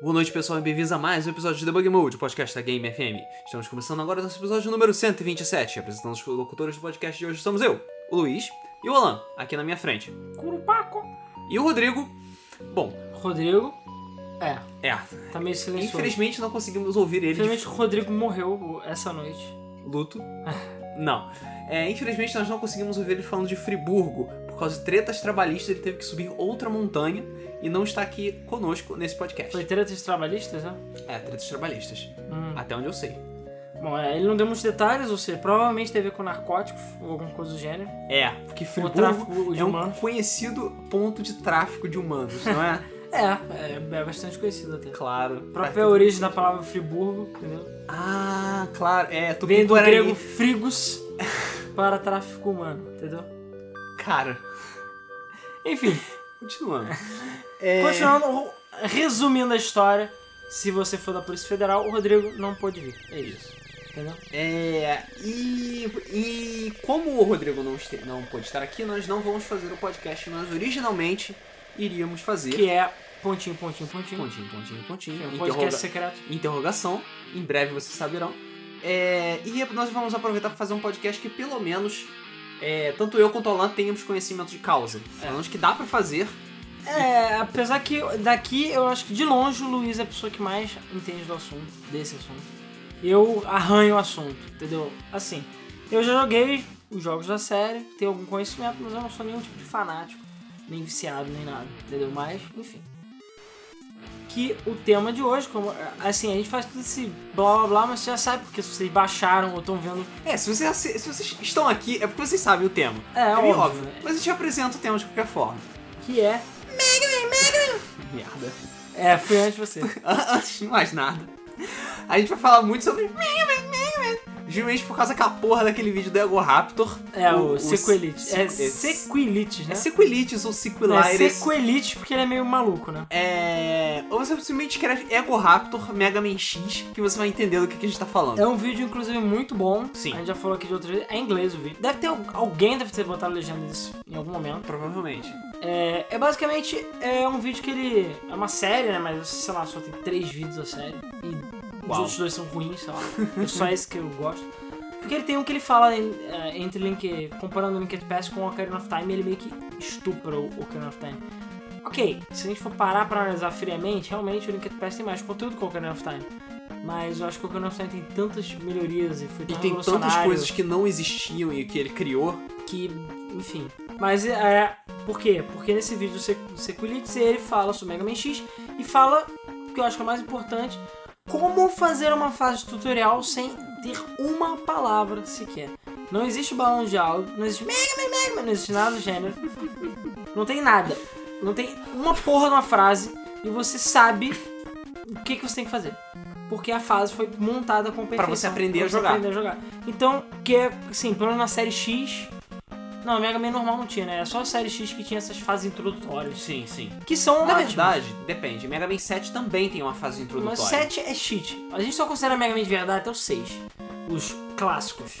Boa noite, pessoal, e bem-vindos a mais um episódio de Debug Mode, o podcast da Game FM. Estamos começando agora nosso episódio número 127. Apresentando os locutores do podcast de hoje somos eu, o Luiz e o Alan, aqui na minha frente. Curupaco. E o Rodrigo. Bom, Rodrigo. É, é. tá meio silencioso. Infelizmente não conseguimos ouvir ele. Infelizmente, o Rodrigo morreu essa noite. de luto. Não. É, infelizmente nós não conseguimos ouvir ele falando de Friburgo. Por causa de tretas trabalhistas, ele teve que subir outra montanha e não está aqui conosco nesse podcast. Foi tretas trabalhistas, né? É, tretas trabalhistas. Hum. Até onde eu sei. Bom, é, ele não deu muitos detalhes, ou seja, provavelmente teve a ver com narcóticos ou alguma coisa do gênero. É, porque O Friburgo tráfico de é um humanos. conhecido ponto de tráfico de humanos, não é? É, é, é bastante conhecido até. claro. A própria origem da palavra Friburgo, entendeu? Ah, claro. É, tu Vem do Guarani. grego frigus para tráfico humano, entendeu? Cara, Enfim, continuando. É, continuando, ro- resumindo a história, se você for da Polícia Federal, o Rodrigo não pôde vir. É isso. Entendeu? É, e, e como o Rodrigo não, este- não pôde estar aqui, nós não vamos fazer o podcast que nós originalmente iríamos fazer. Que é pontinho, pontinho, pontinho. Pontinho, pontinho, pontinho. É um interroga- podcast secreto. Interrogação. Em breve vocês saberão. É, e nós vamos aproveitar para fazer um podcast que pelo menos é, tanto eu quanto o Alan tenhamos conhecimento de causa. Pelo menos que dá pra fazer. É, apesar que daqui eu acho que de longe o Luiz é a pessoa que mais entende do assunto, desse assunto. Eu arranho o assunto, entendeu? Assim, eu já joguei os jogos da série, tenho algum conhecimento, mas eu não sou nenhum tipo de fanático, nem viciado, nem nada, entendeu? Mas, enfim. Que o tema de hoje, como assim, a gente faz tudo esse blá blá blá, mas você já sabe porque se vocês baixaram ou estão vendo. É, se vocês, assi- se vocês estão aqui é porque vocês sabem o tema. É, É, meio óbvio, óbvio. né? Mas eu te apresento o tema de qualquer forma. Que é. Merda. É, fui antes de você. Antes de mais nada, a gente vai falar muito sobre. Justamente por causa daquela porra daquele vídeo do Ego Raptor. É, o, Sequelite. se- É Sequelite, né? É Sequelites ou É Sequelitis. sequelite porque ele é meio maluco, né? É, ou você simplesmente escreve Ego Raptor Mega Man X que você vai entender do que, que a gente tá falando. É um vídeo, inclusive, muito bom. Sim. A gente já falou aqui de outro É em inglês o vídeo. Deve ter. al- Alguém deve ter botado legenda disso em algum momento. Provavelmente. É, é basicamente é um vídeo que ele. É uma série, né? Mas sei lá, só tem três vídeos da série. E os Uau. outros dois são ruins, sei lá. é só esse que eu gosto. Porque ele tem um que ele fala em- é, entre Link. Comparando o Linked Pass com o Ocarina of Time, ele meio que estupra o Ocarina of Time. Ok, se a gente for parar pra analisar friamente, realmente o Linked Pass tem mais conteúdo que o Ocarina of Time. Mas eu acho que o Ocarina of Time tem tantas melhorias e foi E tão tem tantas revolucionário coisas que não existiam e que ele criou. que, enfim. Mas é. Por quê? Porque nesse vídeo do Se- do Sequelites ele fala sobre Mega Man X e fala, o que eu acho que é o mais importante, como fazer uma fase tutorial sem ter uma palavra sequer. Não existe balão de diálogo, não existe Mega Man, Mega Man, não existe nada do gênero. Não tem nada. Não tem uma porra de uma frase e você sabe o que, que você tem que fazer. Porque a fase foi montada com perfeição. você aprender pra a você jogar. aprender a jogar. Então, que é, assim, pelo menos na série X... Não, Mega Man normal não tinha, né? Era só a série X que tinha essas fases introdutórias. Sim, sim. Que são Na ótimas. verdade, depende. Mega Man 7 também tem uma fase Mas introdutória. 7 é cheat. A gente só considera Mega Man de verdade até o 6. Os clássicos.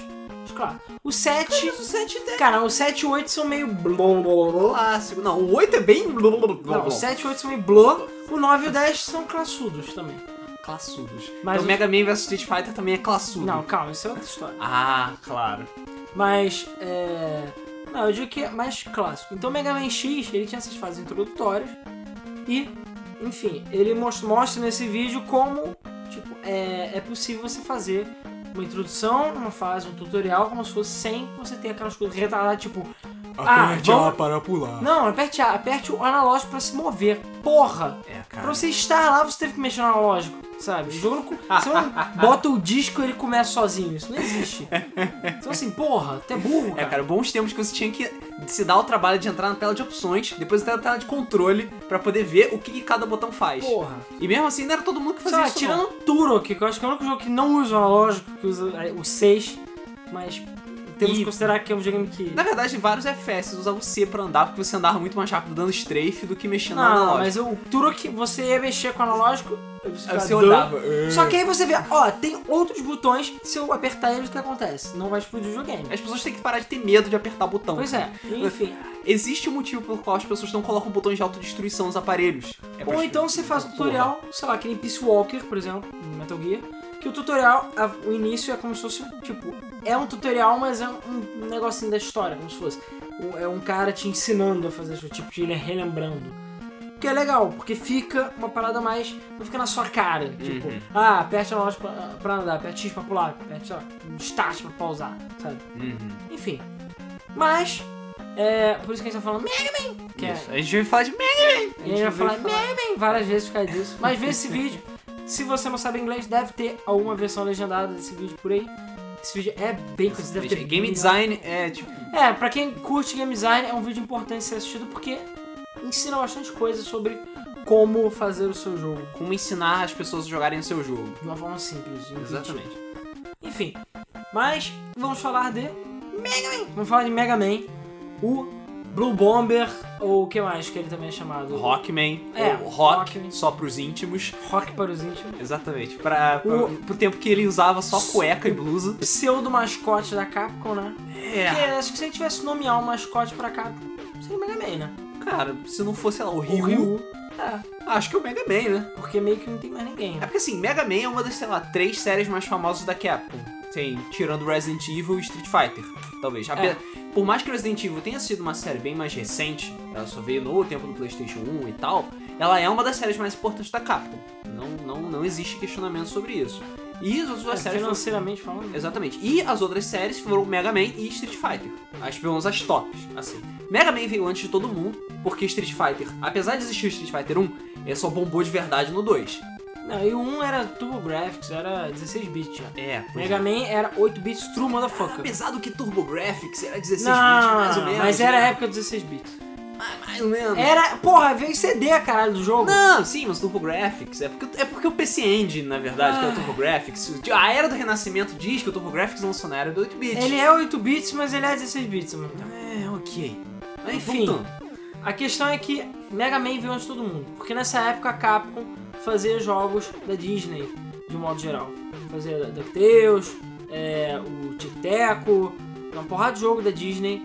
Os clássicos. O 7. Mas o 7 é Cara, o 7 e o 8 são meio blom. clássico. Não, o 8 é bem. Não, o 7 e o 8 são meio blom. O 9 e o 10 são classudos também. Classudos. Mas Mas o os- Mega Man vs Street Fighter também é classudo. Não, calma, isso é outra história. Ah, claro. Mas, é... Não, eu digo que é mais clássico. Então, Mega Man X, ele tinha essas fases introdutórias. E, enfim, ele mos- mostra nesse vídeo como, tipo, é, é possível você fazer uma introdução, uma fase, um tutorial, como se fosse sem você ter aquelas coisas retardadas, tipo... Aperte ah, A vamos... para pular. Não, aperte, A, aperte o analógico pra se mover. Porra! É, cara. Pra você estar lá, você teve que mexer no analógico, sabe? O jogo não, co- você não bota o disco e ele começa sozinho. Isso não existe. Então assim, porra, até burro, É, cara. cara, bons tempos que você tinha que se dar o trabalho de entrar na tela de opções, depois entrar na tela de controle, pra poder ver o que, que cada botão faz. Porra. E mesmo assim, não era todo mundo que Sei fazia lá, isso. tirando o Turok, que eu acho que é o único jogo que não usa o analógico, que usa é, o 6, mas temos E- que considerar que é um videogame que... não. Na verdade, vários FPS usavam C pra andar, porque você andava muito mais rápido dando strafe do que mexendo no Não, é analógico. É mas o Turok, você ia mexer com o analógico... aí Você, Aí você ficava, "Duh". olhava. Só que aí você vê, ó, tem outros botões, se eu apertar eles, o que acontece? Não vai explodir o videogame. As pessoas têm que parar de ter medo de apertar botão. Pois é, enfim. existe um motivo pelo qual as pessoas não colocam botões de autodestruição nos aparelhos. É pra Ou então explodir você faz um essa tutorial, sei lá, que nem Peace Walker, por exemplo, no Metal Gear, que o tutorial, a- o início é como se fosse, tipo, é um tutorial, mas é um, um negocinho da história, como se fosse. O- É um cara te ensinando a fazer isso, tipo, te relembrando. Que é legal, porque fica uma parada mais. Não fica na sua cara. Tipo, Uhum. ah, aperte a loja pra, pra andar, aperte X pra pular, aperte, sei lá, start pra pausar, sabe? porra. Uhum. Enfim. Mas, é. Por isso que a gente tá falando Mega Man! Que é, Isso. A gente veio falar de Mega Man! e aí vai veio falar Memen várias vezes por causa disso. Mas vê esse vídeo. Se você não sabe inglês, deve ter alguma versão legendada desse vídeo por aí. Esse vídeo é bem conhecido. Deve ter Game bilhão- design é tipo. É, pra quem curte game design, é um vídeo importante ser assistido porque ensina bastante coisa sobre como fazer o seu jogo. Como ensinar as pessoas a jogarem o seu jogo. De uma forma simples. um vídeo. Exatamente. Enfim. Mas vamos falar de Mega Man. Vamos falar de Mega Man. O Blue Bomber, ou o que mais que ele também é chamado? Rockman, É, ou rock, Rockman. só pros íntimos. Rock para os íntimos. Exatamente. Pra, pra- O- Pro tempo que ele usava só cueca e blusa. pseudo mascote da Capcom, né? É. Porque acho que se ele tivesse que nomear um mascote pra Capcom, seria o Mega Man, né? Cara, se não fosse sei lá, o O Ryu, É, acho que é o Mega Man, né? porque meio que não tem mais ninguém. É Né? porque assim, Mega Man é uma das, sei lá, três séries mais famosas da Capcom. Tem, tirando Resident Evil e Street Fighter, talvez. Ape- É. Por mais que Resident Evil tenha sido uma série bem mais recente, ela só veio no tempo do PlayStation 1 e tal, ela é uma das séries mais importantes da Capcom. Não, não, não existe questionamento sobre isso. E as outras duas séries foram- É, financeiramente falando. Exatamente. E as outras séries foram Mega Man e Street Fighter. As pelo menos as tops, assim. Mega Man veio antes de todo mundo, porque Street Fighter, apesar de existir o Street Fighter 1, ele só bombou de verdade no 2. Não, e o 1 era Turbo Graphics, era 16 bits já. É, pois Mega Man era 8 bits true motherfucker. Apesar do Tá que Turbo Graphics era 16 bits, mais ou Não, menos. mas era É- a né? época 16 bits. Ah, Mais ou menos. Era, porra, veio CD, caralho, do jogo. Não, sim, mas Turbo Graphics. É porque, é porque o PC Engine, na verdade, que é o Ah. Turbo Graphics. A era do Renascimento diz que o Turbo Graphics lançou na era do 8-bit. Ele é 8 bits, mas ele é 16 bits, mano. É, ok. Mas, Enfim. voltando. A questão é que Mega Man veio antes de todo mundo, porque nessa época a Capcom fazia jogos da Disney, de um modo geral. Fazia DuckTales, é, o Tic Teco, uma porrada de jogo da Disney,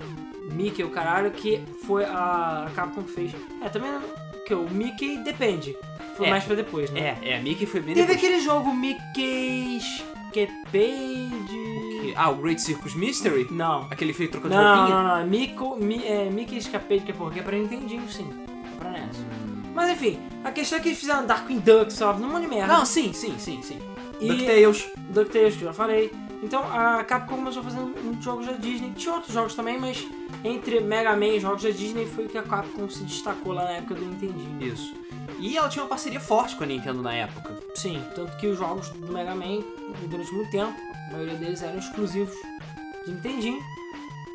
Mickey o caralho, que foi a a Capcom que fez. É, também não- que o Mickey depende, foi É. mais pra depois, né? É, é, a Mickey foi bem Teve depois. aquele jogo Mickey's Capade... Que- Ah, o Great Circus Mystery? Não. Aquele feito trocando de Não, roupinha? não, não. Mico, mi, é, Mickey's Capade, que é porque é pra Nintendinho, sim. É pra NES. Hum. Mas enfim, a questão é que eles fizeram Darkwing Duck, sabe? Num monte de merda. Não, sim, sim, sim, sim. E- DuckTales. DuckTales, que eu já falei. Então a Capcom começou fazendo muitos jogos da Disney. Tinha outros jogos também, mas entre Mega Man e jogos da Disney foi que a Capcom se destacou lá na época do Nintendinho. Isso. E ela tinha uma parceria forte com a Nintendo na época. Sim, tanto que os jogos do Mega Man, durante muito tempo, a maioria deles eram exclusivos de Nintendinho.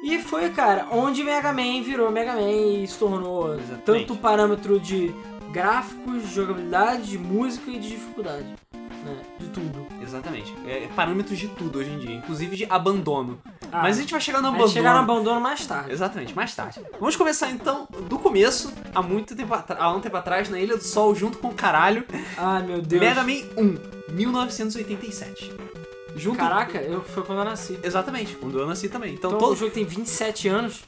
E foi, cara, onde Mega Man virou Mega Man e se tornou Exatamente. tanto o parâmetro de gráficos, de jogabilidade, de música e de dificuldade. Né? De tudo. Exatamente. É, parâmetros de tudo hoje em dia, inclusive de abandono. Ah, Mas a gente vai chegar no a gente abandono. chegar no abandono mais tarde. Exatamente, mais tarde. Vamos começar então do começo, há muito tempo atrás, há um tempo atrás, na Ilha do Sol, junto com o caralho, Ai, meu Deus. Mega Man 1, 1987. Junto Caraca, eu, foi quando eu nasci. Então, Exatamente, quando eu nasci também. Então, o todo jogo tem 27 anos.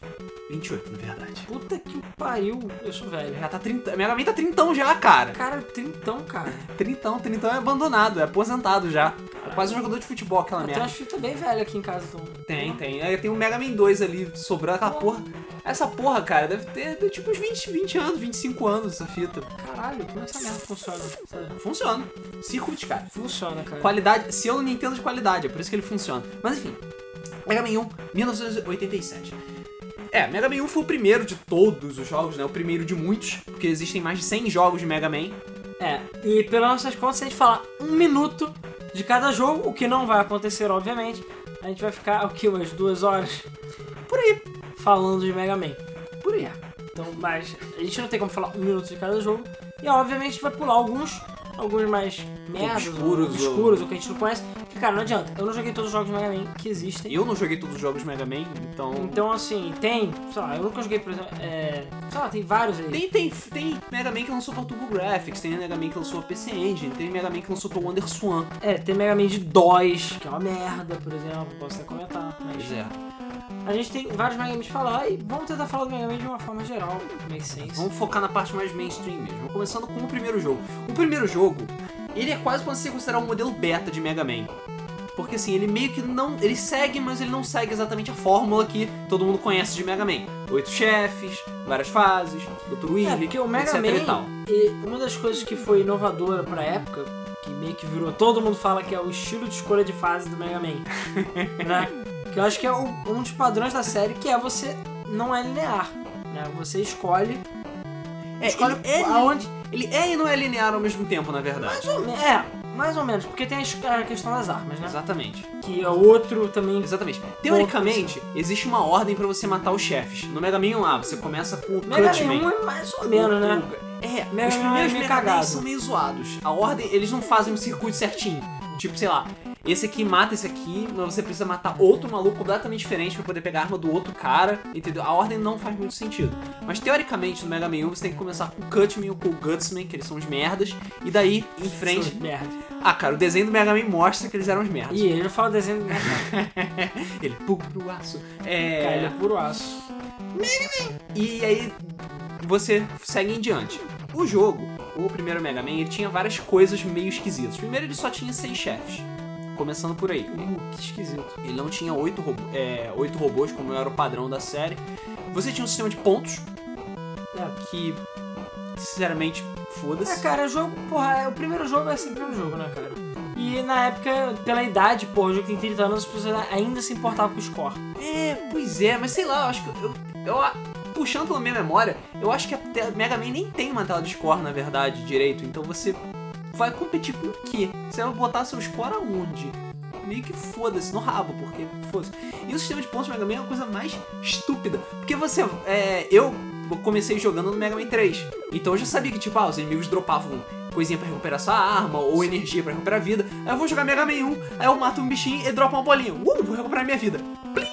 28, na verdade. Puta que pariu. Eu sou velho. Já tá 30, Mega Man tá trintão já, cara. Cara, trintão, cara. Trintão, trintão é abandonado, é aposentado já. É quase um jogador de futebol aquela Eu tenho merda. umas fitas bem velhas aqui em casa. Então. Tem, tem. Aí tem o Mega Man 2 ali sobrando aquela porra. Essa porra, cara, deve ter, ter tipo uns 20, 20 anos, 25 anos essa fita. Caralho, como essa merda funciona? sabe? Funciona. Circuit, cara. Funciona, cara. Qualidade, se eu não entendo de qualidade, é por isso que ele funciona. Mas enfim, Mega Man 1, 1987. É, Mega Man 1 foi o primeiro de todos os jogos, né? O primeiro de muitos, porque existem mais de 100 jogos de Mega Man. É, e pelas nossas contas, se a gente falar um minuto de cada jogo, o que não vai acontecer, obviamente, a gente vai ficar, o que, umas duas horas? Por aí. Falando de Mega Man. Por aí. é. Então, mas a gente não tem como falar um minuto de cada jogo. E obviamente a gente vai pular alguns, alguns mais merdas, Obscuros, ou ou- obscuros, ou que a gente não conhece. Porque, cara, não adianta. Eu não joguei todos os jogos de Mega Man que existem. Eu não joguei todos os jogos de Mega Man, então. Então, assim, tem, sei lá, eu nunca joguei, por exemplo, é, sei lá, tem vários aí. Tem, tem, tem Mega Man que lançou pra Turbo Graphics, tem Mega Man que lançou pra PC Engine, tem Mega Man que lançou pra Wonder Swan. É, tem Mega Man de 2, que é uma merda, por exemplo, posso até comentar. Mas Pois é. A gente tem vários Mega Man pra falar e vamos tentar falar do Mega Man de uma forma geral, make sense. Vamos focar na parte mais mainstream mesmo, começando com o primeiro jogo. O primeiro jogo, ele é quase pra ser considerado um modelo beta de Mega Man. Porque assim, ele meio que não. Ele segue, mas ele não segue exatamente a fórmula que todo mundo conhece de Mega Man. Oito chefes, várias fases, Dr. É, Willy, porque o Mega etc e tal. Man, e uma das coisas que foi inovadora pra época, que meio que virou, todo mundo fala que é o estilo de escolha de fase do Mega Man, né? Que eu acho que é um, um dos padrões da série, que é você não é linear, né? Você escolhe, É, escolhe ele, é, aonde... ele é e não é linear ao mesmo tempo, na verdade. Mais ou menos, é, mais ou menos, porque tem a es- a questão das armas, né? Exatamente. Que é outro também... Exatamente. Teoricamente, existe uma ordem pra você matar os chefes. No Mega Man 1 lá, você começa com o Mega Cut Man Man. 1 é mais ou menos, né? É, Mega os Man primeiros é meio Mega Man cagado. são meio zoados. A ordem, eles não fazem um circuito certinho. Tipo, sei lá, esse aqui mata esse aqui, mas você precisa matar outro maluco completamente diferente pra poder pegar a arma do outro cara, entendeu? A ordem não faz muito sentido. Mas teoricamente, no Mega Man 1, você tem que começar com o Cutman ou com o Gutsman, que eles são os merdas, e daí, em frente... Essas merdas. Ah, cara, o desenho do Mega Man mostra que eles eram os merdas. né? Ih, ele não fala desenho, né? Ele puro aço. Cara, É... ele é puro aço. E aí você segue em diante. O jogo, o primeiro Mega Man, ele tinha várias coisas meio esquisitas. Primeiro ele só tinha seis chefes. Começando por aí. Uh, que esquisito. Ele não tinha oito, robô, é, oito robôs, como era o padrão da série. Você tinha um sistema de pontos, É. que, sinceramente, É, foda-se. cara, jogo, porra, é, o primeiro jogo é sempre o primeiro jogo, né, cara? E na época, pela idade, porra, o jogo tem 30 anos, as pessoas ainda se importavam com o score. É, pois é, mas sei lá, eu acho que. Eu, eu a- puxando pela minha memória, eu acho que a te- Mega Man nem tem uma tela de score, na verdade, direito. Então você vai competir com o quê? Você vai botar seu score aonde? Meio que foda-se, no rabo, porque foda-se. E o sistema de pontos do Mega Man é uma coisa mais estúpida. Porque você. É, eu comecei jogando no Mega Man 3. Então eu já sabia que, tipo, ah, os inimigos dropavam coisinha pra recuperar sua arma, ou energia pra recuperar a vida. Aí eu vou jogar Mega Man 1, aí eu mato um bichinho e dropo uma bolinha. Uh, vou recuperar minha vida. Plim!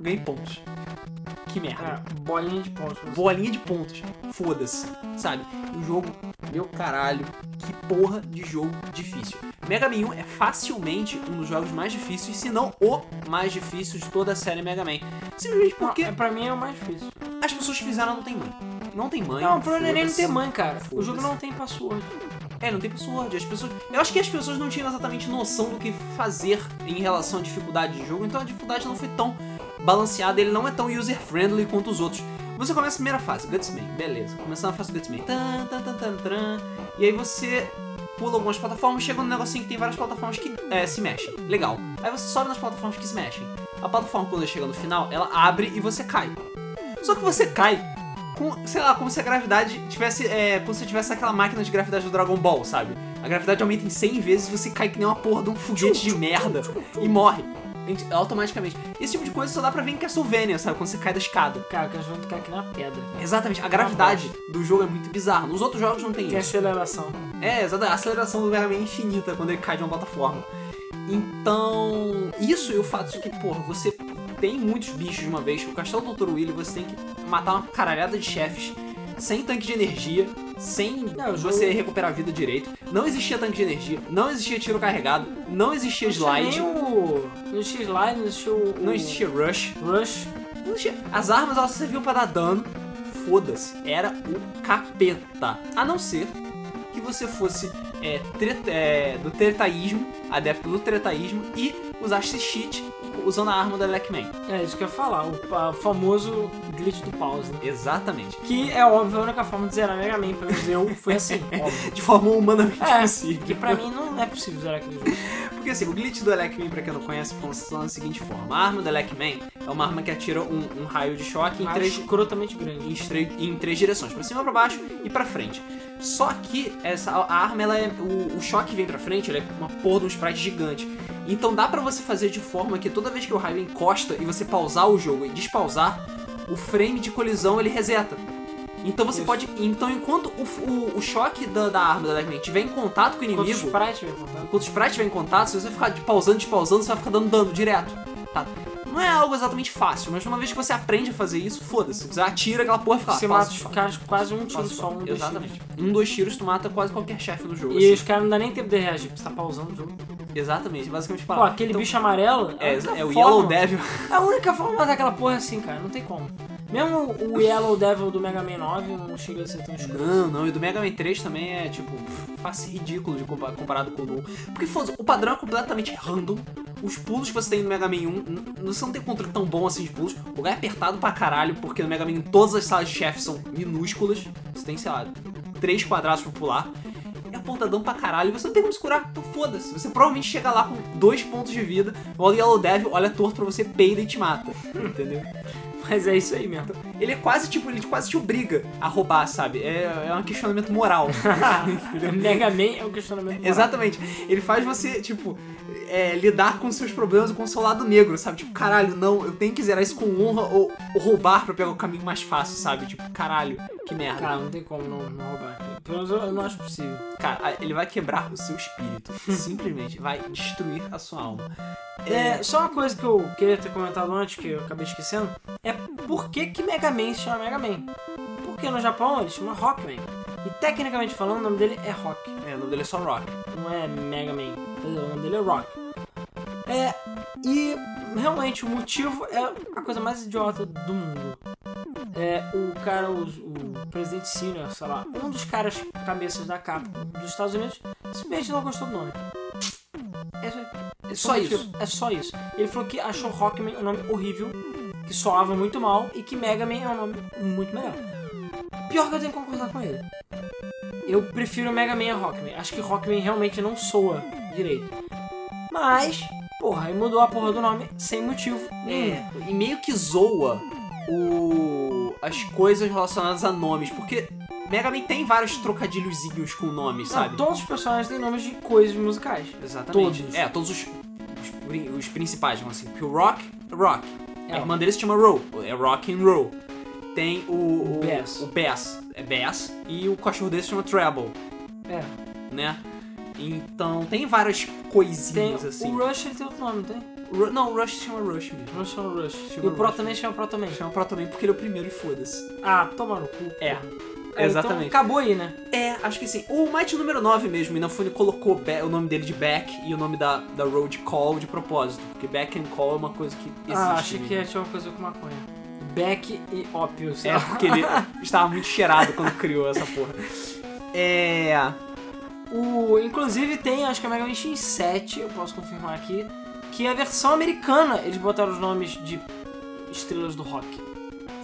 Ganhei pontos. Que merda Cara, É, bolinha de pontos. bolinha de pontos. Foda-se, sabe? Um jogo, meu caralho, que porra de jogo difícil. Mega Man 1 é facilmente um dos jogos mais difíceis, se não o mais difícil de toda a série Mega Man. Simplesmente Não, porque é, pra mim é o mais difícil. as pessoas que fizeram não tem mãe. Não tem mãe. Não, o problema é nem não foda-se. ter mãe, cara. O jogo Foda-se. não tem password. É, não tem password. As pessoas. Eu acho que as pessoas não tinham exatamente noção do que fazer em relação à dificuldade de jogo, então a dificuldade não foi tão balanceada, ele não é tão user-friendly quanto os outros. Você começa a primeira fase, Gutsman, beleza. Começando a fase do Gutsman. Tan, tan, tan, tan, tan. E aí você pula algumas plataformas, chega num negocinho que tem várias plataformas que é, se mexem. Legal. Aí você sobe nas plataformas que se mexem. A plataforma, quando chega no final, ela abre e você cai. Só que você cai com, sei lá, como se a gravidade tivesse, é, como se tivesse aquela máquina de gravidade do Dragon Ball, sabe? A gravidade aumenta em 100 vezes e você cai que nem uma porra de um foguete de merda e morre. Gente, Automaticamente. Esse tipo de coisa só dá pra ver em Castlevania, sabe? Quando você cai da escada. Cara, que eles vão ficar aqui na pedra. Exatamente. A gravidade do jogo é muito bizarra. Nos outros jogos não tem Tem isso. aceleração. É, exatamente. A aceleração do Mega Man é infinita quando ele cai de uma plataforma. Então, isso e o fato de que, porra, você tem muitos bichos de uma vez. O castelo do Dr. Willy, você tem que matar uma caralhada de chefes sem tanque de energia, sem Não, o você jogo- recuperar a vida direito. Não existia tanque de energia, não existia tiro carregado, não existia slide, Não tinha nem o... Não existia slide, não existia o... não existia rush. o Rush. Não tinha- As armas elas serviam pra dar dano. Foda-se, era o capeta. A não ser que você fosse é, treta- é, do tretaísmo, adepto do tretaísmo, e usasse cheat usando a arma da Black Man. É isso que eu ia falar. O a- famoso glitch do pause, né? Exatamente. Que é óbvio, a única forma de zerar Mega Man, pelo menos eu, foi assim, óbvio. De forma humanamente É, possível. Que pra mim não é possível zerar aquele jogo. Porque assim, o glitch do Elec Man, pra quem não conhece, funciona da seguinte forma. A arma do Elec Man é uma arma que atira um, um raio de choque em Acho três, escrotamente grande. em, estre- em três direções, pra cima, pra baixo e pra frente. Só que essa a arma ela é o, o choque que vem pra frente, ele é uma porra de um sprite gigante. Então dá pra você fazer de forma que toda vez que o raio encosta e você pausar o jogo e despausar, o frame de colisão ele reseta. Então você Isso. pode. Então, enquanto o, o- o choque da, da arma da Black Man estiver em contato com o Enquanto o inimigo, Sprite vai contando. Enquanto o Sprite estiver em contato, se você ficar de pausando, de pausando, você vai ficar dando dano direto. Tá? Não é algo exatamente fácil, mas uma vez que você aprende a fazer isso, foda-se. Você atira aquela porra e fica lá. Você passa, mata os passa, caras com quase um tiro passa, só, um passa. dois Exatamente. Um, dois tiros, tu mata quase qualquer chefe do jogo. tiros. E assim. os caras não dá nem tempo de reagir, porque você tá pausando o jogo. Exatamente, basicamente Pô, falando. aquele Então, bicho amarelo. a É, única é o forma- Yellow Devil. A única forma daquela porra é assim, cara. Não tem como. Mesmo o Yellow Devil do Mega Man 9 não chega a ser tão escuro. É, Não, não, e do Mega Man 3 também é, tipo, faz ridículo de compa- comparado com o 1. Porque foda o padrão é completamente random. Os pulos que você tem no Mega Man 1, n- você não tem controle tão bom assim de pulos. O lugar é apertado pra caralho, porque no Mega Man 1 todas as salas de chefe são minúsculas. Você tem, sei lá, três quadrados pra pular. É apontadão pra caralho, e você não tem como se curar, então foda-se. Você provavelmente chega lá com dois pontos de vida, olha o Yellow Devil, olha torto pra você, peida e te mata. Entendeu? Mas é isso aí mesmo. Ele é quase tipo, ele quase te obriga a roubar, sabe? É, é um questionamento moral. Ah, Mega Man é o questionamento. moral. Exatamente. Ele faz você, tipo, é, lidar com seus problemas com o seu lado negro, sabe? Tipo, caralho, não, eu tenho que zerar isso com honra ou, ou roubar pra pegar o caminho mais fácil, sabe? Tipo, caralho, que merda. Ah, Cara, não tem como não, não roubar. Pelo menos eu, eu não acho possível. Cara, ele vai quebrar o seu espírito. Simplesmente vai destruir a sua alma. É, só uma coisa que eu queria ter comentado antes, que eu acabei esquecendo, é por que, que Mega Man se chama Mega Man? Porque no Japão ele se chama Rockman. E tecnicamente falando, o nome dele é Rock. É, o nome dele é só Rock. não é Mega Man, entendeu? o nome dele é Rock. É, e realmente o motivo é a coisa mais idiota do mundo. É, o cara, o, o presidente senior, sei lá, um dos caras cabeças da capa dos Estados Unidos, simplesmente não gostou do nome. É isso aí. É só isso. É só isso. Ele falou que achou Rockman um nome horrível, que soava muito mal e que Mega Man é um nome muito melhor. Pior que eu tenho que concordar com ele. Eu prefiro Mega Man a Rockman. Acho que Rockman realmente não soa direito. Mas, porra, ele mudou a porra do nome sem motivo. nenhum. É, e meio que zoa o, as coisas relacionadas a nomes, porque Mega Man tem vários trocadilhozinhos com nomes, Não, sabe? todos os personagens têm nomes de coisas musicais. Exatamente. todos. É, todos os, os, pri- os principais, vamos assim. Porque o Rock, Rock. É. A irmã dele se chama Roll, é Rock and Roll. Tem o. o Bass. O Bass. É Bass. E o cachorro dele se chama Treble, É. né? Então tem várias Tem, coisinhas assim. o Rush ele tem outro nome, não tem? Ru- não, o Rush se chama Rush mesmo. Rush é o Rush. Chama e o Pro Rush. também chama Pro também. Chama Pro também porque ele é o primeiro e foda-se. Ah, toma no cu. É, É, exatamente. Então acabou aí, né? É, acho que sim. O Might número 9 mesmo, Inafune colocou Be- o nome dele de Beck e o nome da, da Road Call de propósito. Porque Beck and Call é uma coisa que existe. ah, achei que mesmo. tinha uma coisa com maconha. Beck e ópio, sei É, lá. porque ele estava muito cheirado quando criou essa porra. É. O, inclusive tem, acho que é o Mega Man X7, eu posso confirmar aqui, que é a versão americana eles botaram os nomes de estrelas do rock.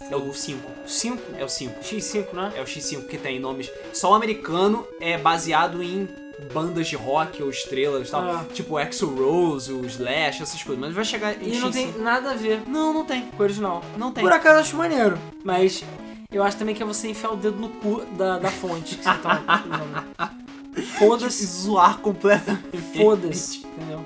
É o 5. 5? É o 5. X5, né? É o X5 que tem nomes. Só o americano é baseado em bandas de rock ou estrelas e tal. Ah. Tipo Axl Rose, o Slash, essas coisas. Mas vai chegar em E X5. não tem nada a ver Não, não tem. com o original. Não tem. Por acaso eu acho maneiro, mas eu acho também que é você enfiar o dedo no cu da, da fonte que você tá usando. Se Foda-se, zoar completamente. foda-se, entendeu?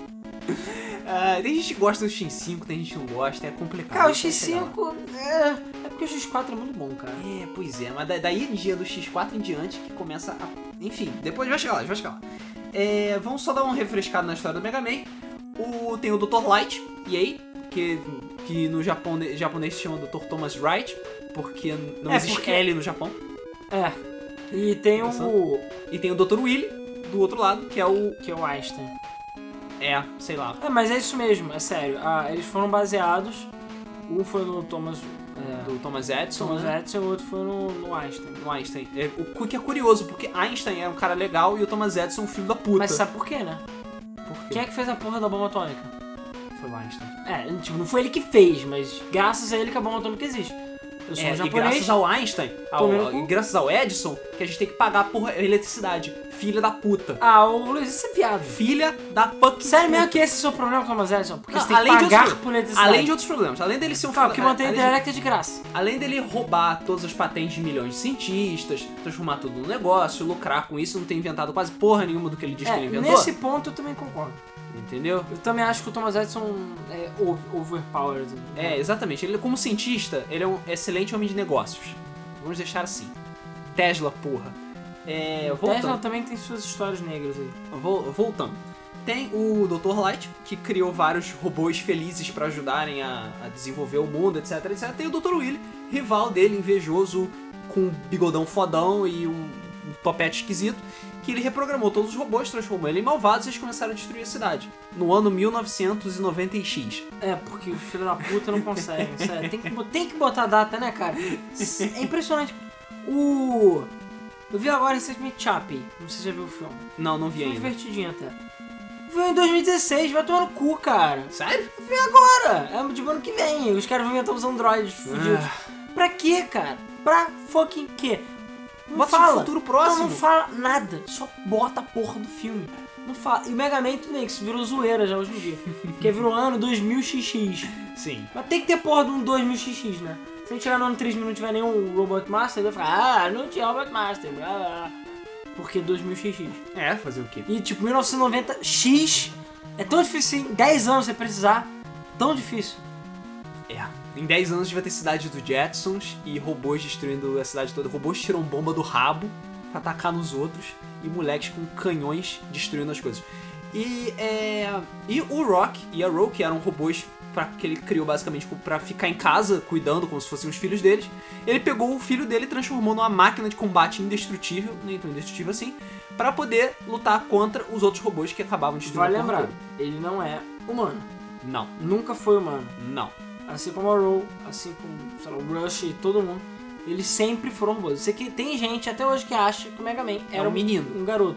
Ah, tem gente que gosta do X5, tem gente que não gosta, é complicado. Cara, o Vai chegar lá. X5 é, é porque o X4 é muito bom, cara. É, pois é, mas da- daí em dia do X4 em diante que começa a. Enfim, depois vai chegar lá, vai chegar lá. É, vamos só dar um refrescado na história do Mega Man. O, tem o Dr. Light, e aí, que, que no Japão, japonês se chama Dr. Thomas Wright, porque não É, existe porque- L no Japão. É. E tem o. E tem o Dr. Willy, do outro lado, que é o. que é o Einstein. É, sei lá. É, mas é isso mesmo, é sério. Ah, eles foram baseados. Um foi no Thomas, é, Do Thomas Edison, Thomas né? Edison e o outro foi no, no Einstein. No Einstein. É, o cu- que é curioso, porque Einstein era um cara legal e o Thomas Edison um filho da puta. Mas sabe por quê, né? por Quem é que fez a porra da bomba atômica? Foi o Einstein. É, tipo, não foi ele que fez, mas graças a ele que a bomba atômica existe. Eu sou É, um e japonês. graças ao Einstein, ao- Tomei no ao- cu. e graças ao Edison, que a gente tem que pagar a porra a eletricidade. Filha da puta. Ah, ô Luiz, isso é viado. Filha da fucking Sério puta. mesmo que esse é o seu problema com o Thomas Edison? Porque Não, você tem além que de pagar outros- por eletricidade. Além de outros problemas. Além dele ser um Claro, filho que da- mantém a além, dialética de graça. de- além dele roubar todas as patentes de milhões de cientistas, transformar tudo num negócio, lucrar com isso, não ter inventado quase porra nenhuma do que ele diz que É, ele inventou. nesse ponto eu também concordo. Entendeu? Eu também acho que o Thomas Edison é over- overpowered. É, exatamente. Ele, como cientista, ele é um excelente homem de negócios. Vamos deixar assim. Tesla, porra. É, voltando. Tesla também tem suas histórias negras aí. Vol- Voltando. Tem o Dr. Light, que criou vários robôs felizes pra ajudarem a, a desenvolver o mundo, etc, etc. Tem o Dr. Willy, rival dele, invejoso, com um bigodão fodão e um, um topete esquisito. que ele reprogramou todos os robôs, transformou ele em malvados e eles começaram a destruir a cidade. No ano 1990X. É, porque os filhos da puta não conseguem, sério. Tem que, bo- tem que botar data, né, cara? S- É impressionante. O. Eu vi agora recentemente Chappie. Não sei se você já viu o filme. Não, não vi Filme ainda. divertidinho até. Veio em 2016, vai tomar no cu, cara. Sério? Cara, é de ano que vem. Os caras vão inventar os androides fudidos. Ah. Pra quê, cara? Pra fucking quê? Não Bota no fala. futuro Não, próximo. não fala nada. Só bota a porra do filme. Não fala. E Mega Man tudo bem, que isso virou zoeira já hoje em dia. Porque virou ano 2000XX. Sim. Mas tem que ter porra de um 2000XX, né? Se a gente chegar no ano 3000 e não tiver nenhum Robot Master, ele vai falar, ah, não tinha Robot Master, blá blá blá. Porque 2000XX. É, fazer o quê? E tipo, 1990X é tão difícil, em 10 anos você precisar. Tão difícil. É. Em 10 anos vai ter cidade do Jetsons e robôs destruindo a cidade toda. Robôs tiram bomba do rabo pra atacar nos outros e moleques com canhões destruindo as coisas. E, é, e o Rock e a Ro, que eram robôs pra, que ele criou basicamente pra ficar em casa cuidando como se fossem os filhos deles, ele pegou o filho dele e transformou numa máquina de combate indestrutível, nem tão indestrutível assim, pra poder lutar contra os outros robôs que acabavam destruindo o Vale corpo lembrar, dele. ele não é humano. Não, Nunca foi humano. não. Assim como a Roll, assim como sei lá, o Rush e todo mundo. Eles sempre foram robôs. Isso aqui tem gente até hoje que acha que o Mega Man É era um menino. um garoto.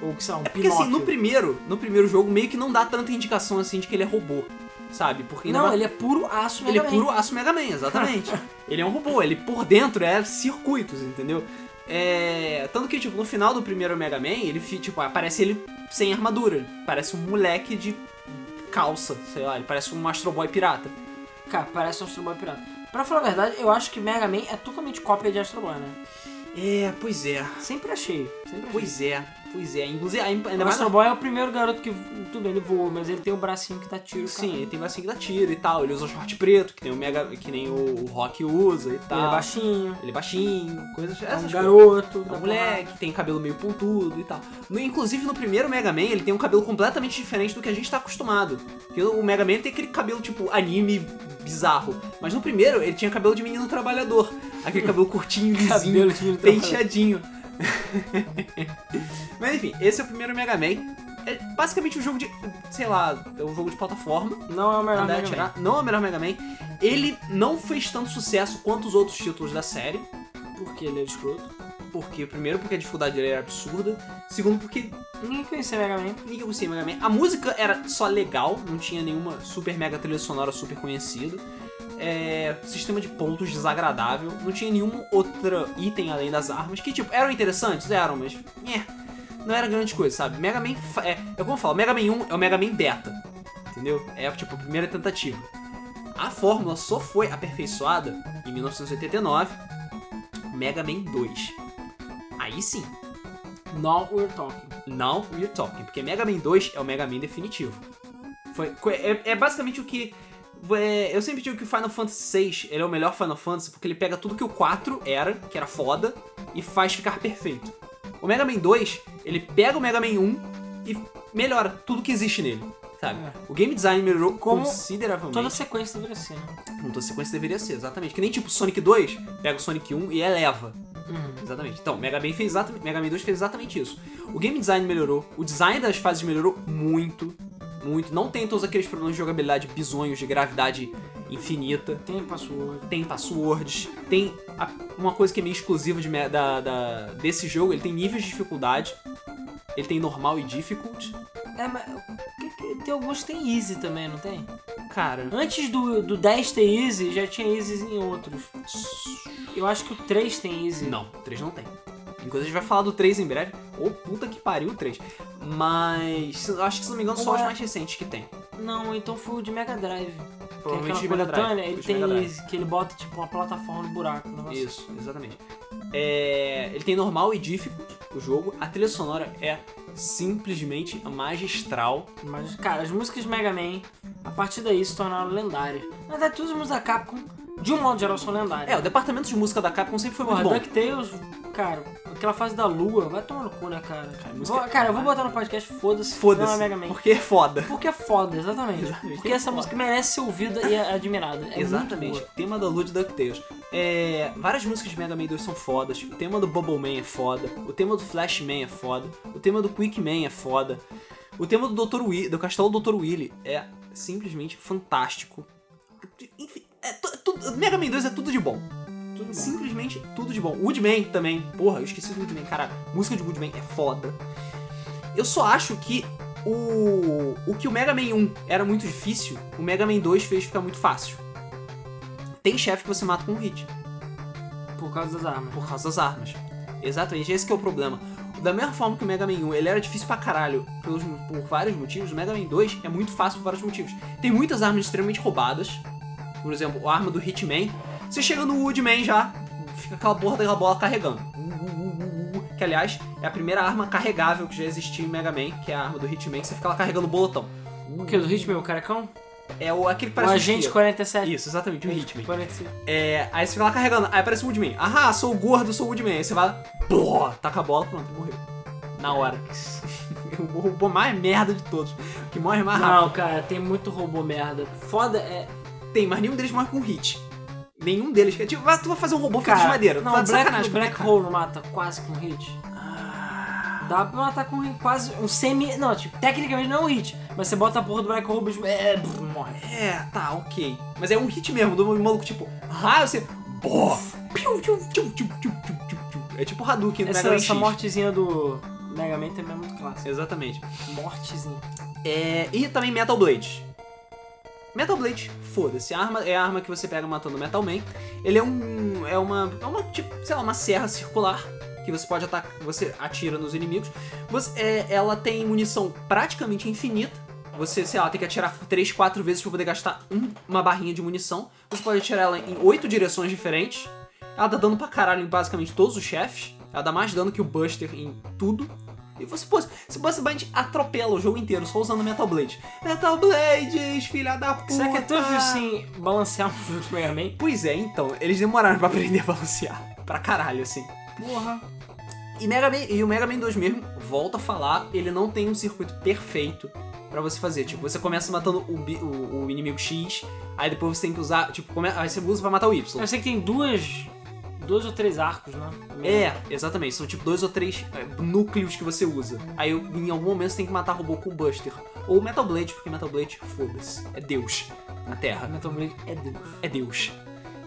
Ou que são, um É porque assim, no Pinóquio. primeiro, no primeiro jogo, meio que não dá tanta indicação assim de que ele é robô, sabe? Porque ainda Não, mais- ele é puro aço ele Mega é Man. puro aço Mega Man, exatamente. ele é um robô, ele por dentro é circuitos, entendeu? É... Tanto que, tipo, no final do primeiro Mega Man, ele, fi- tipo, aparece ele sem armadura. Ele parece um moleque de calça, sei lá, ele parece um Astro Boy pirata. Cara, parece um Astro Boy pirata. Pra falar a verdade, eu acho que Mega Man é totalmente cópia de Astro Boy, né? É, pois é, Sempre achei. Sempre achei. pois é, pois é. Inclusive, Ainda ainda mais mais... o Astro Boy é o primeiro garoto que. Tudo bem, ele voa, mas ele tem o bracinho que dá tiro. Sim, cara. ele tem assim que dá tiro e tal, ele usa short preto, que tem o Mega... que nem o, o Rock usa e tal. Ele é baixinho, Ele é baixinho, coisas é um essas coisas. garoto, É dá um moleque, tem cabelo meio pontudo e tal. No- inclusive no primeiro Mega Man, ele tem um cabelo completamente diferente do que a gente tá acostumado. Porque o Mega Man tem aquele cabelo tipo anime bizarro. Mas no primeiro, ele tinha cabelo de menino trabalhador. Aquele cabelo curtinho, porrada. lisinho, de menino trabalhador. penteadinho. Mas enfim, esse é o primeiro Mega Man. É basicamente um jogo de. sei lá, é um jogo de plataforma Não é o melhor andar e Mega Man. atirar. Não é o melhor Mega Man. Ele não fez tanto sucesso quanto os outros títulos da série. Porque ele é escroto. Porque, primeiro, porque a dificuldade dele era absurda. Segundo, porque Ninguém conhecia Mega Man. ninguém conhecia Mega Man. A música era só legal, não tinha nenhuma super mega trilha sonora super conhecida. É, sistema de pontos desagradável. Não tinha nenhum outro item além das armas. Que, tipo, eram interessantes? Eram, mas. nhé, não era grande coisa, sabe? Mega Man. fa- É, é como eu falo, Mega Man 1 é o Mega Man Beta. Entendeu? É, tipo, a primeira tentativa. A fórmula só foi aperfeiçoada em 1989, Mega Man 2. Aí sim, Now we're talking. Now we're talking. Porque Mega Man 2 é o Mega Man definitivo. Foi, co- é, é basicamente o que. é, eu sempre digo que o Final Fantasy VI ele é o melhor Final Fantasy porque ele pega tudo que o 4 era, que era foda, e faz ficar perfeito. O Mega Man 2, ele pega o Mega Man 1 e melhora tudo que existe nele, sabe? É. O game design melhorou Como Toda consideravelmente. sequência deveria ser, né? Não tô sequência deveria ser, exatamente. Que nem tipo Sonic 2, pega o Sonic 1 e eleva. Uhum. Exatamente. Então, Mega Man, fez exatamente, Mega Man 2 fez exatamente isso. O game design melhorou, o design das fases melhorou muito, muito. Não tem todos aqueles problemas de jogabilidade bizonhos, de gravidade infinita. Tem password. Tem passwords, tem a- uma coisa que é meio exclusiva de me- da- da- desse jogo, ele tem níveis de dificuldade. Ele tem normal e difficult. É, mas. o que que- Tem alguns que tem Easy também, não tem? Cara, Antes do, do 10 ter Easy, já tinha Easy em outros. Eu acho que o 3 tem Easy. Não, o 3 não tem. Inclusive a gente vai falar do 3 em breve. Ô puta que pariu o 3. Mas se- acho que se não me engano são Ué. os mais recentes que tem. Não, então foi o de Mega Drive. Que é Provavelmente aquela de Mega Drive. coletânea, ele Os de Mega tem Drive. Easy, que ele bota tipo uma plataforma no buraco. Um negócio. Isso, exatamente. É, ele tem normal e difficult o jogo. A trilha sonora é simplesmente magistral. Mas, cara, as músicas de Mega Man, a partir daí, se tornaram lendárias. é Na verdade, todas as músicas da Capcom, de um modo geral, são lendárias. É, o departamento de música da Capcom sempre foi muito Porra, bom. DuckTales, cara, aquela fase da lua, vai tomar no cu, né, cara? Cara, Vou- música- cara, eu vou botar no podcast, foda-se, não é Foda-se. Mega Man. Porque é foda. Porque é foda, exatamente. Exatamente, Porque é essa foda. música merece ser ouvida e admirada. É Exatamente. muito Tema da Lua de DuckTales. É, várias músicas de Mega Man 2 são fodas. O tema do Bubble Man é foda. O tema do Flash Man é foda. O tema do Quick Man é foda. O tema do Dr. Willy, do Castelo do Dr. Willy é simplesmente fantástico. Enfim, é tu- tudo- Mega Man 2 é tudo de bom. boa. Tudo bom. Simplesmente tudo de bom. Woodman também. Porra, eu esqueci do Woodman. Cara, música de Woodman é foda. Eu só acho que o, o que o Mega Man 1 era muito difícil, o Mega Man 2 fez ficar muito fácil. Tem chefe que você mata com um hit, Por causa das armas. por causa das armas. Exatamente, esse que é o problema. Da mesma forma que o Mega Man 1 ele era difícil pra caralho pelos, por vários motivos, o Mega Man 2 é muito fácil por vários motivos. Tem muitas armas extremamente roubadas, por exemplo, a arma do Hitman. Você chega no Woodman já, fica aquela borra daquela bola carregando. Uh, Que, aliás, é a primeira arma carregável que já existia em Mega Man, que é a arma do Hitman, que você fica lá carregando o bolotão. O que? Do Hitman, o carecão? É o, aquele que O parece um Um Agente é? espia. 47. Isso, exatamente, o Hitman. 47. É, aí você fica lá carregando, aí aparece o Woodman. Ah, sou gordo, sou o Woodman. Aí você vai, pô, taca a bola, pronto, morreu. Na hora. o robô mais merda de todos, que morre mais rápido. Não, cara, tem muito robô merda. Foda é. Tem, mas nenhum deles morre com hit. Nenhum deles. que é Tipo, ah, tu vai fazer um robô feito Cara, de madeira. Não, tá o de Black, sacanagem o comigo, Black cara. Hole Ah. não mata quase com hit. Dá pra matar com hit, quase um semi. Não, tipo, tecnicamente não é um hit, mas você bota a porra do Black Hole, o bicho. É, brrr, morre. É, tá, ok. Mas é um hit mesmo, do maluco, tipo, ah, você. Pô! Piu, tiu, tiu, tiu, tiu, tiu, tiu, tiu. É tipo Hadouken no Essa, Mega Man essa X. mortezinha do Mega Man também é muito clássica. Exatamente. Mortezinha. É, e também Metal Blade. Metal Blade, foda-se, a arma, é a arma que você pega matando o Metal Man. Ele é um. É uma. É uma tipo, sei lá, uma serra circular que você pode atacar. Você atira nos inimigos. Você- é, ela tem munição praticamente infinita. Você, sei lá, tem que atirar 3, 4 vezes pra poder gastar um- uma barrinha de munição. Você pode atirar ela em 8 direções diferentes. Ela dá dano pra caralho em basicamente todos os chefes. Ela dá mais dano que o Buster em tudo. E você, pô, se você basicamente atropela o jogo inteiro só usando Metal Blade. Metal Blade, filha da puta! Será que é tão difícil assim balancear um jogo de Mega Man? Pois é, então, eles demoraram pra aprender a balancear. Pra caralho, assim. Porra. E, Mega Man- e o Mega Man 2 mesmo, volta a falar, ele não tem um circuito perfeito pra você fazer. Tipo, você começa matando o, bi- o- o inimigo X, aí depois você tem que usar, tipo, come- aí você usa pra matar o Y. Eu sei que tem duas. dois ou três arcos, né? É, exatamente. São tipo dois ou três é, núcleos que você usa. Aí em algum momento você tem que matar robô com Buster. Ou Metal Blade, porque Metal Blade, foda-se. É Deus na Terra. Metal Blade é Deus. é Deus.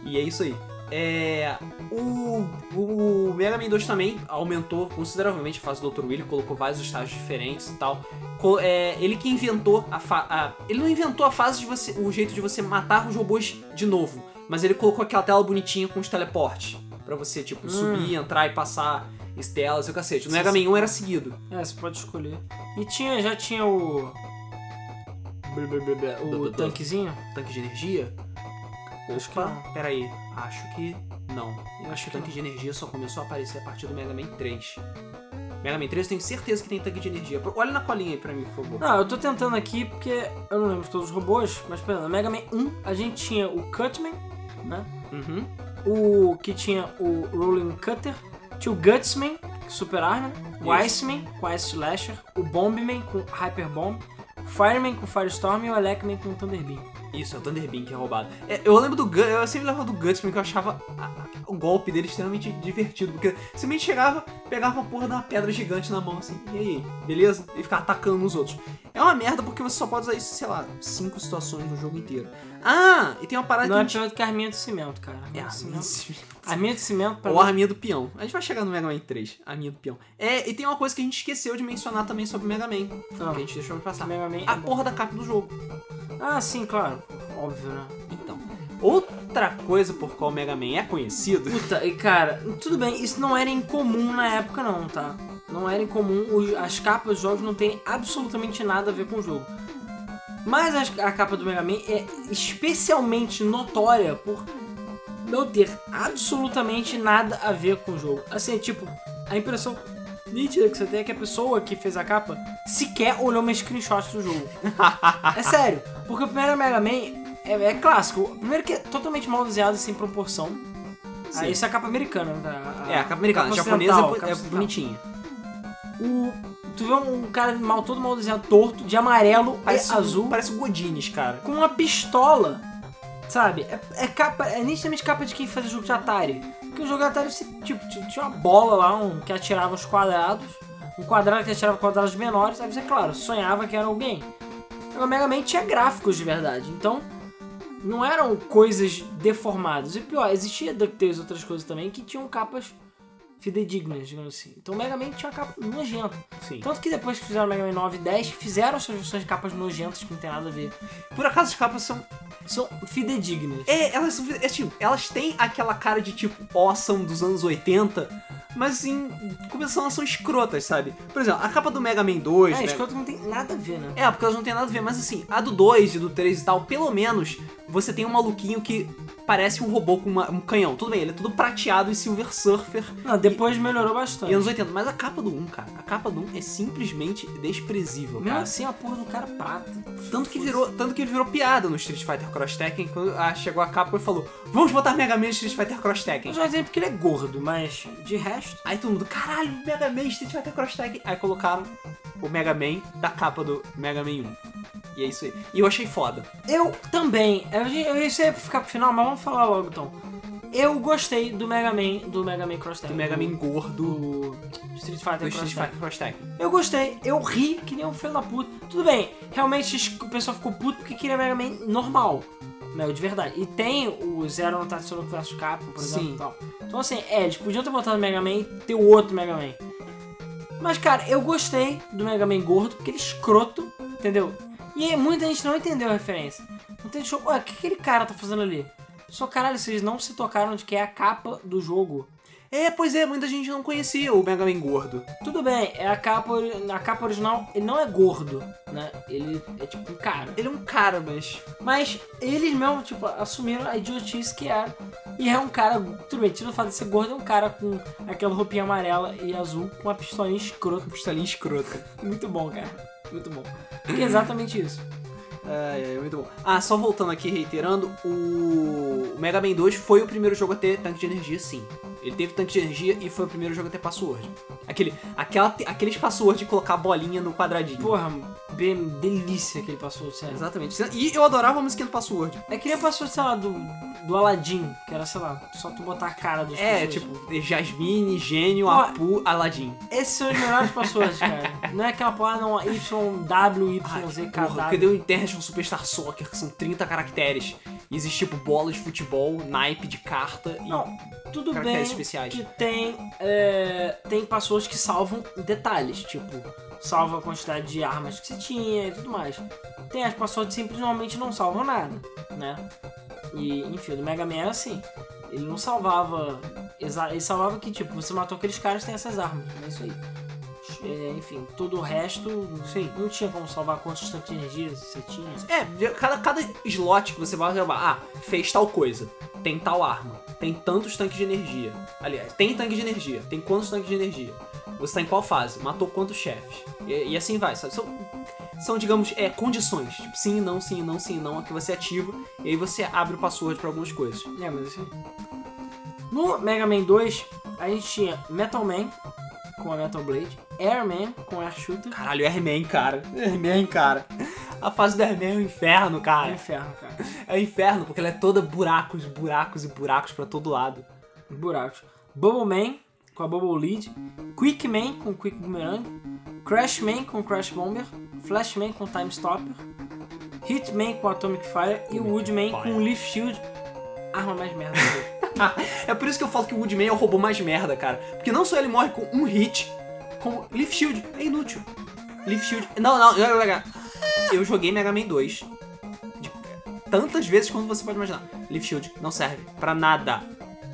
E é isso aí. É, o, o Mega Man 2 também aumentou consideravelmente a fase do Dr. Willy, colocou vários estágios diferentes e tal. Co- é, ele que inventou a, fa a- Ele não inventou a fase de você. o jeito de você matar os robôs de novo. Mas ele colocou aquela tela bonitinha com os teleportes. Pra você, tipo, Hum. subir, entrar e passar as telas e o cacete. No Sim, Mega Man 1 era seguido. É, você pode escolher. E tinha, já tinha o. O tanquezinho? Tanque de energia? Acho que não. Pera aí, acho que não. Eu acho O que tanque não. de energia só começou a aparecer a partir do Mega Man 3. Mega Man 3 eu tenho certeza que tem tanque de energia. Pro- Olha na colinha aí pra mim, por favor. Não, eu tô tentando aqui porque eu não lembro de todos os robôs, mas pera, no Mega Man 1 a gente tinha o Cutman, né? Uhum. O que tinha o Rolling Cutter, tinha o Gutsman, Super Arma, o Isso. Iceman com Ice Slasher, o Bombman com Hyper Bomb, o Fireman com Firestorm e o Elecman com Thunder Beam. Isso, é o Thunder Beam que é roubado. É, eu lembro do Gun, eu sempre lembrava do Gutsman que eu achava a- a- o golpe dele extremamente divertido, porque simplesmente chegava, pegava uma porra de uma pedra gigante na mão assim, e aí, beleza? E ficava atacando os outros. É uma merda porque você só pode usar isso, sei lá, cinco situações no jogo inteiro. Ah, e tem uma parada Não que é a gente... pior do que a arminha de cimento, cara. É, Arminha de assim, cimento. Arminha de cimento é pra Ou a mim. arminha do peão. A gente vai chegar no Mega Man 3, a arminha do peão. É, e tem uma coisa que a gente esqueceu de mencionar também sobre o Mega Man, Não, que a gente deixou de passar. Mega Man é A bom. porra da capa do jogo. Ah, sim, claro. Óbvio, né? Então, outra coisa por qual o Mega Man é conhecido... Puta, e cara, tudo bem, isso não era incomum na época não, tá? Não era incomum, os- as capas dos jogos não têm absolutamente nada a ver com o jogo. Mas as- a, capa do Mega Man é especialmente notória por não ter absolutamente nada a ver com o jogo. Assim, é tipo, a impressão nítida que você tem é que a pessoa que fez a capa sequer olhou uma screenshot do jogo. É sério, porque o primeiro Mega Man é, é clássico. O primeiro que é totalmente mal desenhado e sem proporção. Ah, isso é a capa americana. Da, É, a capa americana, a capa japonesa é ocidental, bo- capa é ocidental. bonitinha. O, tu vê um cara mal, todo mal desenhado, torto, de amarelo Parece um e azul, azul. Parece o Godines, cara. com uma pistola, sabe? É, é capa, é nitidamente capa de quem fazia jogo de Atari. Porque o jogo de Atari, você, tipo, t- tinha uma bola lá um, que atirava os quadrados, um quadrado que atirava quadrados menores, aí você, claro, sonhava que era alguém. Agora, Mega Man tinha gráficos de verdade, então não eram coisas deformadas. E pior, existia DuckTales e outras coisas também que tinham capas fidedignas, digamos assim. Então o Mega Man tinha uma capa nojenta. Sim. Tanto que depois que fizeram Mega Man 9 e 10, fizeram suas versões de capas nojentas que não tem nada a ver. Por acaso as capas são. São fidedignas. É, elas são. É, tipo, elas têm aquela cara de tipo awesome dos anos 80, mas em compensação elas são escrotas, sabe? Por exemplo, a capa do Mega Man 2. É, né? escroto não tem nada a ver, né? É, porque elas não têm nada a ver, mas assim, a do 2 e do 3 e tal, pelo menos você tem um maluquinho que parece um robô com uma- um canhão. Tudo bem, ele é tudo prateado e silver surfer Não, depois melhorou bastante. e anos 80, mas a capa do 1, cara, a capa do 1 é simplesmente desprezível, Mesmo cara. assim, a porra do cara prata. Tanto que virou, tanto que ele virou piada no Street Fighter Cross Tekken quando ah, chegou a capa e falou: "Vamos botar Mega Man no Street Fighter Cross Tekken". Eu só dizer porque ele é gordo, mas de resto. Aí todo mundo, caralho, Mega Man, Street Fighter Cross Tekken. Aí colocaram o Mega Man da capa do Mega Man 1. E é isso aí. E eu achei foda. Eu também. Eu, eu isso ia ficar pro final, mas vamos falar logo então. Eu gostei do Mega Man, do Mega Man Cross Tag. Do Mega Man gordo do Street do Fighter Street Cross Tag. Fighter Cross Tekken. Eu gostei, eu ri que nem um filho da puta. Tudo bem, realmente es- o pessoal ficou puto porque queria Mega Man normal, né? O de verdade. E tem o Zero no Tatsunoko vs Capcom, por exemplo, Sim. e tal. Então assim, é, eles podiam ter botado o Mega Man e ter o outro Mega Man. Mas cara, eu gostei do Mega Man gordo porque ele é escroto, entendeu? E aí, muita gente não entendeu a referência. Não tem show. Ué, o que aquele cara tá fazendo ali? Só caralho, vocês não se tocaram de que é a capa do jogo. É, pois é, muita gente não conhecia o Mega Man gordo. Tudo bem, é a capa, ori- na capa original ele não é gordo, né? Ele é tipo um cara. Ele é um cara, mas. Mas eles mesmo, tipo, assumiram a idiotice que era. E é um cara, tudo bem, tira o fato de ser gordo, é um cara com aquela roupinha amarela e azul, com uma pistolinha escrota. Pistolinha escrota. Muito bom, cara. Muito bom. Porque é exatamente isso. Ai, ai, muito bom. Ah, só voltando aqui, reiterando, o o Mega Man 2 foi o primeiro jogo a ter tanque de energia, sim. Ele teve tanque de energia e foi o primeiro jogo a ter password. Aquele, aquela, aquele password de colocar a bolinha no quadradinho. Porra, bem, delícia que ele passou, sério. Exatamente. E eu adorava a musiquinha do password. É que nem passou, sei lá, do, do Aladdin, que era, sei lá, só tu botar a cara dos É, pessoas. né? tipo, Jasmine, Gênio, Ó. Apu, Aladdin. Esses são os melhores passwords, cara. Não é aquela porra, não. Y, W, Ah, Y, Z, K, Porra, W. porque deu um International Superstar Soccer, que são 30 caracteres. E existe, tipo, bola de futebol, naipe de carta e Não, tudo bem caracteres especiais. que tem, é, tem passwords que salvam detalhes, tipo, salva a quantidade de armas que você tinha e tudo mais. Tem as passwords que simplesmente não salvam nada, né? E, enfim, o do Mega Man era assim. Ele não salvava... exa- Ele salvava que, tipo, você matou aqueles caras tem essas armas, é isso aí. É, enfim, todo o resto Sim. não tinha como salvar quantos tanques de energia você tinha. É, de- cada, cada slot que você vai você vai- ah, fez tal coisa, tem tal arma, tem tantos tanques de energia. Aliás, tem tanque de energia, tem quantos tanques de energia? Você tá em qual fase? Matou quantos chefes? E, e assim vai, sabe? São, são digamos, é, condições. Tipo, sim, não, sim, não, sim, não, a que você ativa, e aí você abre o password pra algumas coisas. É, mas isso aí. No Mega Man 2, a gente tinha Metal Man com a Metal Blade, Air Man com Air Shooter. Caralho, Airman, cara. Airman, cara. A fase do Airman é um inferno, É um cara. inferno, cara. É um inferno, porque ela é toda buracos, buracos e buracos pra todo lado. Buracos. Bubble Man com a Bubble Lead, Quick Man com Quick Boomerang, Crash Man com Crash Bomber, Flash Man com Time Stopper, Hit Man com Atomic Fire e o Wood Man Fire. com Leaf Shield. Arma mais merda do jogo. É por isso que eu falo que o Woodman é o robô mais merda, cara. Porque não só ele morre com um hit, como Leaf Shield é inútil. Leaf Shield. Não, não, não, não, não. Eu joguei Mega Man 2 de tantas vezes quanto você pode imaginar. Leaf Shield não serve pra nada.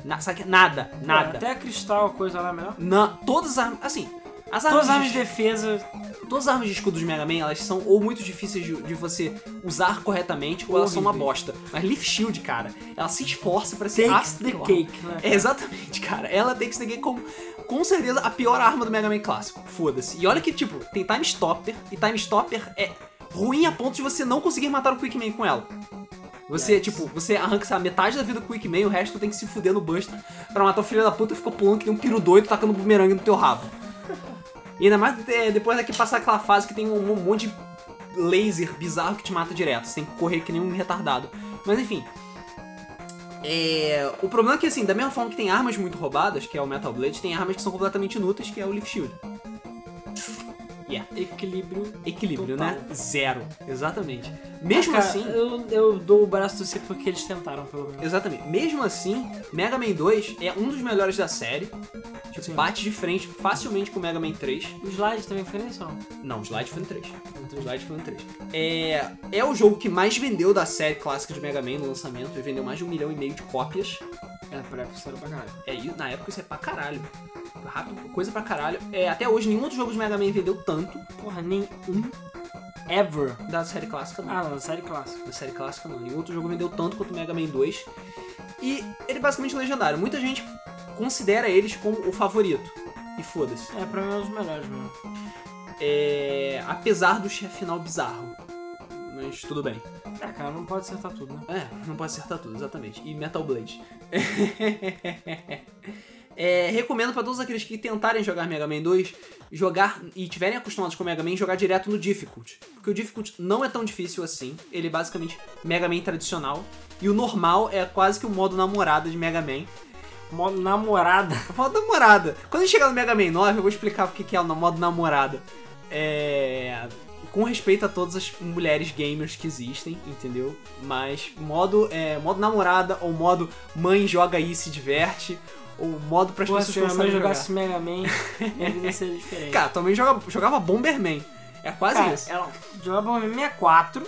Na, sabe que é? nada, nada. Até a Cristal, a coisa lá é melhor. Na, todas as armas. Assim, as armas. Todas as armas de defesa Todas as armas de escudo de Mega Man, elas são ou muito difíceis de, de você usar corretamente, ou elas são uma Horríveis. bosta. Mas Leaf Shield, cara, ela se esforça pra ser takes a the pior. cake, né? É, exatamente, cara. Ela tem que ser gay como, com certeza, a pior arma do Mega Man clássico. Foda-se. E olha que, tipo, tem Time Stopper, e Time Stopper é ruim a ponto de você não conseguir matar o Quick Man com ela. Você, Yes. tipo, você arranca sabe, metade da vida com o Quick Man, o resto tem que se fuder no Buster pra matar o filho da puta e ficou pulando que tem um piru doido tacando bumerangue no teu rabo. E ainda mais é, depois daqui passar aquela fase que tem um, um monte de laser bizarro que te mata direto. Você tem que correr que nem um retardado. Mas enfim. É, o problema é que, assim, da mesma forma que tem armas muito roubadas, que é o Metal Blade, tem armas que são completamente inúteis, que é o Leaf Shield. Equilíbrio. Equilíbrio, Total. né? Zero. Exatamente. Mesmo Cara, assim. Eu, eu dou o braço do porque eles tentaram, pelo menos. Exatamente. Mesmo assim, Mega Man 2 é um dos melhores da série. Tipo, Sim. bate de frente facilmente com o Mega Man 3. Os slides também foi nisso, não? Não, o Slide foi no 3. O Slide foi no 3. É, é o jogo que mais vendeu da série clássica de Mega Man no lançamento. Ele vendeu mais de um milhão e meio de cópias. É, pra época pra caralho. É, e na época isso é pra caralho. Rápido, coisa pra caralho. É, até hoje nenhum outro jogo de Mega Man vendeu tanto Porra, nenhum. Ever. da série clássica não. Ah, não, série clássica. da série clássica não. Nenhum outro jogo vendeu tanto quanto o Mega Man 2. E ele é basicamente legendário. Muita gente considera eles como o favorito. E foda-se. É, pra mim é um dos melhores mesmo. É... Apesar do chefe final bizarro. Mas tudo bem. É, cara, não pode acertar tudo, né? É, não pode acertar tudo, exatamente. E Metal Blade. É, recomendo pra todos aqueles que tentarem jogar Mega Man 2 jogar e tiverem acostumados com Mega Man, jogar direto no Difficult. Porque o Difficult não é tão difícil assim. Ele é basicamente Mega Man tradicional. E o normal é quase que o modo namorada de Mega Man. Modo namorada. Eu falo namorada. Quando a gente chegar no Mega Man 9, eu vou explicar o que que é o modo namorada. É. Com respeito a todas as mulheres gamers que existem, entendeu? Mas modo, é, modo namorada, ou modo mãe joga aí e se diverte, ou modo pras Pô, pessoas se minha começarem mãe a jogar. jogasse Mega Man, minha vida seria diferente. Cara, também jogava, jogava Bomberman. É quase Cara, isso. ela jogava Bomberman 64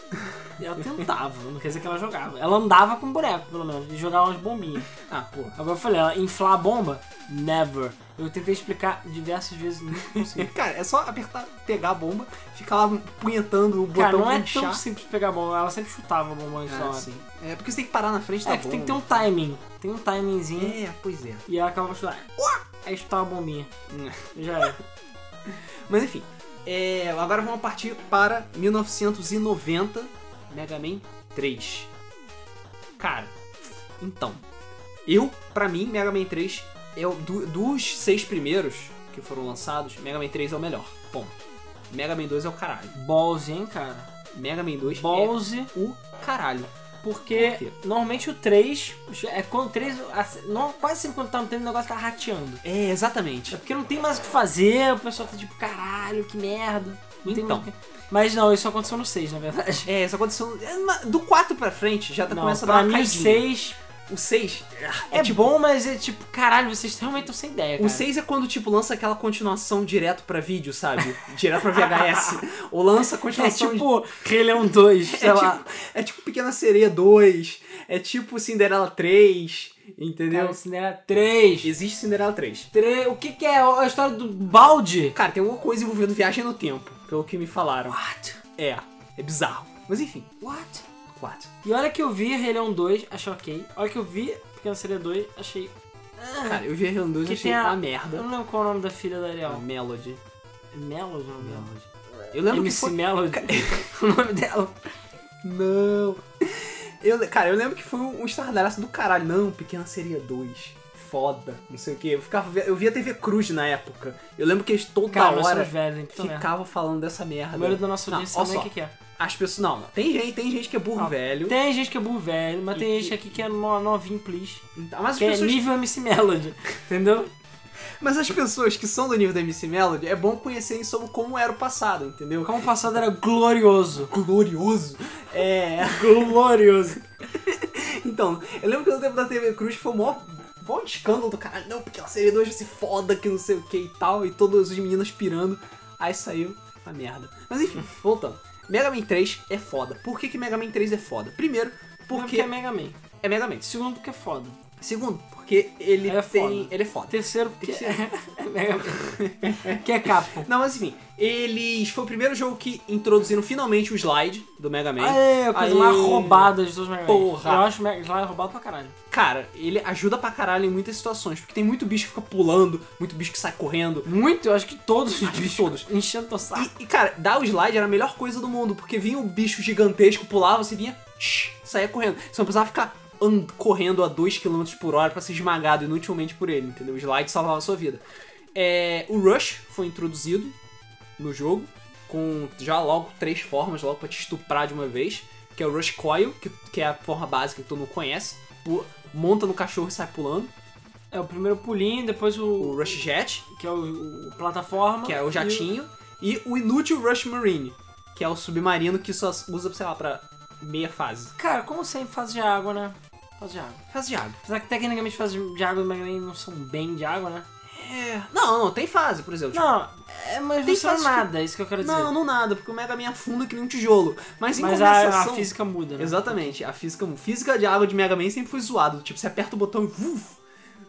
e ela tentava, não quer dizer que ela jogava. Ela andava com boneco, pelo menos, e jogava umas bombinhas. Ah, pô. Agora eu falei, ela inflar a bomba? Never. Eu tentei explicar diversas vezes, não consegui. Cara, é só apertar, pegar a bomba, ficar lá punhetando o botão Cara, não é inchar. tão simples pegar a bomba, ela sempre chutava a bomba antes da Ah, hora. sim. né? É porque você tem que parar na frente da É que tem que ter um bomba. timing, tem um timingzinho É, pois é. e ela acaba chutando. Uá! Aí chutava a bombinha. Já era. Mas enfim, é, agora vamos partir para 1990, Mega Man 3. Cara, então, eu, pra mim, Mega Man 3 é o, do- dos seis primeiros que foram lançados, Mega Man 3 é o melhor. Ponto. Mega Man 2 é o caralho. Balls, hein, cara? Mega Man 2 Balls. é o caralho. Porque Por quê? normalmente o 3, é quando o 3, assim, não- quase sempre quando tá no tempo o negócio tá rateando. É, exatamente. É porque não tem mais o que fazer, o pessoal tá tipo, caralho, que merda. Não tem Então. mais o que- Mas não, isso aconteceu no 6, na verdade. É, essa condição. é uma- Do 4 pra frente já tá Não, começando a dar pra uma mim o caidinha. 6 O 6 é, bom, mas é tipo, caralho, vocês realmente estão sem ideia, O cara. 6 é quando, tipo, lança aquela continuação direto pra vídeo, sabe? Direto pra VHS. Ou lança a é continuação... tipo Rei Leão 2, sei é lá. tipo, é tipo Pequena Sereia 2, é tipo Cinderela 3, entendeu? Cara, isso era 3. Existe Cinderela 3. 3. O que que é? A história do balde? Cara, tem alguma coisa envolvendo viagem no tempo, pelo que me falaram. What? É, é bizarro. Mas enfim, What? 4. E olha que eu vi Rei Leão 2, achei ok. Olha que eu vi Pequena Sereia 2, achei... Cara, eu vi a 2 e É. Que achei tem a- uma Eu merda. não lembro qual é o nome da filha da A Ariel. Melody. É Melody ou Melody? Melody. Eu lembro que MC foi... Melody. o nome dela. Não. Eu, cara, eu lembro que foi um estardalhaço do caralho. Não, Pequena Seria 2. Foda, não sei o que. Eu, ficava, eu via TV Cruz na época. Eu lembro que eles toda Cara, nós hora somos velhos, hein? Puta merda. ficavam falando dessa merda. A maioria da nossa Não, audiência olha sabe nem o só. que que é. As pessoas. Não, não. Tem gente, tem gente que é burro Não, velho. Tem gente que é burro velho, mas E tem que- gente aqui que é no- novinho, please. Então, Mas as, Que é pessoas, nível MC Melody, entendeu? mas as pessoas que são do nível da MC Melody é bom conhecerem sobre como era o passado, entendeu? Como o passado era glorioso. Glorioso. É. Glorioso. Então, eu lembro que no tempo da TV Cruz foi o maior, maior escândalo do caralho. Não, porque ela seria dois se foda que não sei o que e tal. E todas as meninas pirando. Aí saiu a merda. Mas enfim, voltando. Mega Man 3 é foda. Por que, que Mega Man 3 é foda? Primeiro, Porque porque é Mega Man. é Mega Man. Segundo, porque é foda. Segundo, porque ele É tem. foda. Ele é foda. Terceiro, porque é Mega Man. que é capo. Não, mas enfim, eles. Foi o primeiro jogo que introduziram finalmente o slide do Mega Man. Aê, a coisa Aê. mais roubada de todos os Mega Man. Porra. Eu acho o Mega Man roubado pra caralho. Cara, ele ajuda pra caralho em muitas situações, porque tem muito bicho que fica pulando, muito bicho que sai correndo, Muito, eu acho que todos os Acho que bichos. todos. Enchendo o saco. E, e, cara, dar o slide era a melhor coisa do mundo, porque vinha um bicho gigantesco, pulava, você vinha, shh, saía correndo. Você não precisava ficar and- correndo a 2 km por hora pra ser esmagado inutilmente por ele, entendeu? O slide salvava a sua vida. É, o Rush foi introduzido no jogo, com já logo três formas, logo pra te estuprar de uma vez, que é o Rush Coil, que, que é a forma básica que todo mundo conhece, pu- monta no cachorro e sai pulando. É o primeiro pulinho, depois O o. Rush Jet, que é o, o plataforma. que é e o jatinho, e o inútil Rush Marine, que é o submarino que só usa, sei lá, pra meia fase. Cara, como sempre, fase de água, né? Fase de água. Fase de água. Apesar que tecnicamente fases de água do Mega Man não são bem de água, né? É. Não, não, tem fase, por exemplo. tipo, Não, é, mas Tem não são fases que- nada, é isso que eu quero dizer. Não, não nada, porque o Mega Man afunda que nem um tijolo. Mas em mas a, a compensação... física muda, né? Exatamente, a física, física de água de Mega Man sempre foi zoado. Tipo, você aperta o botão e... vuf,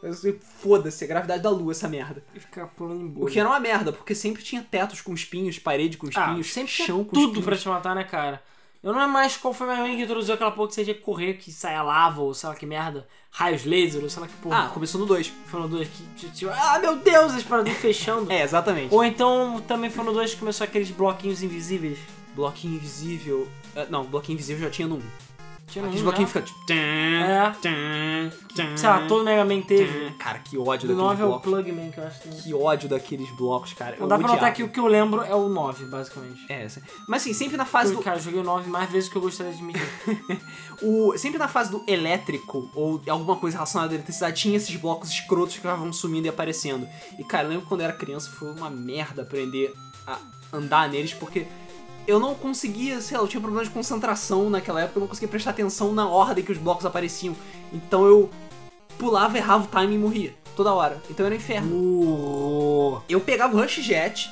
você- Foda-se, é a gravidade da lua essa merda. E fica pulando em O bolha. que era uma merda, porque sempre tinha tetos com espinhos, parede com Ah, espinhos, sempre tinha chão com tudo espinhos. pra te matar, né, cara? Eu não lembro mais qual foi o Mega Man que introduziu aquela porra que você tinha que correr, que saia lava, ou sei lá que merda, raios laser, ou sei lá que porra. Ah, começou no 2. Foi no 2 que tipo, ah, meu Deus, as paradas fechando. É, exatamente. Ou então também foi no 2 que começou aqueles bloquinhos invisíveis. Bloquinho é- invisível... é, Não, bloquinho invisível já tinha no 1. Tinha Aqueles um, bloquinhos Hum. ficam né? tipo... É. Sei lá, todo Mega Man teve. Cara, que ódio O daqueles 9 é o blocos. Plugman, que eu acho que tem. Hum. Que ódio daqueles blocos, cara. Não Eu dá pra notar odiava. que o que eu lembro é o 9, basicamente. É, se- mas assim, sempre na fase Eu, do. Cara, eu joguei o 9 mais vezes do que eu gostaria de admitir. O, sempre na fase do elétrico ou alguma coisa relacionada à eletricidade, tinha esses blocos escrotos que ficavam sumindo e aparecendo. E cara, eu lembro quando eu era criança, foi uma merda aprender a andar neles, porque eu não conseguia, sei lá, eu tinha problema de concentração naquela época, eu não conseguia prestar atenção na ordem que os blocos apareciam. Então eu pulava, errava o time e morria. Toda hora. Então era um inferno. Burro. Eu pegava o Rush Jet,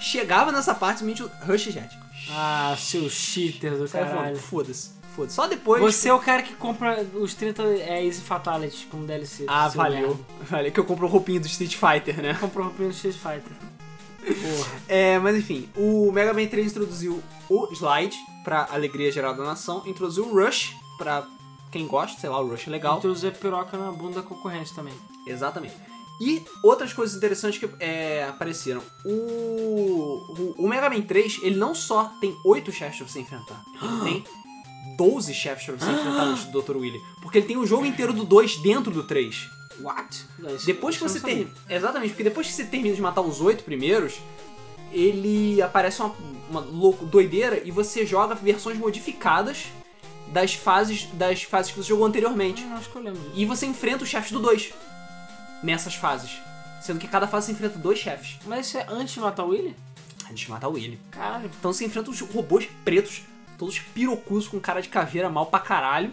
chegava nessa parte, simplesmente o Rush Jet. Ah, seu cheater do Sai voando. caralho. Foda-se. Foda-se. Só depois. Você é o cara que compra os 30 é, Easy Fatalities como DLC. Ah, seu valeu. merda. Valeu que eu compro roupinha do Street Fighter, né? Comprou o primeiro Street Fighter. Porra. É, mas enfim, o Mega Man 3 introduziu o Slide pra alegria geral da nação, introduziu o Rush pra quem gosta, sei lá, o Rush é legal. Introduziu a piroca na bunda da concorrente também. Exatamente. E outras coisas interessantes que é, apareceram. O, o, o Mega Man 3, ele não só tem 8 chefes pra você enfrentar, ele tem 12 chefes pra você enfrentar antes do Dr. Willy. Porque ele tem o jogo inteiro do 2 dentro do 3. What? Depois que você termina. Exatamente, porque depois que você termina de matar os oito primeiros, ele aparece uma, uma louco, doideira e você joga versões modificadas das fases, das fases que você jogou anteriormente. Hum, acho que eu lembro disso. E você enfrenta os chefes do 2 nessas fases. Sendo que cada fase você enfrenta dois chefes. Mas isso é antes de matar o Willy? Antes de matar o Willy. Caralho. Então você enfrenta os robôs pretos, todos pirocusos, com cara de caveira mal pra caralho.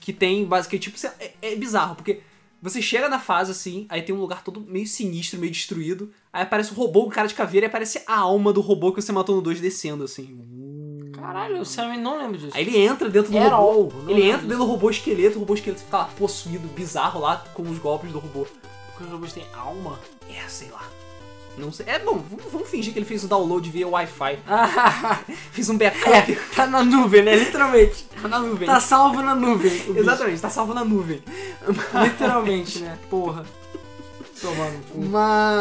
Que tem basicamente, tipo, você- é, é bizarro, porque você chega na fase assim, aí tem um lugar todo meio sinistro, meio destruído. Aí aparece um robô com cara de caveira e aparece a alma do robô que você matou no 2 descendo, assim. Caralho, eu sinceramente não lembro disso. Aí ele entra dentro do Era robô. algo. não Ele lembro entra dentro do robô esqueleto, o robô esqueleto fica lá possuído, bizarro lá, com os golpes do robô. disso. Porque os robôs têm alma. É, sei lá. Não sei. É bom, vamos vamos fingir que ele fez um download via Wi-Fi. Fez um backup tá na nuvem, né? Literalmente. na nuvem. Tá salvo na nuvem. o bicho. Exatamente, tá salvo na nuvem. Literalmente, né? Porra. Tomando cu.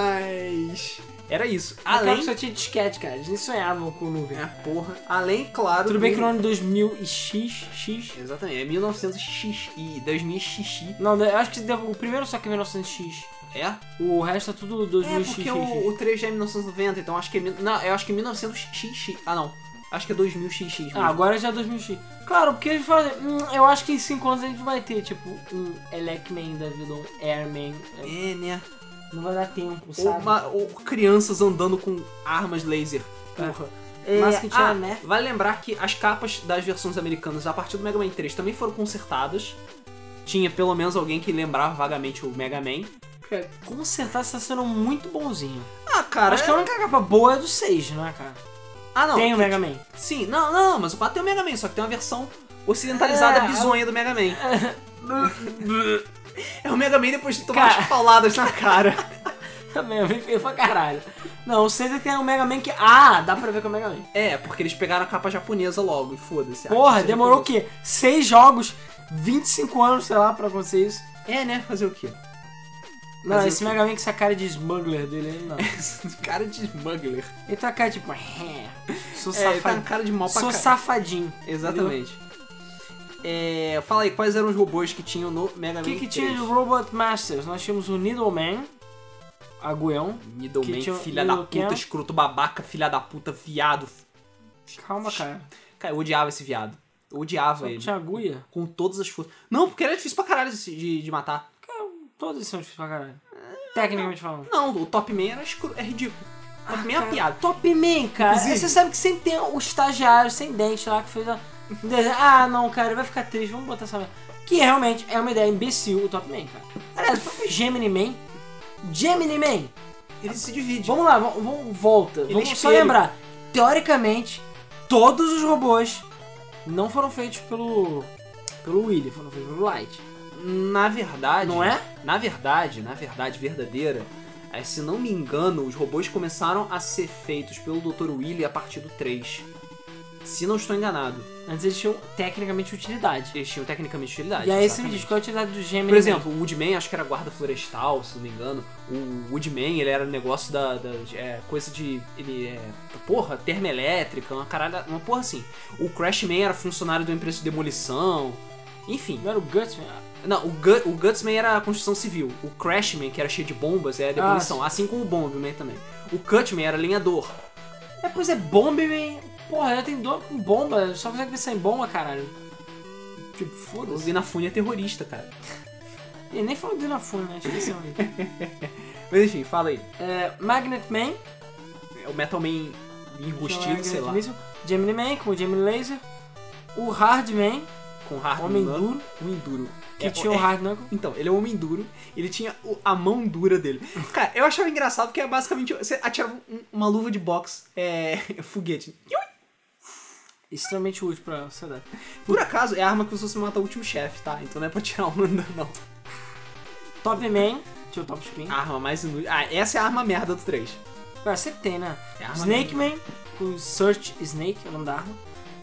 Mas. Era isso. Além... Além. só tinha disquete, cara. Eles nem sonhavam com nuvem. É, porra. Além, claro. Tudo bem que do- no ano 2000 e X, X... Exatamente, é 1900 xixi. 2000 xixi. Não, né, eu acho que deu- o primeiro só que é 1900X. É? O resto é tudo 2000 É, X, porque X, o, X. o 3 já é 1990, então acho que é. mil- Não, eu acho que é 1900 xixi. Ah, não. Acho que é 2000 xixi. mesmo. Ah, agora já é 2000X. Claro, porque eles falam, assim, hum, eu acho que em 5 anos a gente vai ter, tipo, um Elecman da vida, um Airman. É, É, né? Não vai dar tempo, Ou, sabe? uma- ou crianças andando com armas laser. Porra. É, Mas que tinha ah, né? Vale lembrar que as capas das versões americanas a partir do Mega Man 3 também foram consertadas. Tinha pelo menos alguém que lembrava vagamente o Mega Man. Cara, Consertar você tá sendo muito bonzinho. Ah, cara, acho que a única capa boa é do 6, né, cara? Ah, não. tem o Mega Man. Sim, não, não, mas o 4 tem o Mega Man, só que tem uma versão ocidentalizada É, bizonha do Mega Man. É o Mega Man depois de tomar Cara. umas pauladas na cara. Mega Man feio pra caralho. Não, o 6 é que tem o Mega Man que. Ah, dá pra ver com o Mega Man. É, porque eles pegaram a capa japonesa logo, e foda-se. a Porra, artista demorou o quê? 6 jogos, 25 anos, sei lá, pra acontecer isso. japonesa. É, né? Fazer o quê? Não, Mas esse eu- Mega Man com essa cara de smuggler dele, não. cara de smuggler. Ele tá cara tipo, "É, sou É, tá com safadinho. cara de mal pra sou cá. safadinho. Exatamente. É, fala aí, quais eram os robôs que tinham no Mega Man O que, que 3? tinha de Robot Masters? Nós tínhamos o Needleman, Agüeão. Middleman, que tinha- um filha da Middleman. puta, escroto, babaca, filha da puta, viado. Calma, cara. Cara, eu odiava esse viado. Eu odiava Só que ele. tinha agulha. Com todas as forças. Não, porque era difícil pra caralho de, de- de matar. Todos são difíceis pra caralho. Tecnicamente falando. Não, o Top Man era escuro, é ridículo. Top Man é uma Ah, cara. piada. Top Man, cara. Inclusive- Você sabe que sempre tem o estagiário sem dente lá que fez a. Ah, não, cara, vai ficar triste, vamos botar essa. merda. Que realmente é uma ideia imbecil o Top Man, cara. Aliás, o próprio Gemini Man. Gemini Man. Ele se divide. Vamos lá, vamos, vamos- volta. Ele é vamos só espelho. lembrar. Teoricamente, todos os robôs não foram feitos pelo. pelo Willy, foram feitos pelo Light. Na verdade. Não é? Na verdade, na verdade verdadeira, eh, se não me engano, os robôs começaram a ser feitos pelo Dr. Willy a partir do 3. Se não estou enganado, Antes eles tinham tecnicamente utilidade. eles tinham tecnicamente utilidade. e aí você me exatamente. diz qual é a utilidade do Gemini Por exemplo, o Woodman, acho que era guarda florestal, se não me engano. O Woodman, ele era um negócio da. da- é, coisa de. Ele é. Porra, termoelétrica, uma caralho. Uma porra assim. O Crashman era funcionário de uma empresa de demolição. Enfim. Man? Não era o né? Gutsman? Não, o, Gu- o Gutsman era a construção civil. O Crashman, que era cheio de bombas, era a Ah, demolição. assim como o Bombman também. O Cutman era lenhador. É, pois é, Bomberman. Porra, já tem dono com bomba, só consegue pensar em bomba, caralho. Tipo, O foda-se. Vinafune é terrorista, cara. Ele nem falou do Inafune, né? Esqueci o nome. Mas enfim, fala aí. É, Magnet Man. É o Metal Man enrustido, sei lá. Gemini Man, com o Gemini Laser. O Hard Man, Com hard Homem man. Duro, O Enduro. que É, tinha o é- Hard Knuckle. Então, ele é um homem duro, ele tinha o- a mão dura dele. Cara, eu achava engraçado porque é basicamente você atirava um- uma luva de boxe, é, foguete. um, Extremamente útil pra sociedade. Por acaso, é a arma que você mata o último chefe, tá? Então não é pra tirar onda, não. Top Man, tinha o Top Spin. A arma mais inútil. Ah, essa é a arma merda do 3. Cara, sempre tem, né? Ah. É a arma Snake Man, com Search Snake, é o nome da arma.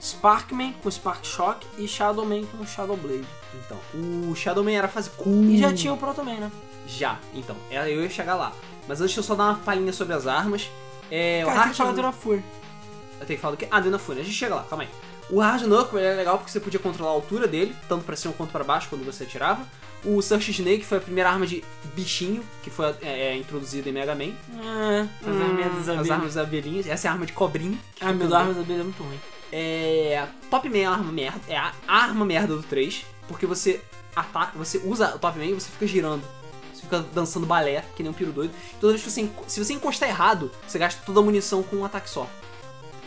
Spark Man, com Spark Shock. E Shadow Man, com Shadow Blade. Então, o Shadow Man era a fase cool. E já tinha o Proto Man, né? Já, então. é, Eu ia chegar lá. Mas antes deixa eu só dar uma palhinha sobre as armas. É, o Cara, tem Hard que falar do Inafune. Eu tenho que falar do que? Ah, do Inafune. A gente chega lá, calma aí. O Hard Knuckle era legal porque você podia controlar a altura dele, tanto pra cima quanto pra baixo quando você atirava. O Search Snake foi a primeira arma de bichinho que foi é, é, introduzida em Mega Man. Ah, as Hum, arminhas das As abelhas. armas das abelhinhas. Essa é a arma de cobrinha. que Ah, meu, fica a arma das abelhas é muito ruim. é. Top Man é a arma merda. É a arma merda do 3. Porque você ataca, você usa o Top Man e você fica girando. Você fica dançando balé, que nem um piro doido. Toda vez que você. enco- Se você encostar errado, você gasta toda a munição com um ataque só.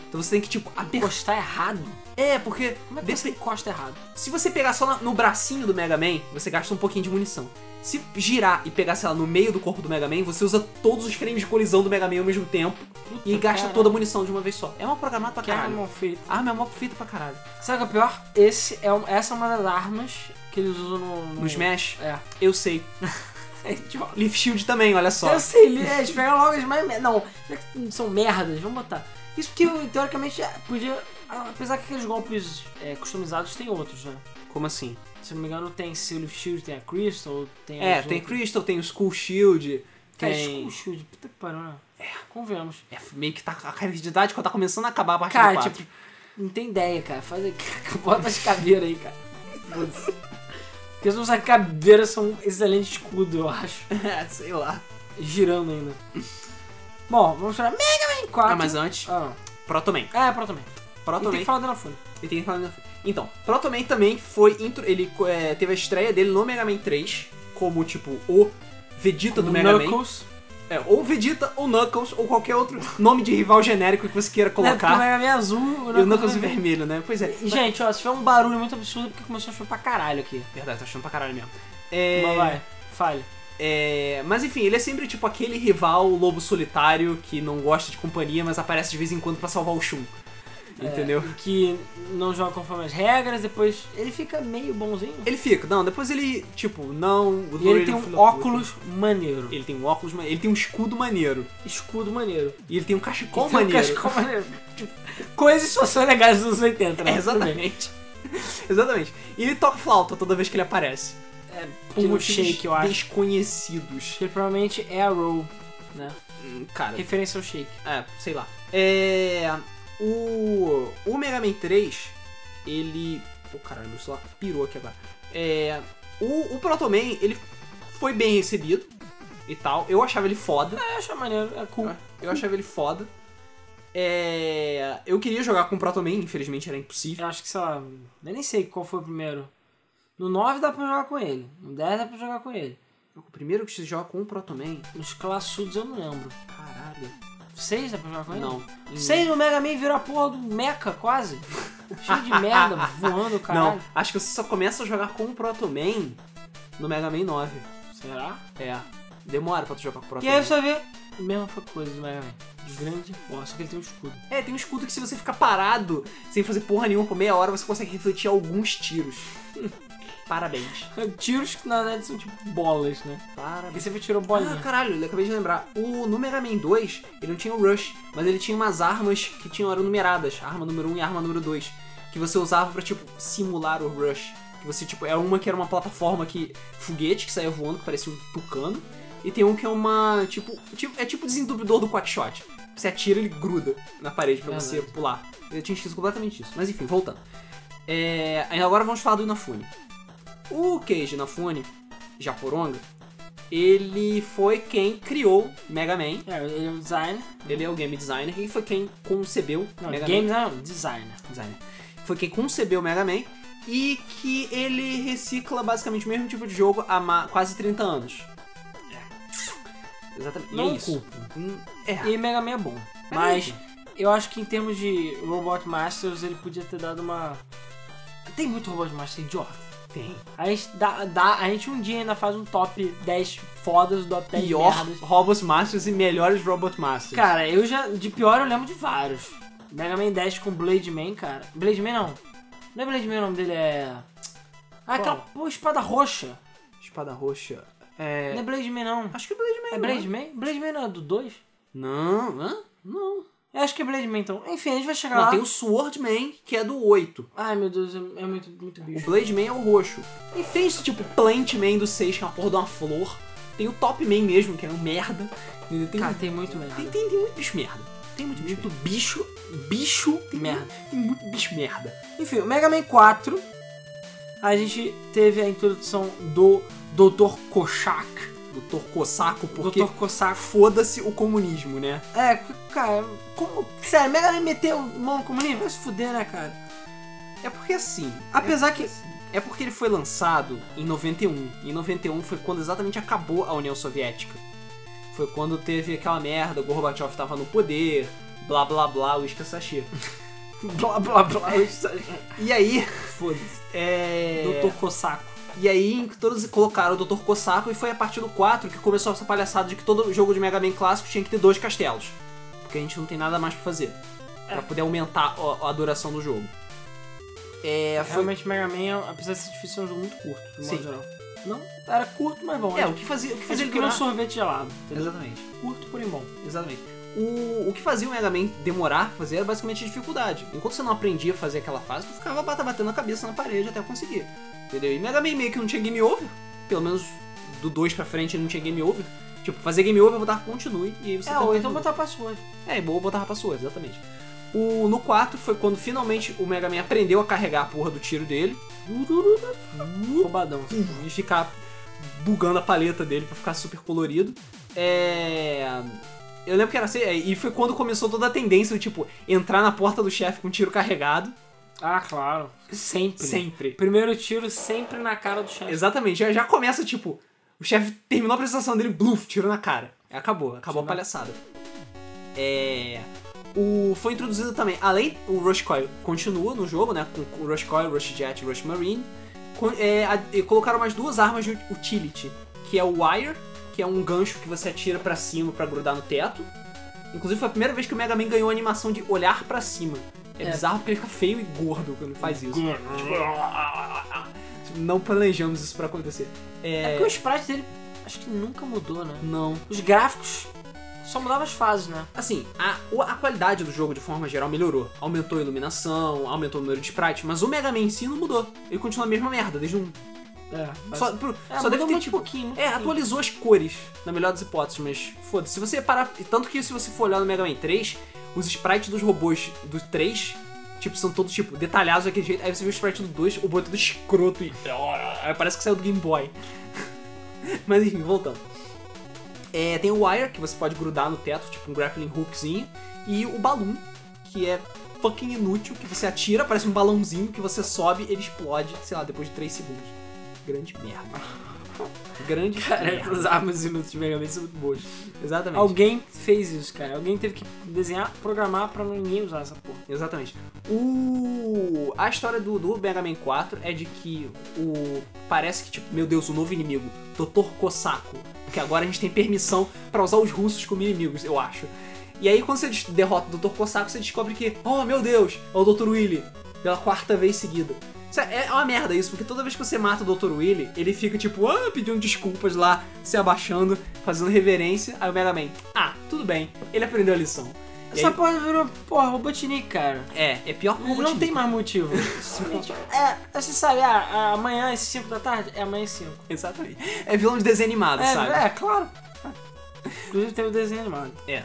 Então você tem que, tipo, apertar. Encostar errado? É, porque. Como é que desse- você encosta errado? Se você pegar só na- no bracinho do Mega Man, você gasta um pouquinho de munição. Se girar e pegar, sei lá, no meio do corpo do Mega Man, você usa todos os frames de colisão do Mega Man ao mesmo tempo e gasta toda a munição de uma vez só. É uma programada pra Que arma caralho. mal feita. Ah, meu mó feita pra caralho. Sabe o que é pior? Esse é um- essa é uma das armas que eles usam no... no... No Smash, É. eu sei. É idiota. Leaf Shield também, olha só. Eu sei, ele- é, eles pegam logo as mais... mer- Não, será que são merdas, vamos botar. Isso porque, teoricamente, é, podia... Apesar que aqueles golpes é, customizados tem outros, né? Como assim? Se não me engano, tem Silver Shield, tem a Crystal, tem... É, as tem outras- Crystal, tem o Skull Shield, Cara, tem. Skull Shield, puta que pariu, né? É. Convenhamos. É, meio que tá, a credibilidade quando tá começando a acabar a partir Cara, do 4. tipo, não tem ideia, cara. Faz aí, bota as caveiras aí, cara. Foda-se. Porque as nossas caveiras são um excelente escudo, eu acho. É, sei lá. Girando ainda. Bom, vamos falar Mega Man 4. Ah, mas antes, Ah, Proto Man. é, Proto Man. E Proto tem Man. que falar do Inafune. Ele tem que falar na- Então, Proto Man também foi. Intro... Ele é, teve a estreia dele no Mega Man 3, como tipo o Vegeta do O Mega Man. Knuckles. É, ou Vegeta, ou Knuckles, ou qualquer outro nome de rival genérico que você queira É, porque o colocar. Mega Man é azul E o Knuckles é em vermelho, né? Pois é. E, Gente, ó, se tiver um barulho muito absurdo, porque começou a chover pra caralho aqui. Verdade, tá achando pra caralho mesmo. É... Mas vai, fale. É, mas enfim, ele é sempre tipo aquele rival lobo solitário que não gosta de companhia, mas aparece de vez em quando pra salvar o Shun. É. Entendeu? Que não joga conforme as regras, depois ele fica meio bonzinho. Ele fica, não, depois ele, tipo, não. o E ele Wolverine tem é filho um da puta. óculos maneiro. Ele tem um óculos, ma- ele tem um escudo maneiro. Escudo maneiro. E ele tem um cachecol Tem um maneiro. cachecol maneiro. Tipo, Coisas que só são legais dos anos 80, né? É, exatamente. exatamente. E ele toca flauta toda vez que ele aparece. É, Por que no motivos Shake, eu acho. desconhecidos. Que ele provavelmente é a Roll, né? Hum, Cara, Referência ao Shake. É, sei lá. É. O. O Mega Man 3, ele Ô caralho, meu celular pirou aqui agora. É, o, o Proto Man, ele foi bem recebido e tal. Eu achava ele foda. Eu acho maneiro, é cool. Eu achava ele foda. É, eu queria jogar com o Proto Man, infelizmente era impossível. Eu acho que, sei lá, eu nem sei qual foi o primeiro. No 9 dá pra jogar com ele, no 10 dá pra jogar com ele. O primeiro que se joga com o Proto Man, Nos classudos eu não lembro. caralho. 6 dá pra jogar com ele? Não. 6 no Mega Man vira a porra do Mecha, quase. Cheio de merda, voando, caralho. Não, acho que você só começa a jogar com o Proto Man no Mega Man 9. Será? É. Demora pra tu jogar com o Proto E aí Man. você vai ver, a mesma coisa do Mega Man. Grande porra, só que ele tem um escudo. É, tem um escudo que se você ficar parado, sem fazer porra nenhuma por meia hora, você consegue refletir alguns tiros. Parabéns. Tiros que na verdade são tipo bolas, né? Porque Parabéns. sempre tirou Ah, bolinha. caralho, eu acabei de lembrar. O, no Mega Man 2, ele não tinha o Rush, mas ele tinha umas armas que tinham, eram numeradas. Arma número 1 e arma número 2. Que você usava pra, tipo, simular o Rush. Que você, tipo, é uma que era uma plataforma que... Foguete, que saía voando, que parecia um tucano. E tem um que é uma, tipo... tipo é tipo desentupidor do Quackshot. Você atira, ele gruda na parede pra você Verdade. pular. Eu tinha esquecido completamente disso. Mas enfim, voltando. É, agora vamos falar do Inafune. O Keiji Inafune, Japoronga, ele foi quem criou Mega Man. É, ele é um designer. Ele é o game designer e foi quem concebeu Não, é um Mega game Man. designer não, designer. Designer. Foi quem concebeu Mega Man e que ele recicla basicamente o mesmo tipo de jogo há ma- quase 30 anos. Exatamente. E é Não isso. culpo. Hum, É. E Mega Man é bom. Mas eu acho que em termos de Robot Masters, ele podia ter dado uma. Tem muito Robot Master é idiota. tem. A gente, dá, dá- a gente um dia ainda faz um top 10 fodas do top 10 Pior merdas. Robot Masters e melhores Robot Masters. Cara, eu já. De pior eu lembro de vários. Mega Man 10 com Blade Man, cara. Blade Man não. Não é Blade Man o nome dele, é. Ah, aquela pô, espada roxa. Espada Roxa. É. Não é Blade Man não. Acho que é Blade Man. É não Blade Man? Blade Man não é do 2? Não, hã? Não. Eu acho que é Blade Man então. Enfim, a gente vai chegar Não, lá. tem o Swordman, que é do 8. Ai meu Deus, é é muito, muito O bicho. Blade Man é o roxo. E tem isso, tipo, Plant Man do 6, que é uma porra de uma flor. Tem o Top Man mesmo, que é um merda. Entendeu? Tem, um- Cara, tem muito merda. tem, tem, tem muito bicho merda. Tem muito bicho. Muito bicho, bicho tem Merda. muito- Tem muito bicho merda. Enfim, o Mega Man 4, a gente teve a introdução do Dr. Kochak. Doutor Cossaco, porque Dr. Kochak. foda-se o comunismo, né? É, cara, como. Sério, Mega Man meteu mão como nem vai se fuder, né, cara? É porque assim, Apesar que- É porque ele foi lançado em 91. Em 91 foi quando exatamente acabou a União Soviética. Foi quando teve aquela merda, o Gorbachev tava no poder, blá blá blá, o Sashi. Blá blá blá. E aí, Foda-se. é... Dr. Kosaco. E aí todos colocaram o Dr. Cossaco e foi a partir do 4 que começou essa palhaçada de que todo jogo de Mega Man clássico tinha que ter dois castelos. Porque a gente não tem nada mais pra fazer. Pra poder aumentar a, a duração do jogo. É, foi... Realmente, Mega Man, apesar de ser difícil, é um jogo muito curto, de modo Sim. geral. Não, era curto, mas bom. É, o que fazia, o que fazia Fazia ele que nem um durar... sorvete gelado. entendeu? Exatamente. Curto, porém bom. Exatamente. O, o que fazia o Mega Man demorar a fazer era basicamente a dificuldade. Enquanto você não aprendia a fazer aquela fase, tu ficava bata- batendo a cabeça na parede até conseguir. Entendeu? E Mega Man meio que não tinha game over. Pelo menos do 2 pra frente não tinha game over. Tipo, fazer game over eu botava continue e aí você É, tentava ou então de novo. botar password. É, e boa botava password, exatamente. O, no 4 foi quando finalmente o Mega Man aprendeu a carregar a porra do tiro dele Roubadão. e ficar bugando a paleta dele pra ficar super colorido. É. Eu lembro que era assim, é, e foi quando começou toda a tendência do tipo, entrar na porta do chefe com um tiro carregado. Ah, claro. Sempre. Sempre. Primeiro tiro sempre na cara do chefe. Exatamente, já, já começa tipo, o chefe terminou a apresentação dele, bluf, tiro na cara. Acabou, acabou a Tiro na- palhaçada. É. O, foi introduzido também, além, o Rush Coil continua no jogo, né? Com com o Rush Coil, Rush Jet e Rush Marine. Co- é, a- e colocaram mais duas armas de utility, que é o Wire, que é um gancho que você atira pra cima pra grudar no teto. Inclusive foi a primeira vez que o Mega Man ganhou a animação de olhar pra cima. É, É. bizarro porque ele fica feio e gordo quando faz isso. Tipo, ah. Ah, Não planejamos isso pra acontecer. É porque o sprite dele acho que nunca mudou, né? Não. Os gráficos só mudavam as fases, né? Assim, a, o- a qualidade do jogo de forma geral melhorou. Aumentou a iluminação, aumentou o número de sprites, mas o Mega Man em si não mudou. Ele continua a mesma merda, desde um. É, Só, só, pro- é, só deve ter muito tipo. pouquinho. muito É, pouquinho. atualizou as cores, na melhor das hipóteses, mas foda-se. Se você parar. e Tanto que se você for olhar no Mega Man 3, os sprites dos robôs do 3 Tipo, são todos, tipo, detalhados daquele jeito. Aí você vê o sprite do 2, o boi todo escroto e... é, Aí parece que saiu do Game Boy. Mas enfim, voltando. É, tem o Wire, que você pode grudar no teto, tipo um grappling hookzinho. E o Balloon, que é fucking inútil, que você atira, parece um balãozinho que você sobe, ele explode, sei lá, depois de 3 segundos. Grande merda. Grande Cara, é merda. essas armas inúteis de Mega Man são muito boas. Exatamente. Alguém fez isso, cara. Alguém teve que desenhar, programar pra ninguém usar essa porra. Exatamente. O... A história do, do Mega Man 4 é de que o. Parece que, tipo, meu Deus, o novo inimigo, Dr. Kosako. Porque agora a gente tem permissão pra usar os russos como inimigos, eu acho. E aí, quando você des- derrota o Dr. Kosako, você descobre que, oh meu Deus, é o Dr. Willy, pela quarta vez seguida. Isso É é uma merda isso, porque toda vez que você mata o Dr. Willy, ele fica tipo, ah, pedindo desculpas lá, se abaixando, fazendo reverência. Aí o Mega Man, ah, tudo bem, ele aprendeu a lição. E Essa aí- porra virou, porra, Robotnik, cara. É, é pior que o Não Robotnik. tem mais motivo. Simplesmente, é, você sabe, ah, amanhã às 5 da tarde? É amanhã às 5. Exatamente. É vilão de desenho animado, sabe? É, é, claro. Inclusive tem o desenho animado. É,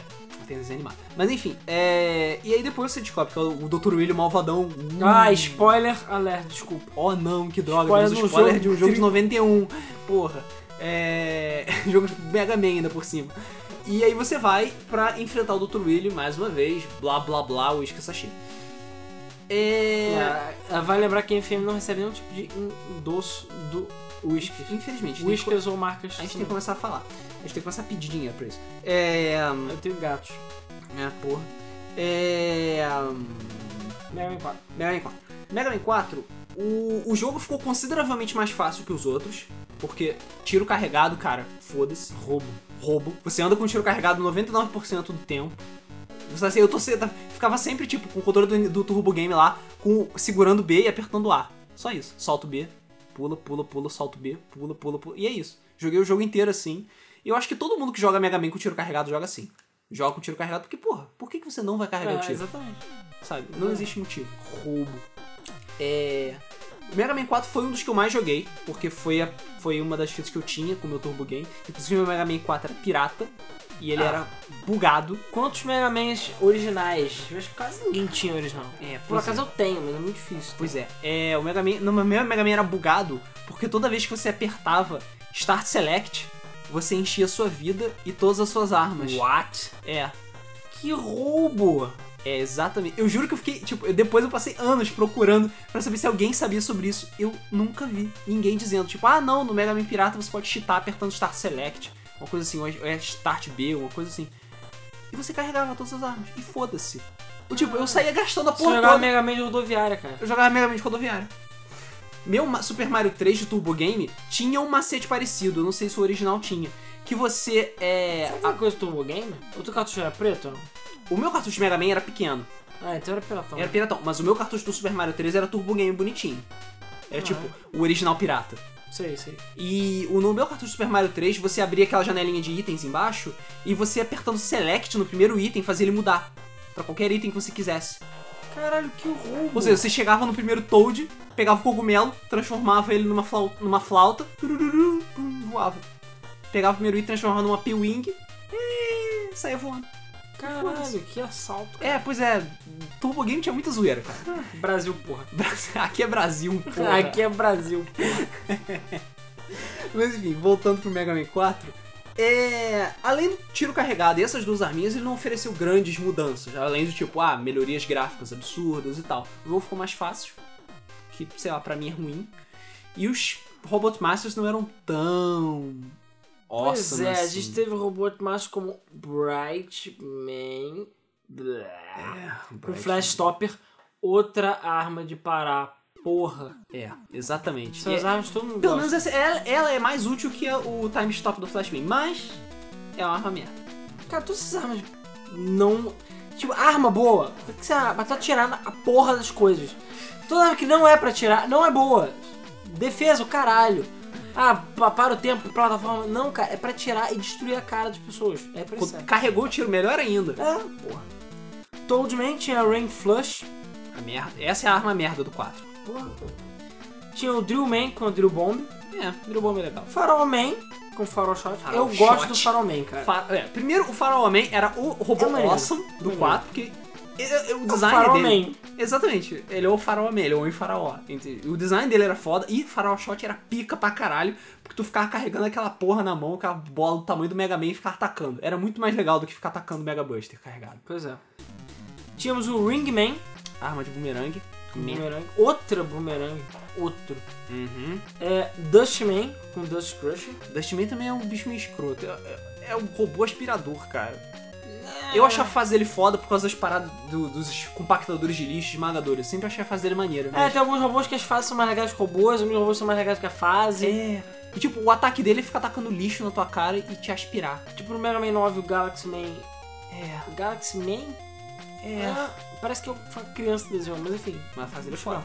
tem desenho animado. Mas enfim, é... e aí depois você descobre que é o Dr. Willy malvadão. Hum. Ah, spoiler alert, desculpa. Oh não, que droga, Spoiler spoiler, de um spoiler jogo de um jogo tri- de 91. Porra. É. jogo de Mega Man ainda por cima. E aí você vai pra enfrentar o Dr. Willy mais uma vez, blá blá blá, o Sashi. É. Ah, Vai lembrar que a FM não recebe nenhum tipo de endosso do Whiskers. Infelizmente, a gente, tem que... Whiskers ou marcas. a gente tem que começar a falar. A gente tem que começar a pedir dinheiro pra isso. É. Eu tenho gatos. É, porra. É. Mega Man 4. Mega Man 4. Mega Man 4, o, o jogo ficou consideravelmente mais fácil que os outros, porque tiro carregado, cara, foda-se. Roubo. Roubo. Você anda com tiro carregado 99% do tempo. Você assim, eu tô se- tá- ficava sempre, tipo, com o controle do, do Turbo Game lá, com, segurando B e apertando A. Só isso. Solto B, pula, pula, pula, solto B, pula, pula, pula. E é isso. Joguei o jogo inteiro assim. E eu acho que todo mundo que joga Mega Man com tiro carregado joga assim. Joga com tiro carregado, porque, porra, por que, que você não vai carregar o É, tiro? exatamente. sabe? Não existe motivo. Roubo. É. O Mega Man 4 foi um dos que eu mais joguei, porque foi, a- foi uma das fitas que eu tinha com o meu Turbo Game. Inclusive, o Mega Man 4 era pirata e ele Ah. era bugado. Quantos Mega Mans originais? Eu acho que quase ninguém tinha original. É, Por acaso eu tenho, mas é muito difícil. Pois é. é o Mega Man, no meu Mega Man era bugado porque toda vez que você apertava Start Select, você enchia sua vida e todas as suas armas. What? É, Que roubo! é exatamente. Eu juro que eu fiquei, tipo, eu- depois eu passei anos procurando pra saber se alguém sabia sobre isso. Eu nunca vi ninguém dizendo, tipo, ah, não, no Mega Man Pirata você pode cheatar apertando Start Select, uma coisa assim, ou é Start B, uma coisa assim. E você carregava todas as armas. E foda-se. Eu, Tipo, eu saía gastando a Você porra jogava toda. Mega Man de rodoviária, cara. Eu jogava Mega Man de rodoviária. Meu Ma- Super Mario 3 de Turbo Game tinha um macete parecido, eu não sei se o original tinha. Que você é. Sabe uma coisa do Turbo Game? O teu cartucho era preto? ou não? O meu cartucho de Mega Man era pequeno. Ah, então era piratão. Era piratão, mas o meu cartucho do Super Mario 3 era Turbo Game bonitinho. Era Ah. tipo o original pirata. Sei, sei. E o- no meu cartucho do Super Mario 3, você abria aquela janelinha de itens embaixo e você apertando Select no primeiro item fazia ele mudar. Pra qualquer item que você quisesse. Caralho, que roubo! Ou seja, você chegava no primeiro Toad, pegava o cogumelo, transformava ele numa flauta, numa flauta tururu, pum, voava. Pegava o primeiro item, transformava numa P-Wing e saia voando. Caralho, que assalto. É, pois é, Turbo Game tinha muita zoeira, cara. Brasil, porra. Aqui é Brasil, porra. Aqui é Brasil. Mas enfim, voltando pro Mega Man 4, é... além do tiro carregado e essas duas arminhas, ele não ofereceu grandes mudanças. Além do tipo, ah, melhorias gráficas absurdas e tal. O jogo ficou mais fácil, que, sei lá, pra mim é ruim. E os Robot Masters não eram tão... Pois Awesome, é, a assim. gente teve o robô mais como Bright Man. Blá. É, né, Com Flash Topper, Um outra arma de parar. Porra. É, exatamente. São E- é, as armas que todo mundo Pelo gosta. menos essa- ela, ela é mais útil que a- o Time Stop do Flashman, mas é uma arma merda. Cara, todas essas armas não. Tipo, arma boa. Por que você vai atirar na a porra das coisas? Toda arma que não é pra atirar, não é boa. Defesa, o caralho. Ah, pa- para o tempo, plataforma. Não, cara, é pra tirar e destruir a cara das pessoas. É pra isso. Carregou o tiro, melhor ainda. É, porra. Toadman tinha a Rain Flush. A merda. Essa é a arma merda do 4. Porra. Tinha o Drillman com o Drill Bomb. É, virou bom e legal. Farolman com Farol Shot. Farol Eu Shot. gosto do Farolman, cara. Fa- é, primeiro, o Farol Man era o robô É maneiro. awesome do Maneiro. 4, porque é- é- o o design Farol dele... Man. Exatamente, ele é o faraó mesmo, ele é o homem faraó. Ente- O design dele era foda e faraó shot era pica pra caralho, porque tu ficava carregando aquela porra na mão, aquela bola do tamanho do Mega Man e ficava atacando. Era muito mais legal do que ficar atacando o Mega Buster carregado. Pois é. Tínhamos o Ringman, Arma de bumerangue. boomerang, outra boomerang, outro. Uhum. É, Dustman, com Dust Crusher. Dustman também é um bicho meio escroto. É, é- é um robô aspirador, cara. Eu achei a fase dele foda por causa das paradas do- dos compactadores de lixo, esmagadores. Eu sempre achei a fase dele né? maneira. É, mas- tem alguns robôs que as fases são mais legais que robôs, alguns robôs são mais legais que a fase. É. E tipo, o ataque dele é ficar atacando lixo na tua cara e te aspirar. Tipo no Mega Man 9, o Galaxy Man. É, Galaxy Man? é. Ah, parece que eu fui criança desenhou, mas enfim. Mas a fase dele é foda.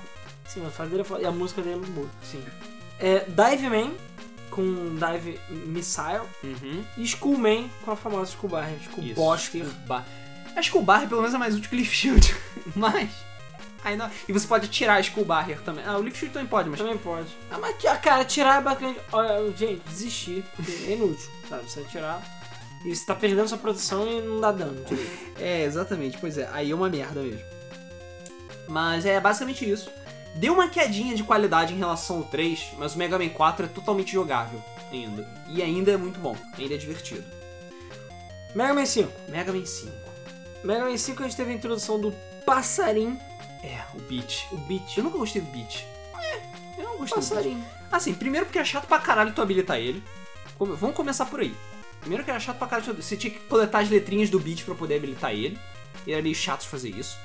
Sim, mas a fase dele é foda. E a música dele é muito boa. Sim. É, Dive Man, com Dive Missile. Uhum. E School Man, com a famosa School Bar. School Isso. Buster. Bar. Acho que o Barrier pelo menos é mais útil que o Leaf Shield. mas. Ainda... E você pode tirar a Skull Barrier também. Ah, o Leaf Shield também pode, mas. Também pode. Ah, mas, ti- ah, cara, tirar é bacana. de- Olha, gente, desistir. Porque é inútil, sabe? Você tirar. E você tá perdendo sua proteção e não dá dano. tipo. direito. É, exatamente, pois é, aí é uma merda mesmo. Mas é basicamente isso. Deu uma quedinha de qualidade em relação ao 3, mas o Mega Man 4 é totalmente jogável ainda. E ainda é muito bom, ainda é divertido. Mega Man 5. Mega Man 5. Mega Man 5 a gente teve a introdução do passarim, É, o Beat. o Beat. Eu nunca gostei do Beat. É, eu não gostei do Beat. Passarim. Assim, primeiro porque é chato pra caralho tu habilitar ele. Como- Vamos começar por aí. Primeiro que era chato pra caralho, você tinha que coletar as letrinhas do beat pra poder habilitar ele. E era meio chato de fazer isso.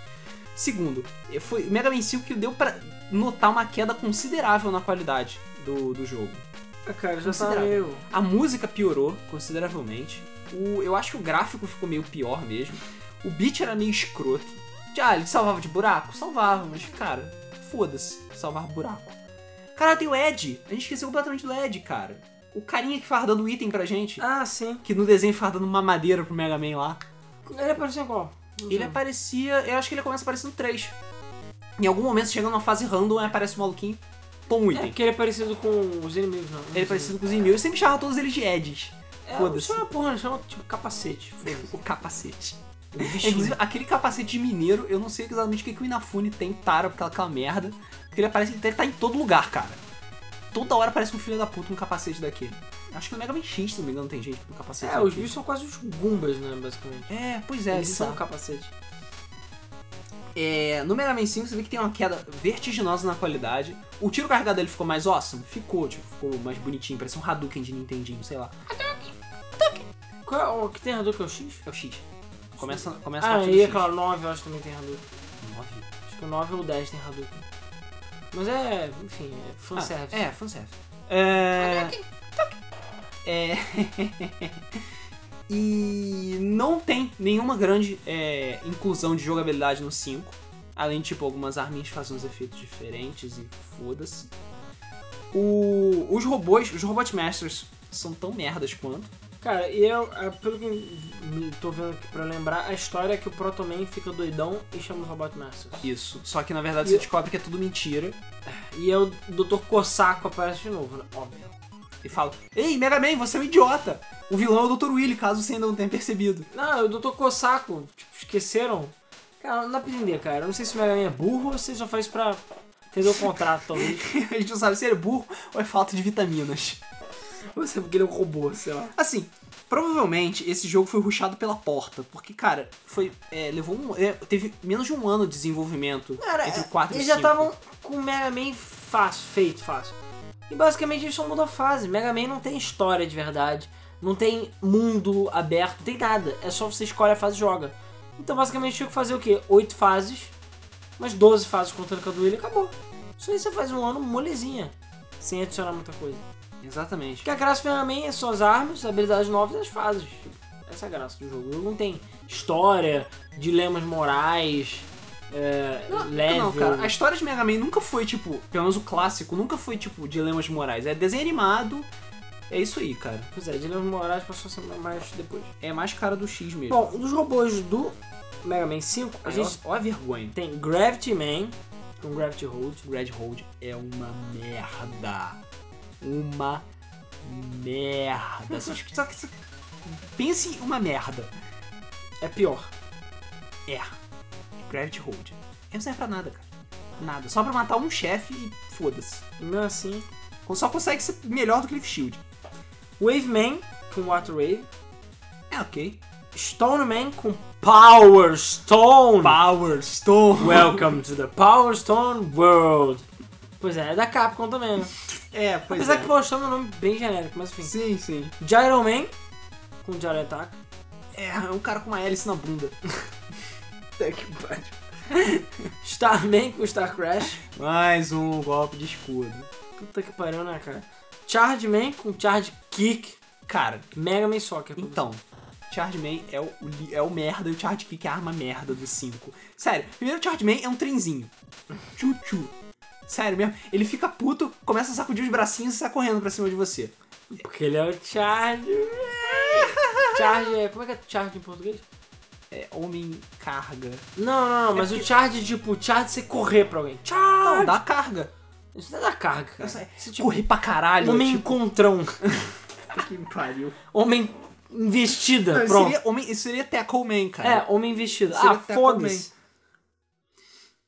Segundo, eh, foi o Mega Man 5 que deu pra notar uma queda considerável na qualidade do, do jogo. Ah, cara, já tá Considerável. meio... A música piorou consideravelmente. O, eu acho que o gráfico ficou meio pior mesmo. O beat era meio escroto. Ah, ele salvava de buraco? Salvava, mas cara, foda-se salvar buraco. Cara, tem o Ed. A gente esqueceu completamente do Ed, cara. O carinha que faz dando item pra gente. Ah, sim. Que no desenho faz dando uma madeira pro Mega Man lá. Ele apareceu em qual? Não Ele é sei. aparecia. Eu acho que ele começa aparecendo 3. Em algum momento, chega numa fase random, aí aparece um maluquinho, toma um É, item. porque ele é parecido com os inimigos, não. Ele é parecido com os inimigos. Eu sempre chamava todos eles de Eds. É, não foda-se. chama porra, não chama tipo capacete. Foda-se. O capacete. O É, bichinho. inclusive, aquele capacete de mineiro, eu não sei exatamente o que, que o Inafune tem tara porque é aquela merda. Porque ele aparece, ele tá em todo lugar, cara. Toda hora parece um filho da puta um capacete daquele. Acho que no Mega Man X, se não me engano, tem gente com capacete É, daquele. os bichos são quase os Goombas, né, basicamente. É, pois é, Eles são bizarro. capacete. É, no Mega Man 5 você vê que tem uma queda vertiginosa na qualidade. O tiro carregado dele ficou mais awesome? Ficou, tipo, ficou mais bonitinho, parece um Hadouken de Nintendinho, sei lá. Qual é o que tem Hadouken? É o X? É o X. Começa, começa a Ah, partir e do é X. claro, 9 eu acho que também tem Hadouken. Nove. Acho que o 9 ou o 10 tem Hadouken. Mas é, enfim, é fanservice. Ah, é, fanservice. É. É. e não tem nenhuma grande é, inclusão de jogabilidade no 5. Além de, tipo, algumas arminhas que fazem uns efeitos diferentes e foda-se. O- os robôs, os Robot Masters, são tão merdas quanto. Cara, e eu, ah, pelo que me tô vendo aqui pra lembrar, a história é que o Proto Man fica doidão e chama o Robot Masters. Isso. Só que na verdade E você eu- descobre que é tudo mentira. E é o Dr. Cossaco aparece de novo, né? Óbvio. E fala: Ei, Mega Man, você é um idiota! O vilão é o Dr. Willy, caso você ainda não tenha percebido. Não, é o Dr. Cossaco, tipo, esqueceram. Cara, não dá pra entender, cara. Eu não sei se o Mega Man é burro ou se ele só faz pra entender o contrato, talvez. A gente não sabe se ele é burro ou é falta de vitaminas. Ou se é porque ele é um robô, sei lá. Assim, provavelmente esse jogo foi ruxado pela porta, porque, cara, foi. é, levou um. é, teve menos de um ano de desenvolvimento Cara, entre o 4 e o Eles já 5. estavam com o Mega Man fácil, feito fácil. E basicamente eles só mudam a fase. Mega Man não tem história de verdade, não tem mundo aberto, não tem nada. É só você escolhe a fase e joga. Então basicamente tinha que fazer o quê? Oito fases, umas 12 fases contando com a do Willy e acabou. Só isso você faz um ano molezinha, sem adicionar muita coisa. Exatamente. Porque a graça do Mega Man é suas armas, habilidades novas e as fases. Tipo, Essa é a graça do jogo. O jogo não tem história, dilemas morais, é, level. Não, cara, a história de Mega Man nunca foi, tipo, pelo menos o clássico, nunca foi, tipo, dilemas morais. É desenho animado, é isso aí, cara. Pois é, Dilemas Moraes passou a ser mais depois. É mais cara do X mesmo. Bom, um dos robôs do Mega Man 5, a Aí, gente ó, ó a vergonha. tem Gravity Man, com Gravity Hold. Red Hold é uma merda. Uma merda. Só que- só que- só que- Pense em uma merda. É pior. É. Gravity Hold. não serve pra nada, cara. Nada. Só pra matar um chefe e foda-se. Não assim. Só consegue ser melhor do que Cliff Shield. Waveman com Water Wave. É ok. Stoneman com Power Stone. Power Stone. Welcome to the Power Stone World. Pois é, é da Capcom também, né? É, pois Apesar é. que Power Stone é um nome bem genérico, mas enfim. Sim, sim. Gyro Man com Gyro Attack. É, é um cara com uma hélice na bunda. Até que pariu. Starman com Star Crash. Mais um golpe de escudo. Puta que pariu, né, cara? Charge Man com Charge Kick. Cara, Mega Man Soccer. pra Então, Charge Man é o, o li- é o merda e o Charge Kick é a arma merda do 5. Sério, primeiro o Charge Man é um trenzinho. Tchu-tchu. Sério mesmo, ele fica puto, começa a sacudir os bracinhos e sai correndo pra cima de você. você. Porque ele é o Charge. Charge é. Como é que é Charge em português? É É homem carga. Não, não, não, mas o charge, tipo, charge você correr pra alguém. Não, Charge! dá carga. Isso não é da carga, cara. Essa- Isso é tipo, Correr pra caralho. homem tipo, encontrão. puta que pariu. Homem investida, Não, pronto. seria homem, isso seria Tackle Man, É, cara. homem investido. Seria Ah, até foda-se.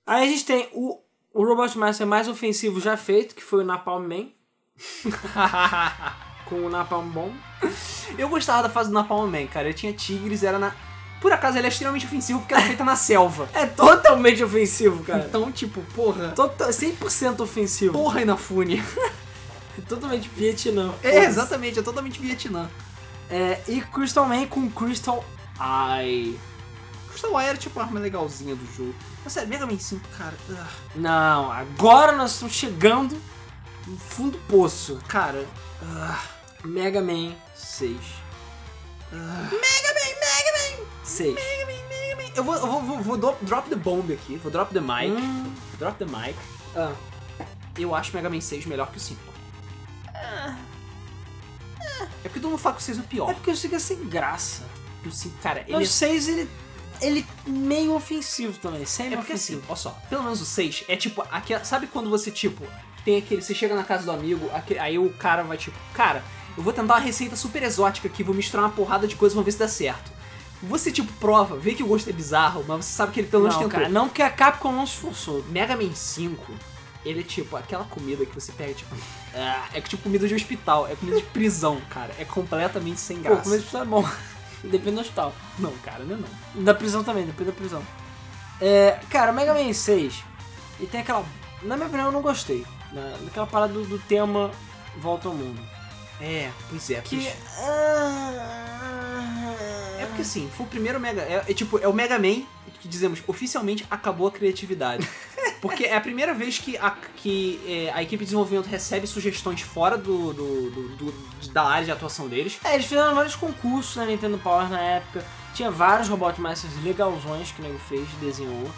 Aí a gente tem o, o Robot Master mais ofensivo já feito, que foi o Napalm Man, É. com o Napalm Bomb. Eu gostava da fase do Napalm Man, cara. Eu tinha tigres, era na... Por acaso, ele é extremamente ofensivo porque era feita na selva. É totalmente ofensivo, cara. Então, tipo, porra... Total, 100% ofensivo. É Porra, Inafune. Totalmente Vietnã. É, foda-se. exatamente, é totalmente Vietnã. É, e Crystal Man com Crystal Eye. Crystal Wire era tipo uma arma legalzinha do jogo. Mas sério, Mega Man 5, cara. ah, Não, agora nós estamos chegando no fundo do poço. cara, ah, Mega Man 6. Ah. Mega Man, Mega Man 6. eu vou, eu vou, vou, vou do- drop the bomb aqui. Vou drop the mic. Hum, Drop the mic. ah, Eu acho Mega Man 6 melhor que o 5. Ah. É porque todo mundo fala que o 6 é o é pior. porque eu fica sem graça. Porque o 5, cara, o ele é... 6 ele, ele meio ofensivo também, semi É porque assim, ofensivo. olha só, pelo menos o 6 é tipo, aquela, sabe quando você, tipo, tem aquele, você chega na casa do amigo, aque- aí o cara vai tipo, cara, eu vou tentar uma receita super exótica aqui, vou misturar uma porrada de coisas, vamos ver se dá certo. Você, tipo, prova, vê que o gosto é bizarro, mas você sabe que ele pelo menos não, tentou. cara, não porque a Capcom não se esforçou. Mega Man 5, ele é tipo aquela comida que você pega, tipo, ah, é que tipo comida de hospital, é comida de prisão, cara. É completamente sem Pô, graça. como isso é bom. Depende do hospital. Não, cara, não é não. Da prisão também, depende da prisão. É, cara, Mega Man 6, e tem aquela. Na minha opinião, eu não gostei. Da, daquela parada do, do tema Volta ao Mundo. É, pois é, Que. Ah. pois- É porque assim, foi o primeiro Mega. É, é tipo, é o Mega Man que dizemos oficialmente acabou a criatividade. Porque é a primeira vez que a, que, é, a equipe de desenvolvimento recebe sugestões fora do, do- do- do- da área de atuação deles. É, eles fizeram vários concursos na Nintendo Power na época. Tinha vários Robot Masters legalzões que o nego fez, desenhou.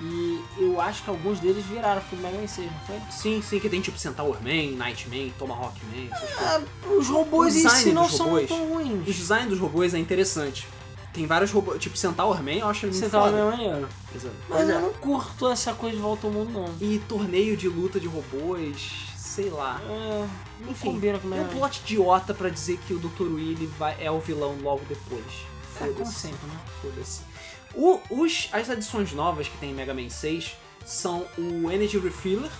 E eu acho que alguns deles viraram pro Mega Man 6, não foi? Sim, sim, que tem tipo Centaur Man, Nightman, Tomahawk Man, essas coisas. Os robôs O em design si não dos são robôs. tão O ruins. design dos robôs é interessante. Tem vários robôs, tipo Centaur Man, é um eu acho muito Você tava foda. meio maneiro. é. Exato. Mas eu não curto essa coisa de volta ao mundo, não. E torneio de luta de robôs, sei lá. É, não Enfim, combina com o É Mega um Man. plot idiota pra dizer que o Dr. Willy vai- é o vilão logo depois. É, como Foda-se. sempre, né? Foda-se. O- os- as adições novas que tem em Mega Man 6 são o Energy Refiller,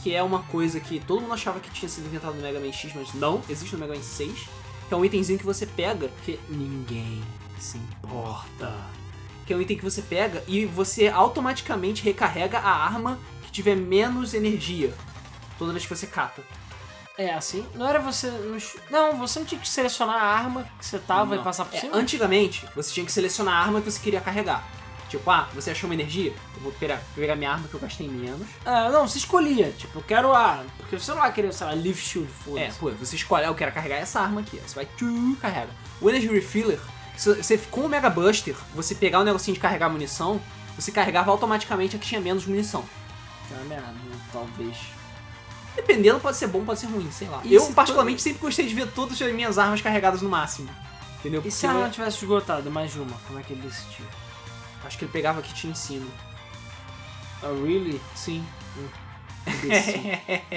que é uma coisa que todo mundo achava que tinha sido inventado no Mega Man X, mas não, existe no Mega Man 6, que é um itemzinho que você pega, Porque ninguém se importa. porta, que é um item que você pega e você automaticamente recarrega a arma que tiver menos energia toda vez que você cata. É assim? Não era você. não ch- Não, você não tinha que selecionar a arma que você tava Não. e passar por É, cima? antigamente, você tinha que selecionar a arma que você queria carregar. Tipo, ah, você achou uma energia? Eu vou pegar, pegar minha arma que eu gastei menos. Ah, não, você escolhia. Tipo, eu quero a. Porque você não vai querer, sei lá, Leaf Shield, É, foda-se. pô, você escolhe, ah, eu quero carregar essa arma aqui. Aí você vai, tchu, carrega. O Energy Refiller, se- você, com o Mega Buster, você pegar o negocinho de carregar munição, você carregava automaticamente a que tinha menos munição. É uma merda, né? talvez. Dependendo, pode ser bom, pode ser ruim, sei lá. E eu, se particularmente, sempre gostei de ver todas as minhas armas carregadas no máximo. Entendeu? E Porque se a arma tivesse esgotada, mais de uma, como é que ele decidiu? eu acho que ele pegava o que tinha em cima. Oh, really? Sim. Imbecil.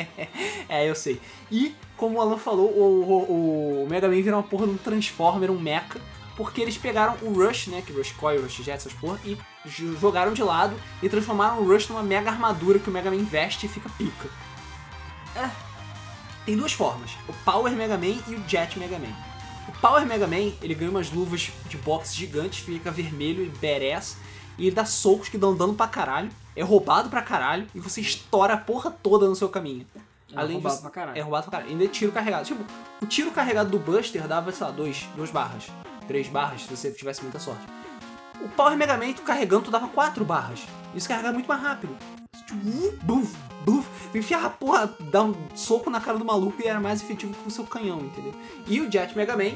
é, eu sei. E, como o Alan falou, o, o- o Mega Man vira uma porra de um Transformer, um Mecha, porque eles pegaram o Rush, né, que Rush Coil, Rush Jet, essas porra, e j- jogaram de lado e transformaram o Rush numa mega armadura que o Mega Man veste e fica pica. É. Tem duas formas, o Power Mega Man e o Jet Mega Man. O Power Mega Man, ele ganha umas luvas de boxe gigantes, fica vermelho e badass, e ele dá socos que dão dano pra caralho, é roubado pra caralho, e você estoura a porra toda no seu caminho. É roubado pra caralho. É roubado pra caralho. Ainda é tiro carregado. Tipo, o tiro carregado do Buster dava, sei lá, dois, duas barras. Três barras, se você tivesse muita sorte. O Power Mega Man, tu carregando, tu dava quatro barras. Isso carregava muito mais rápido. Tipo, uh, buf, buf. Tu enfiava a porra, dava um soco na cara do maluco e era mais efetivo que o seu canhão, entendeu? E o Jet Mega Man,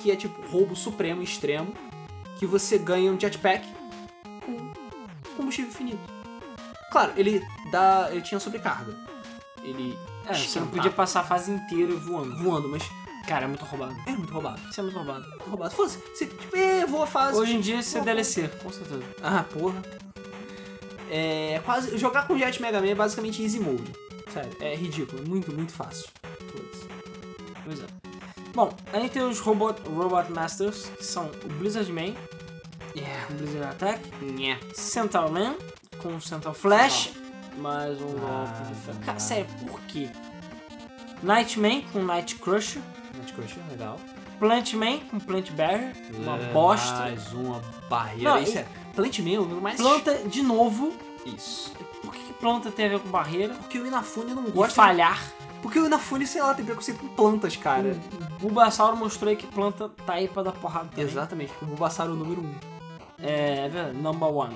que é tipo roubo supremo, extremo, que você ganha um jetpack com combustível infinito. Claro, ele dá. ele tinha sobrecarga. Ele É, você não podia passar a fase inteira voando. voando, mas Cara, é muito roubado. era muito roubado. Isso é muito roubado. Muito roubado. Foda-se, você, tipo, eh, voa a fase. Hoje em dia isso é DLC, com certeza. Ah, porra. É quase. Jogar com Jet Mega Man é basicamente easy mode. Sério, é ridículo. Muito, muito fácil. Foda-se. Pois é. Bom, a gente tem os Robot, Robot Masters, que são o Blizzard Man, Yeah. o Blizzard Attack, Nhé. Central Man, com o Central Flash, mais um Ah, golpe de ferro. não. Cara, sério, por quê? Nightman com Night Crusher, Night Crusher, é legal. Plantman com Plant Barrier, uma É, bosta. Mais uma barreira. Não, isso e- é. Plant Man, é o número mais. Planta, de novo, Isso. por que que planta tem a ver com barreira? Porque o Inafune não E gosta. falhar. Porque o Inafune, sei lá, tem preconceito com plantas, cara. O Bulbasauro mostrou aí que planta tá aí pra dar porrada também. Exatamente, porque o Bulbasaur é o número 1. Um. É, é verdade, number one.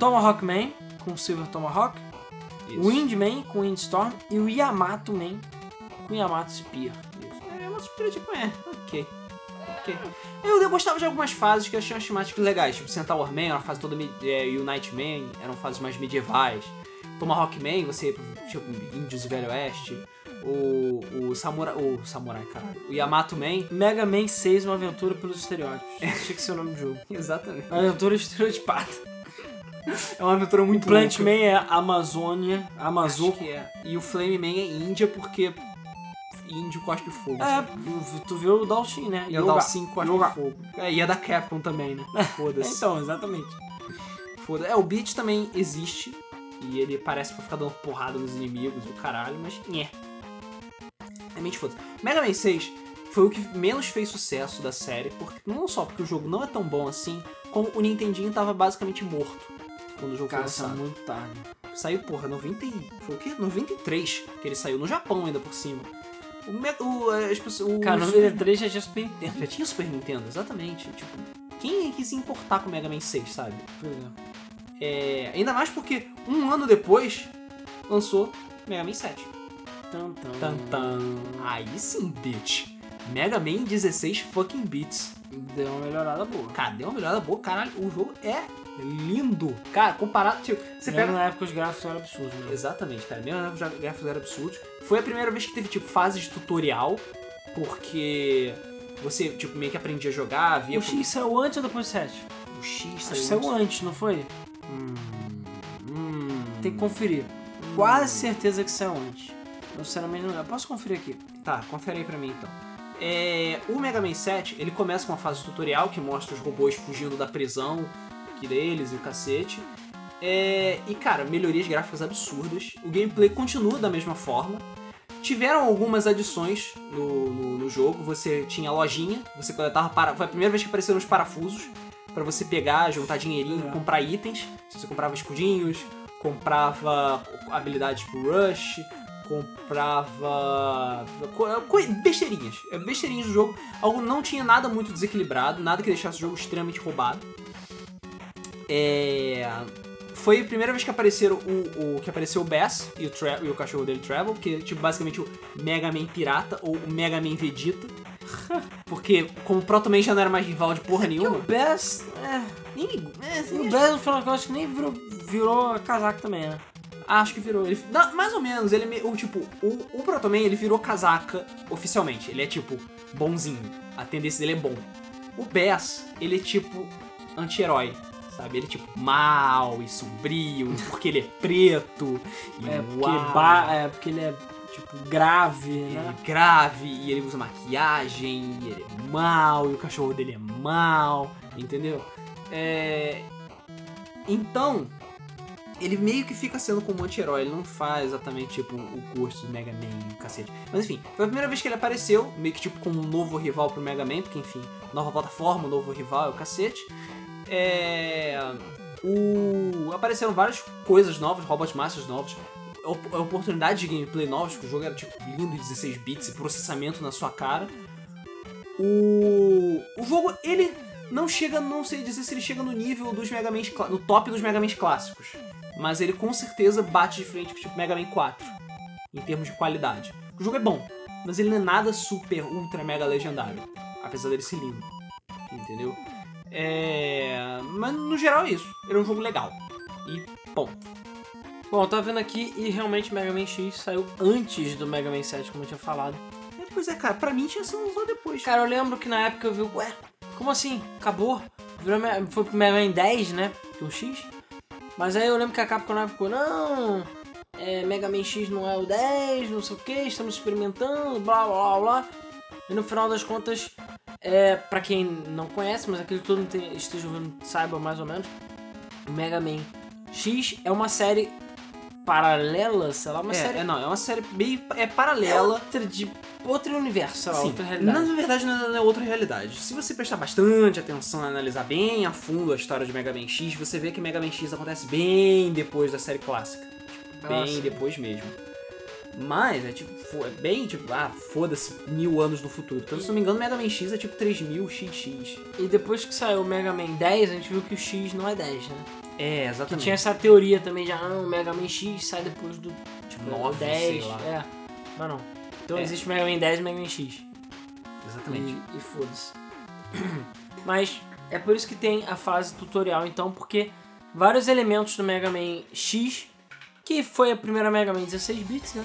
Tomahawk Man com Silver Tomahawk, Isso. Windman com Windstorm e o Yamato Man com Yamato Spear. É uma suspira tipo, é, ok. Ok. Eu, eu gostava de algumas fases que eu achei umas temáticas legais, tipo Centaur Man, era uma fase toda me- é, e o Nightman, eram fases mais medievais. Tomahawk Man, você, tipo, índios e velho oeste. O, o Samurai, o Samurai, caralho. O Yamato Man. Mega Man 6, uma aventura pelos estereótipos. É. Achei que ser o nome do jogo. Exatamente. Uma aventura estereotipada. É uma aventura O muito Plant Man louca. é Amazônia, Azul Amazon. que é. E o Flame Man é Índia porque índio cospe fogo. sabe? É, tu vê o Dalshin, né? E o Yoga. Dalsin cospe Yoga. fogo. É, e é da Capcom também, né? Foda-se. Então, exatamente. Foda. É, o Beat também existe. E ele parece pra ficar dando porrada nos inimigos, o caralho, mas nhé. É Realmente foda. Mega Man 6 foi o que menos fez sucesso da série, porque não só porque o jogo não é tão bom assim, como o Nintendinho tava basicamente morto quando o jogo foi Cara, isso é lançado. muito tarde. Saiu, porra, 90 e... foi o quê? 93 que ele saiu, no Japão ainda por cima. O, me- o, eh, as pessoas- o- Cara, os- 93 já tinha Super Nintendo. já tinha Super Nintendo, exatamente. Tipo, quem quis se importar com o Mega Man 6, sabe? Por exemplo. É, ainda mais porque um ano depois lançou Mega Man 7. Tan, tan. Tan, tan. Aí sim, bitch. Mega Man 16 fucking bits. Deu uma melhorada boa. Cadê uma melhorada boa? Caralho, o jogo é lindo. Cara, comparado, tipo, você Mesmo pega. na época os gráficos eram absurdos, né? Exatamente, cara. Mesmo na época, os gráficos eram absurdos. Foi a primeira vez que teve, tipo, fase de tutorial, porque você, tipo, meio que aprendia a jogar, via. O X saiu antes ou depois do 7? o X Acho que saiu. saiu antes, não foi? antes. Hum, Tem que conferir. Quase certeza que saiu antes. Eu sinceramente não lembro. Posso conferir aqui. Tá, confere aí pra mim então. É, o Mega Man 7, ele começa com uma fase tutorial que mostra os robôs fugindo da prisão que deles e o cacete. É, e cara, melhorias gráficas absurdas. O gameplay continua da mesma forma. Tiveram algumas adições no, no, no jogo. Você tinha lojinha, você coletava para... Foi a primeira vez que apareceram os parafusos pra você pegar, juntar dinheirinho, É. comprar itens. Você comprava escudinhos, comprava habilidades pro Rush, comprava co- coi- besteirinhas, é, besteirinhas do jogo. Algo não tinha nada muito desequilibrado, nada que deixasse o jogo extremamente roubado. É, foi a primeira vez que apareceram o, o- que apareceu o Bass e o, Tra- e o cachorro dele Travel, que é tipo basicamente o Mega Man pirata ou o Mega Man Vegeta. Porque como o Proto Man já não era mais rival de porra E o nenhuma, Bass. É, nem- é, assim, o Bass, no final das contas, acho que nem virou, virou casaco também, né? Acho que virou. Ele, não, mais ou menos, ele me- o tipo, o, o Proto Man, ele virou casaca oficialmente. Ele é tipo bonzinho. A tendência dele é bom. O Bass, ele é tipo anti-herói. Sabe? Ele é tipo mal e sombrio, porque ele é preto. E É porque, uau. ba- é porque ele é tipo, grave, Ele né? é grave, e ele usa maquiagem, e ele é mal, e o cachorro dele é mal, entendeu? É... Então, ele meio que fica sendo como um anti-herói, ele não faz exatamente tipo o curso do Mega Man, o cacete. Mas enfim, foi a primeira vez que ele apareceu, meio que tipo como um novo rival pro Mega Man, porque enfim, nova plataforma, novo rival, é o cacete. É... O... Apareceram várias coisas novas, Robot Masters novos, op- oportunidade de gameplay novas, que o jogo era tipo lindo, 16 bits e processamento na sua cara. O, o jogo, ele não chega, não sei dizer se ele chega no nível dos Mega Man, no top dos Mega Man clássicos, mas ele com certeza bate de frente com tipo Mega Man 4 em termos de qualidade. O jogo é bom, mas ele não é nada super, ultra, mega legendário, apesar dele ser lindo, entendeu? É... Mas no geral é isso. Ele é um jogo legal. E Bom, eu tava vendo aqui e realmente Mega Man X saiu antes do Mega Man 7, como eu tinha falado. É, Pois é, cara, pra mim tinha sido só depois. Cara, eu lembro que na época eu vi, ué, como assim? Acabou? Virou Me- foi pro Mega Man 10, né? Que é o X. Mas aí eu lembro que a Capcom na época ficou, não, é, Mega Man X não é o 10, não sei o que, estamos experimentando, blá blá blá blá. E no final das contas, é, pra quem não conhece, mas aquele que todo mundo te- esteja ouvindo saiba mais ou menos, o Mega Man X é uma série paralela, sei lá, uma é, série é, não, é uma série meio é é paralela. outra de outro universo, sei lá, Sim, outra realidade. na verdade não é outra realidade. Se você prestar bastante atenção e analisar bem a fundo a história de Mega Man X, você vê que Mega Man X acontece bem depois da série clássica. bem Nossa. depois mesmo. Mas é tipo, fo- é bem tipo, ah, foda-se, mil anos no futuro. Então, se não me engano, Mega Man X é tipo 3000 XX. E depois que saiu o Mega Man 10, a gente viu que o X não é 10, né? É, Que exatamente. tinha essa teoria também de, ah, o Mega Man X sai depois do tipo, Nove, 10. sei lá. É, mas não. Então É. existe Mega Man 10 e Mega Man X. Exatamente. E, e foda-se. Mas é por isso que tem a fase tutorial, então, porque vários elementos do Mega Man X, que foi a primeira Mega Man 16 bits, né?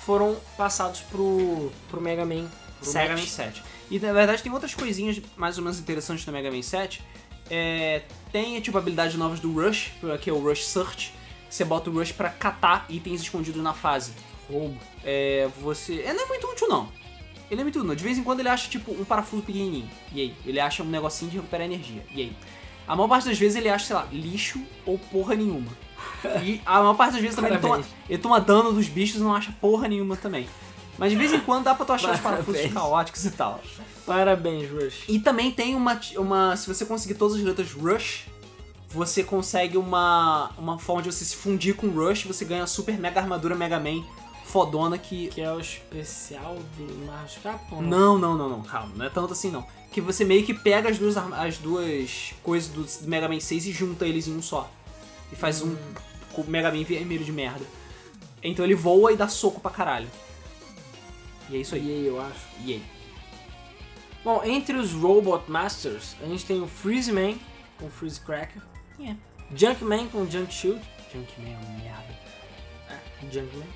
Foram passados pro, pro Mega Man pro 7. Mega Man 7. E na verdade tem outras coisinhas mais ou menos interessantes no Mega Man 7. É, tem tipo habilidades novas do Rush, que é o Rush Search. Você bota o Rush pra catar itens escondidos na fase. Roubo. É, você. Ele não é muito útil, não. Ele é muito útil, não. De vez em quando ele acha, tipo, um parafuso pequenininho. E aí? Ele acha um negocinho de recuperar energia. E aí? A maior parte das vezes ele acha, sei lá, lixo ou porra nenhuma. E a maior parte das vezes também ele toma, Parabéns. ele toma dano dos bichos e não acha porra nenhuma também. Mas de vez em quando dá pra tu achar os parafusos Parabéns. caóticos e tal. Parabéns, Rush. E também tem uma, uma. Se você conseguir todas as letras Rush, você consegue uma, uma forma de você se fundir com Rush, você ganha a super mega armadura Mega Man fodona que Que é o especial do Marcos Capcom? né? Não, não, não, não, calma, não é tanto assim não. Que você meio que pega as duas, arma- as duas coisas do do Mega Man 6 e junta eles em um só. E faz um co- Mega Man vermelho de merda. Então ele voa e dá soco pra caralho. E é isso aí. E aí, eu acho. E aí? Bom, entre os Robot Masters, a gente tem o Freeze Man com Freeze Cracker. É. Junkman com Junk Shield. Junkman é um merda. Junkman.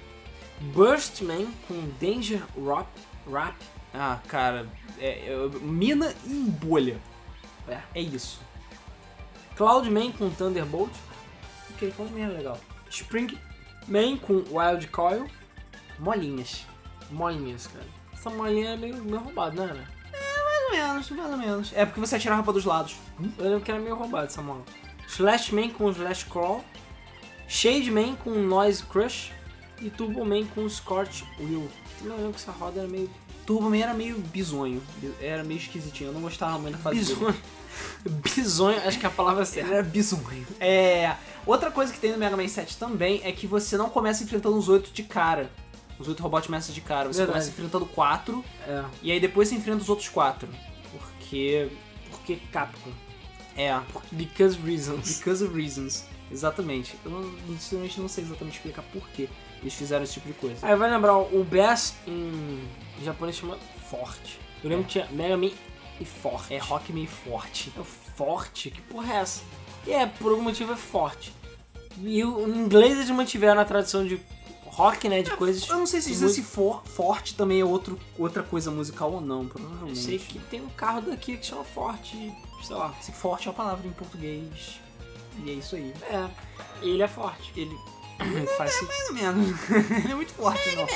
Burst Man com Danger Rap. Rap. Ah, cara, é, é- mina e em bolha. É isso. Cloud Man com Thunderbolt. Ok, qual merda legal? Spring Man com Wild Coil. Molinhas. Molinhas, cara. Essa molinha é meio, meio roubada, né, né? Mais ou menos, mais ou menos. É porque você atirava pra dos lados. Eu lembro que era meio roubada essa mola. Slash Man com Slash Claw. Shade Man com Noise Crush. E Turbo Man com Scorch Wheel. Eu lembro que essa roda era meio Turbo Man era meio bizonho. Era meio esquisitinho. Eu não gostava muito da fase dele. Bisonho. Bisonho, acho que é a palavra certa. Ele era bizonho. É. Outra coisa que tem no Mega Man 7 também é que você não começa enfrentando os oito de cara. Os oito Robot Masters de cara. Você Verdade. começa enfrentando quatro É. e aí depois você enfrenta os outros quatro. Porque. Porque Capcom. É. Because reasons. Because of reasons. Exatamente. Eu não- sinceramente não sei exatamente explicar por que eles fizeram esse tipo de coisa. Aí vai lembrar, o Bass em japonês chama Forte. Eu lembro que tinha Mega Man e Forte. É rock meio forte. É o Forte? Que porra é essa? E é, por algum motivo é Forte. E o, em inglês eles mantiveram a tradução de rock, né? De coisas. Eu não sei se dizer se for forte também é outro, outra coisa musical ou não, Eu provavelmente. sei que tem um carro daqui que chama Forte, sei lá. Se forte é uma palavra em português. E é isso aí. É. Ele é forte. Ele Faz sentido. Mais ou menos. Ele é muito forte, não.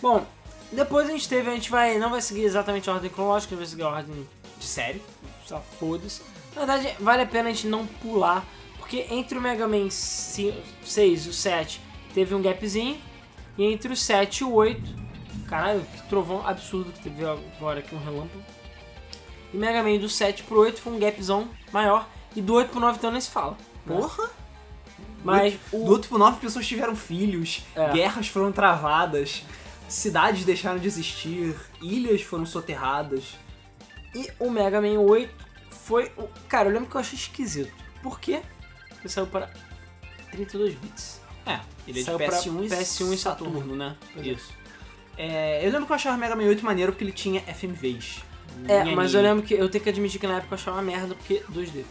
Bom, depois a gente teve, a gente vai, não vai seguir exatamente a ordem cronológica, a gente vai seguir a ordem De série. só foda-se. Na verdade, vale a pena a gente não pular, porque entre o Mega Man 6 e o 7 teve um gapzinho, e entre o 7 e o 8, caralho, que trovão absurdo que teve agora aqui um relâmpago. E Mega Man do 7 pro 8 foi um gapzão maior, e do 8 pro 9 então nem se fala. né? Porra! Mas o... Do outro pro nove pessoas tiveram filhos, É. guerras foram travadas, cidades deixaram de existir, ilhas foram soterradas. E o Mega Man 8 foi. o- Cara, eu lembro que eu achei esquisito. Por quê? Porque saiu para 32 bits. É, ele é de Saiu pra PS1 e PS1 e Saturno. né? Pois é. Isso. É, eu lembro que eu achava Mega Man 8 maneiro porque ele tinha FMVs. É, Em mas anime. eu lembro que eu tenho que admitir que na época eu achava uma merda porque 2D.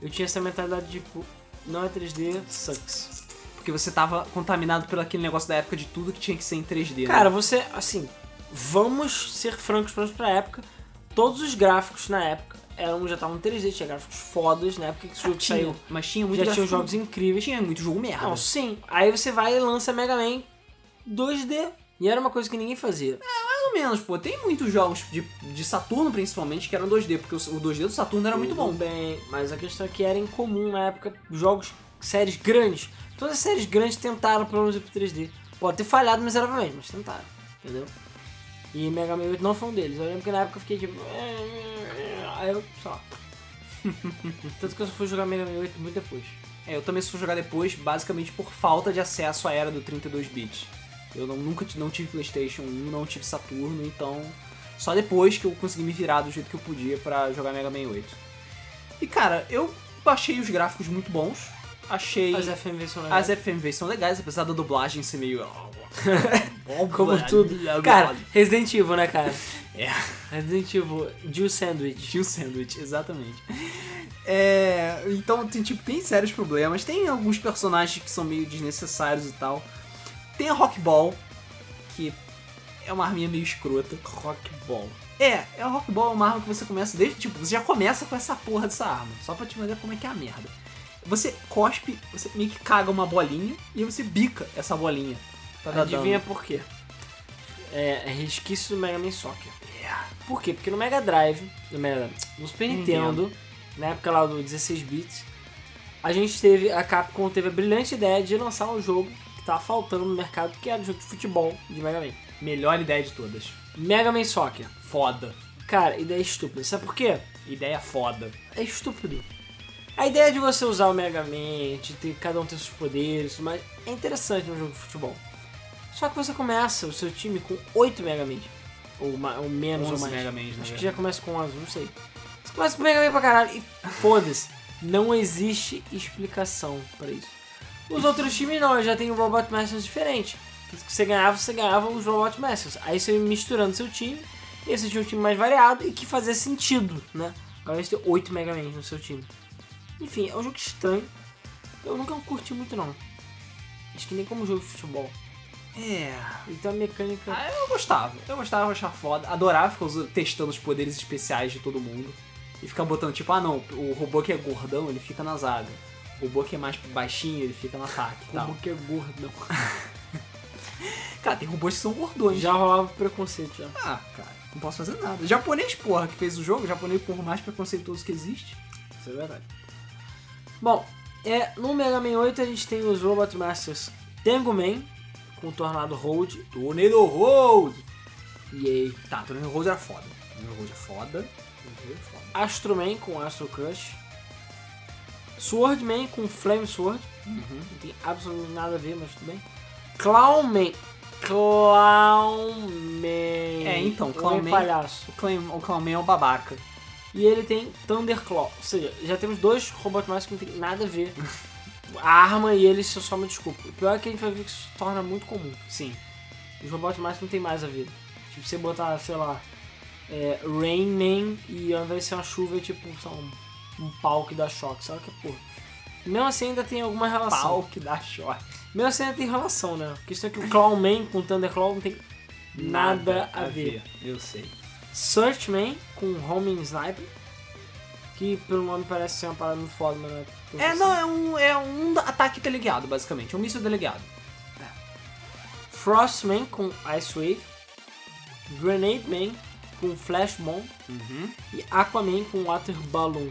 Eu tinha essa mentalidade de, tipo, não é 3D, sucks. Porque você tava contaminado pelo aquele negócio da época de tudo que tinha que ser em 3D. né? Cara, você, assim, vamos ser francos pra nós pra época. Todos os gráficos na época eram, já estavam em 3D, tinha gráficos fodas na época que esse jogo tinha, saiu. mas tinha muito Já tinha gráfico- jogos incríveis. Tinha muito jogo merda. Não, Ah, sim. Aí você vai e lança Mega Man 2D. E era uma coisa que ninguém fazia. Mais ou menos, pô. Tem muitos jogos de, de Saturno, principalmente, que eram 2D, porque o, o 2D do Saturno era muito bom. Tudo bem, mas a questão é que era incomum na época jogos, séries grandes. Todas as séries grandes tentaram pelo menos ir pro 3D. Pode ter falhado miseravelmente, mas tentaram, entendeu? E Mega Man 8 não foi um deles. Eu lembro que na época eu fiquei tipo. "Ah", Aí eu só. Tanto que eu só fui jogar Mega Man 8 muito depois. É, eu também só fui jogar depois, basicamente por falta de acesso à era do 32 bits. Eu não- nunca ti- não tive PlayStation 1, não tive Saturno, então só depois que eu consegui me virar do jeito que eu podia pra jogar Mega Man 8. E cara, eu achei os gráficos muito bons, achei As FMV são legais. as FMVs são legais, apesar da dublagem ser meio Como tudo. Cara, Resident Evil, né, cara? É. Resident Evil, Jill Sandwich. Tio Sandwich, exatamente. É, então, tem, tipo, tem sérios problemas. Tem alguns personagens que são meio desnecessários e tal. Tem a Rockball, que é uma arminha meio escrota. Rockball. É, é a Rockball é uma arma que você começa desde. Tipo, você já começa com essa porra dessa arma. Só pra te mandar como é que é a merda. Você cospe, você meio que caga uma bolinha e você bica essa bolinha. Pra dar Adivinha dano. por quê? É, é resquício do Mega Man Soccer. Yeah. Por quê? Porque no Mega Drive, no, Mega, no Super Nintendo. Nintendo, na época lá do 16 bits, a gente teve, a Capcom teve a brilhante ideia de lançar um jogo que tava faltando no mercado, que era um jogo de futebol de Mega Man. Melhor ideia de todas. Mega Man Soccer. Foda. Cara, ideia estúpida. Sabe por quê? Ideia foda. É estúpido. A ideia de você usar o Mega Man, de ter, cada um ter seus poderes, mas é interessante no jogo de futebol. Só que você começa o seu time com 8 Mega Man. Ou, ma- ou menos ou 11 mais. Mega Mans, né, na Acho que verdade. já começa com 11, não sei. Você começa com Mega Man pra caralho e foda-se. Não existe explicação pra isso. Os outros times não, já tem o Robot Masters diferente. Tanto que Você ganhava, você ganhava os Robot Masters. Aí você ia misturando seu time, e esse tinha um time mais variado e que fazia sentido, né? Agora você tem 8 Mega Man no seu time. Enfim, é um jogo estranho. Eu nunca curti muito não. Acho que nem como jogo de futebol. É. Então a mecânica. Ah, eu gostava. Eu gostava, eu achava foda. Adorava ficar usa- testando os poderes especiais de todo mundo. E ficar botando, tipo, ah não, o robô que é gordão, ele fica na zaga. O robô que é mais baixinho, ele fica no ataque e tal. Como que é gordão. Cara, tem robôs que são gordões. Já rolava preconceito já. Ah, cara, não posso fazer nada. Japonês, porra, que fez o jogo, japonês, porra, mais preconceituoso que existe. Isso é verdade. Bom, é, no Mega Man 8 a gente tem os Robot Masters Tengu Man, com o Tornado Hold. Tornado Road! Yay. Tá, Tornado Road era foda. Tornado Road é foda. Tornado Road é foda. Astro Man com Astro Crush. Sword Man com Flame Sword. Uhum. Não tem absolutamente nada a ver, mas tudo bem. Clown Man. Clown Man. É, então, Homem Clown Man- Palhaço. O Clown, o Clown Man é o babaca. E ele tem Thunderclaw. Ou seja, já temos dois Robot Masters que não tem nada a ver. A arma e ele só me desculpa. O pior é que a gente vai ver que isso se torna muito comum. Sim. Os robôs mais não tem mais a ver. Tipo, você botar, sei lá, é, Rain Man e ao invés de ser uma chuva é tipo sei lá, um, um pau que dá choque, sabe que porra. Mesmo assim ainda tem alguma relação. Pau que dá short. Mesmo assim ainda tem relação, né? Porque isso é que o Claw Man com Thunderclaw não tem nada, a ver. Eu sei. Search Man com Homing Sniper. Que Que pelo nome parece ser uma parada muito foda, mas não é. tanto É, assim. não, é um, é um ataque teleguiado, basicamente. É um míssil teleguiado. Frostman com Ice Wave. Grenade Man com Flash Bomb. Uhum. E Aquaman com Water Balloon.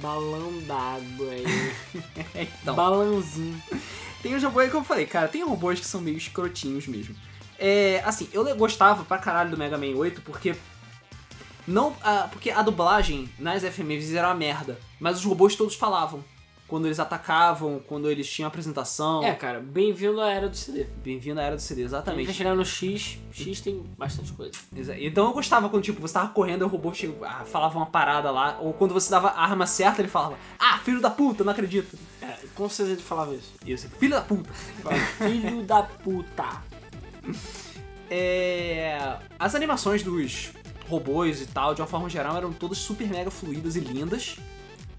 Balão d'água aí. Então, Balãozinho. Tem os robôs, como eu falei, cara, tem robôs que são meio escrotinhos mesmo. É, assim, eu le- gostava pra caralho do Mega Man 8 porque não, a, porque a dublagem nas FMVs era uma merda, mas os robôs todos falavam quando eles atacavam, quando eles tinham apresentação. É, cara, bem-vindo à era do CD. Bem-vindo à era do CD, Também. exatamente. chegar no X, X tem bastante coisa. Exa- Então eu gostava quando, tipo, você tava correndo e o robô chegava, ah, falava uma parada lá, ou quando você dava a arma certa, ele falava, ah, filho da puta, não acredito. É, com certeza ele falava isso. E você, filho da puta. Falava, Filho da puta. É, as animações dos robôs e tal, de uma forma geral, eram todas super mega fluidas e lindas.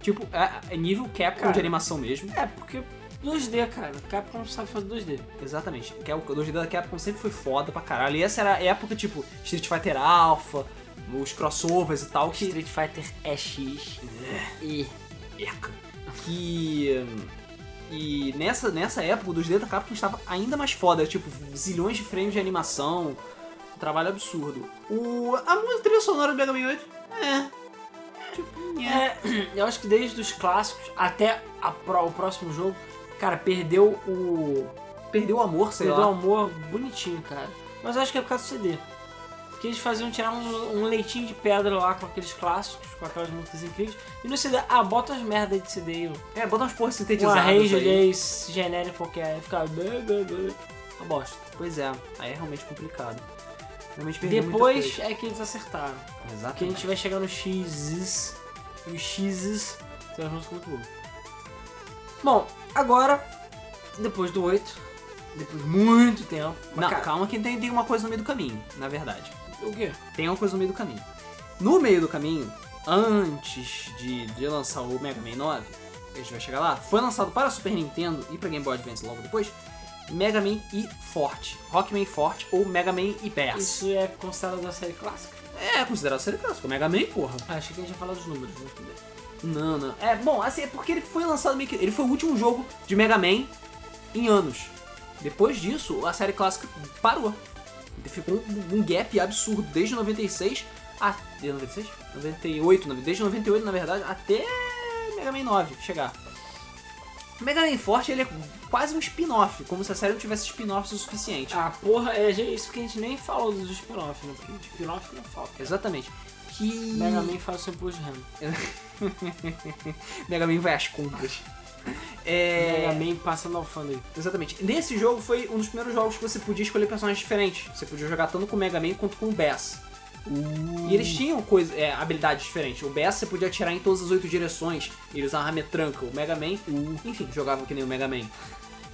Tipo, é, é nível Capcom Cara. de animação mesmo. É, porque 2D, cara. Capcom não sabe fazer 2D. Exatamente. Que é O 2D da Capcom sempre foi foda pra caralho. E essa era a época, tipo, Street Fighter Alpha, os crossovers e tal, que... Street Fighter é X. E. Eca. Que... hum, E nessa, nessa época, o 2D da Capcom estava ainda mais foda. Tipo, zilhões de frames de animação. Um trabalho absurdo. O, a música trilha sonora do Mega Man 8... É... Tipo, é. É, eu acho que desde os clássicos até a pro- o próximo jogo, cara, perdeu o. Perdeu o amor, sei perdeu o lá. amor bonitinho, cara. Mas eu acho que é por causa do CD. Porque eles faziam tirar um, um leitinho de pedra lá com aqueles clássicos, com aquelas músicas incríveis. E no CD, ah, bota umas merda aí de CD aí, É, bota umas porras um sintetizadas arranjo aí. de genérico qualquer, aí ficava. blá, blá, blá. Uma bosta. Pois é, aí é realmente complicado. Realmente perdeu Depois é que eles acertaram. Porque a Exatamente. gente vai chegar no X's. E os X's são as músicas muito boas. um Bom, agora, depois do 8, depois de muito tempo. mas Não, cara, calma que tem, tem uma coisa no meio do caminho, na verdade. o quê? Tem uma coisa no meio do caminho. No meio do caminho, antes de, de lançar o Mega Man 9, a gente vai chegar lá, foi lançado para Super Nintendo e para Game Boy Advance logo depois, Mega Man e Forte. Rockman Forte ou Mega Man e Bass. Isso é considerado uma série clássica? É considerado série clássica, Mega Man, porra. Ah, achei que a gente ia falar dos números, né, mas tudo bem. Não, não. É, bom, assim, é porque ele foi lançado meio que. Ele foi o último jogo de Mega Man em anos. Depois disso, a série clássica parou. Ficou um, um gap absurdo desde 96 até. 96? 98, na- desde 98, na verdade, até Mega Man 9 chegar. Mega Man Forte ele é quase um spin-off, como se a série não tivesse spin-offs o suficiente. Ah, porra, é gente- isso que a gente nem falou dos spin-off, né? Porque de spin-off não falta. Exatamente. Que. Mega Man faz o seu imposto de renda. Mega Man vai às compras. É. Mega Man passa na alfândega. Exatamente. Nesse jogo foi um dos primeiros jogos que você podia escolher personagens diferentes. Você podia jogar tanto com o Mega Man quanto com o Bass. E eles tinham coisa, é, habilidades diferentes. O Bass você podia atirar em todas as oito direções. Ele usava rametranca. O Mega Man, enfim, jogava que nem o Mega Man.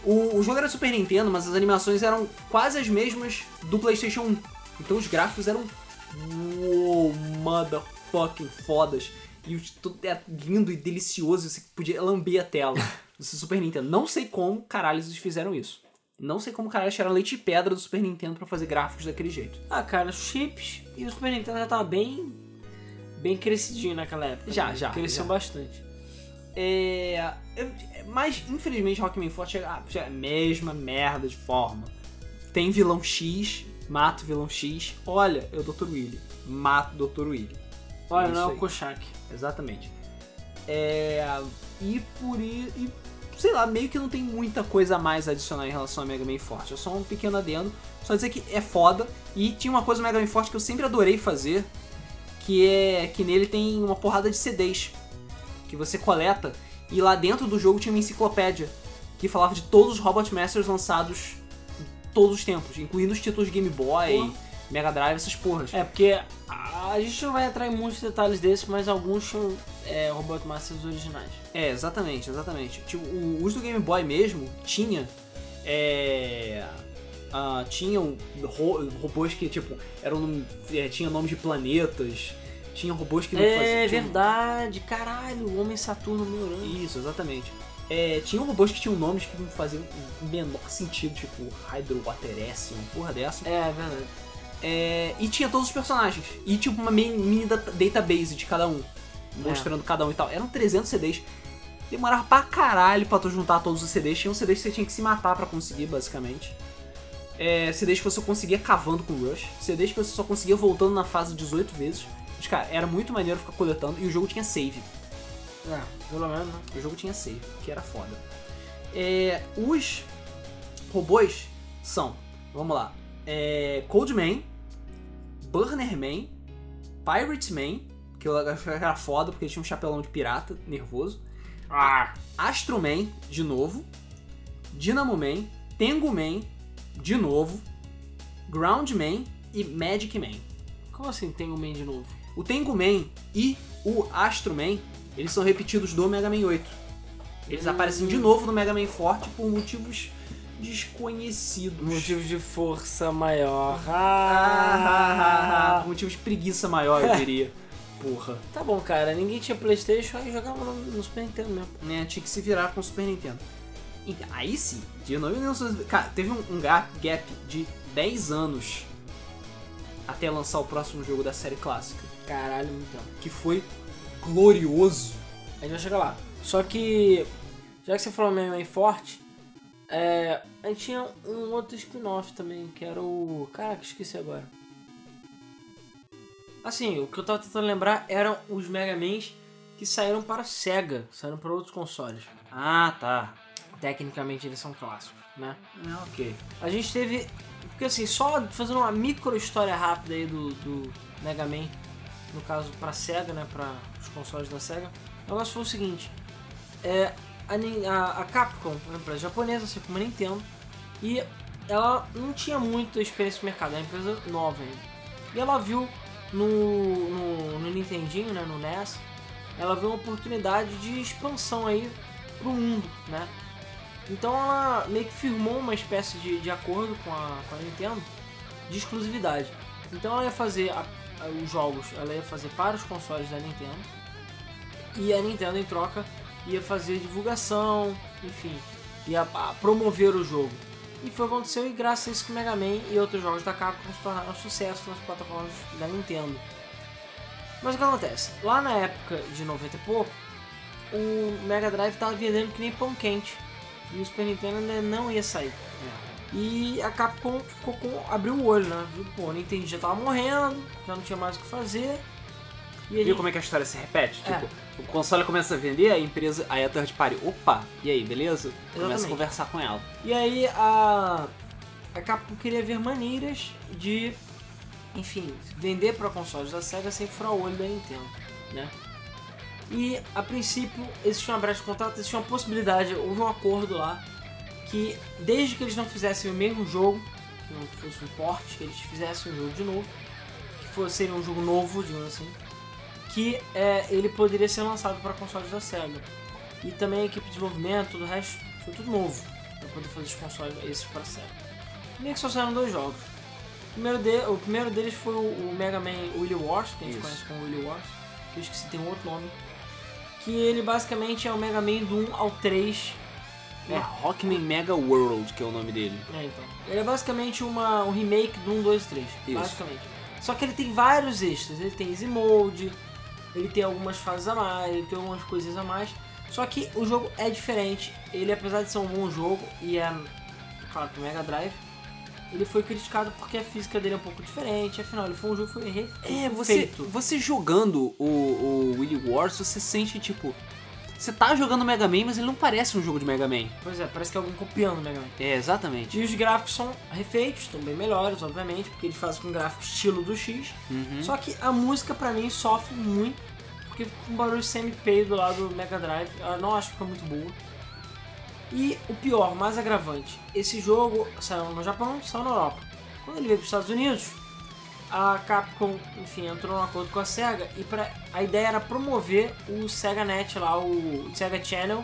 O, o jogo era Super Nintendo, mas as animações eram quase as mesmas do PlayStation 1. Então os gráficos eram. Uou, motherfucking fodas. E o- tudo é lindo e delicioso. Você podia lamber a tela do Super Nintendo. Não sei como caralho eles fizeram isso. Não sei como caralho tiraram leite e pedra do Super Nintendo pra fazer gráficos daquele jeito. Ah, cara, os chips e o Super Nintendo já tava bem. bem crescidinho naquela época. Já, né? já, Cresceu já. bastante. É. eu- Mas, infelizmente, Rockman Forte é a é a mesma merda de forma. Tem vilão X, mato vilão X. Olha, eu Dr. Willy. Mato Dr. Willy. Olha, Isso não é aí. o Kochak. Exatamente. É. E por i- e Sei lá, meio que não tem muita coisa a mais a adicionar em relação a Mega Man Forte. É só um pequeno adendo. Só dizer que é foda. E tinha uma coisa no Mega Man Forte que eu sempre adorei fazer. Que é que nele tem uma porrada de CDs. Que você coleta. E lá dentro do jogo tinha uma enciclopédia. Que falava de todos os Robot Masters lançados em todos os tempos. Incluindo os títulos de Game Boy, Porra. Mega Drive, essas porras. É, porque a, a gente não vai entrar em muitos detalhes desses, mas alguns são é, Robot Masters originais. É, exatamente, exatamente. Tipo, o- os do Game Boy mesmo tinha. É. ah, tinham ro- robôs que, tipo, eram. num- É, tinha nome de planetas. Tinha robôs que não É faziam. verdade, caralho, o Homem Saturno meu Urano. Isso, exatamente. É, tinham robôs que tinham nomes que não faziam o menor sentido, tipo Hydro Water S, uma porra dessa. É, é verdade. É, e tinha todos os personagens. E tipo uma mini, mini data- database de cada um. mostrando cada um e tal. Eram 300 CDs. Demorava pra caralho pra tu juntar todos os CDs. Tinha um CDs que você tinha que se matar pra conseguir, basicamente. É, CDs que você conseguia cavando com Rush. CDs que você só conseguia voltando na fase 18 vezes. Mas, cara, era muito maneiro ficar coletando. E o jogo tinha save. É, pelo menos, né? O jogo tinha save, que era foda. É, os robôs são, vamos lá, é, Coldman, Burner Man, Pirate Man, que eu acho que era foda porque ele tinha um chapelão de pirata, nervoso, Ah, Astro Man, de novo, Dynamo Man, Tengu Man, de novo, Ground Man e Magic Man. como assim tem o Man de novo? O Tengu Man e o Astro Man, eles são repetidos do Mega Man 8. Eles Hum. aparecem de novo no Mega Man Forte por motivos desconhecidos. Motivo de força maior. Ah, Ah, motivos de preguiça maior, eu diria. Porra. Tá bom, cara. Ninguém tinha Playstation, aí jogava no, no Super Nintendo mesmo. Né, tinha que se virar com o Super Nintendo. E aí sim, de 1900... Cara, teve um, um gap, gap de 10 anos até lançar o próximo jogo da série clássica. Caralho, muito tempo. Que foi glorioso. A gente vai chegar lá. Só que, já que você falou Mega Man forte, é, a gente tinha um outro spin-off também, que era o... Caraca, esqueci agora. Assim, o que eu tava tentando lembrar eram os Mega Mans que saíram para a Sega, saíram para outros consoles. Ah, tá. Tecnicamente eles são clássicos, né? É, ok. A gente teve. Porque assim, só fazendo uma micro história rápida aí do, do Mega Man, no caso pra SEGA, né? Pra os consoles da SEGA, o negócio foi o seguinte. É, a, Nin- a- a Capcom, uma empresa japonesa, assim como a Nintendo, e ela não tinha muita experiência no mercado, era uma empresa nova ainda. E ela viu no, no, no Nintendinho, né, no NES, ela viu uma oportunidade de expansão aí pro mundo, né? Então ela meio que firmou uma espécie de, de acordo com a, com a Nintendo de exclusividade. Então ela ia fazer a- a- os jogos, ela ia fazer para os consoles da Nintendo e a Nintendo em troca ia fazer divulgação, enfim, ia a- promover o jogo. E foi o que aconteceu e graças a isso que o Mega Man e outros jogos da Capcom se tornaram sucesso nas plataformas da Nintendo. Mas o que acontece? Lá na época de 90 e pouco, o Mega Drive tava vendendo que nem pão quente. E o Super Nintendo ainda não ia sair. É. E a Capcom ficou com, abriu o olho, né? Viu, Pô, o Nintendo já tava morrendo, já não tinha mais o que fazer. E a Viu gente como é que a história se repete? É. Tipo, o console começa a vender, a empresa, aí a third party, opa, e aí, beleza? Começa a Exatamente. conversar com ela. E aí a, a Capcom queria ver maneiras de, enfim, vender para consoles da Sega sem furar o olho da Nintendo, né? E a princípio existia uma brecha de contrato, existia uma possibilidade, houve um acordo lá que desde que eles não fizessem o mesmo jogo, que não fosse um porte, que eles fizessem o jogo de novo, que fosse, seria um jogo novo, digamos assim, que é, ele poderia ser lançado para consoles da SEGA. E também a equipe de desenvolvimento, todo o resto, foi tudo novo para poder fazer os consoles esses para SEGA. Meio que só saíram dois jogos. O primeiro, de, o primeiro deles foi o, o Mega Man Willy Wars, que a gente Isso. conhece como Willy Wars, que eu esqueci, tem um outro nome. Que ele basicamente é o Mega Man do 1 ao 3 É Rockman Mega World, que é o nome dele. é, então. Ele é basicamente uma, um remake do 1, 2, 3. Isso. Basicamente. Só que ele tem vários extras. Ele tem Easy Mode, ele tem algumas fases a mais, ele tem algumas coisas a mais. Só que o jogo é diferente. Ele, apesar de ser um bom jogo, e é, claro, pro Mega Drive, ele foi criticado porque a física dele é um pouco diferente. Afinal, ele foi um jogo que foi re- É, você, feito. você jogando o, o Willy Wars, você sente tipo. Você tá jogando Mega Man, mas ele não parece um jogo de Mega Man. Pois é, parece que é alguém copiando o Mega Man. É, exatamente. E os gráficos são refeitos, estão bem melhores, obviamente, porque eles fazem com gráfico estilo do X. Uhum. Só que a música pra mim sofre muito, porque com um barulho semi-peido lá do Mega Drive, eu não acho que fica muito boa. E o pior, mais agravante, esse jogo saiu no Japão, saiu na Europa. Quando ele veio para os Estados Unidos, a Capcom, enfim, entrou num acordo com a SEGA e pra, a ideia era promover o SEGA Net lá, o SEGA Channel,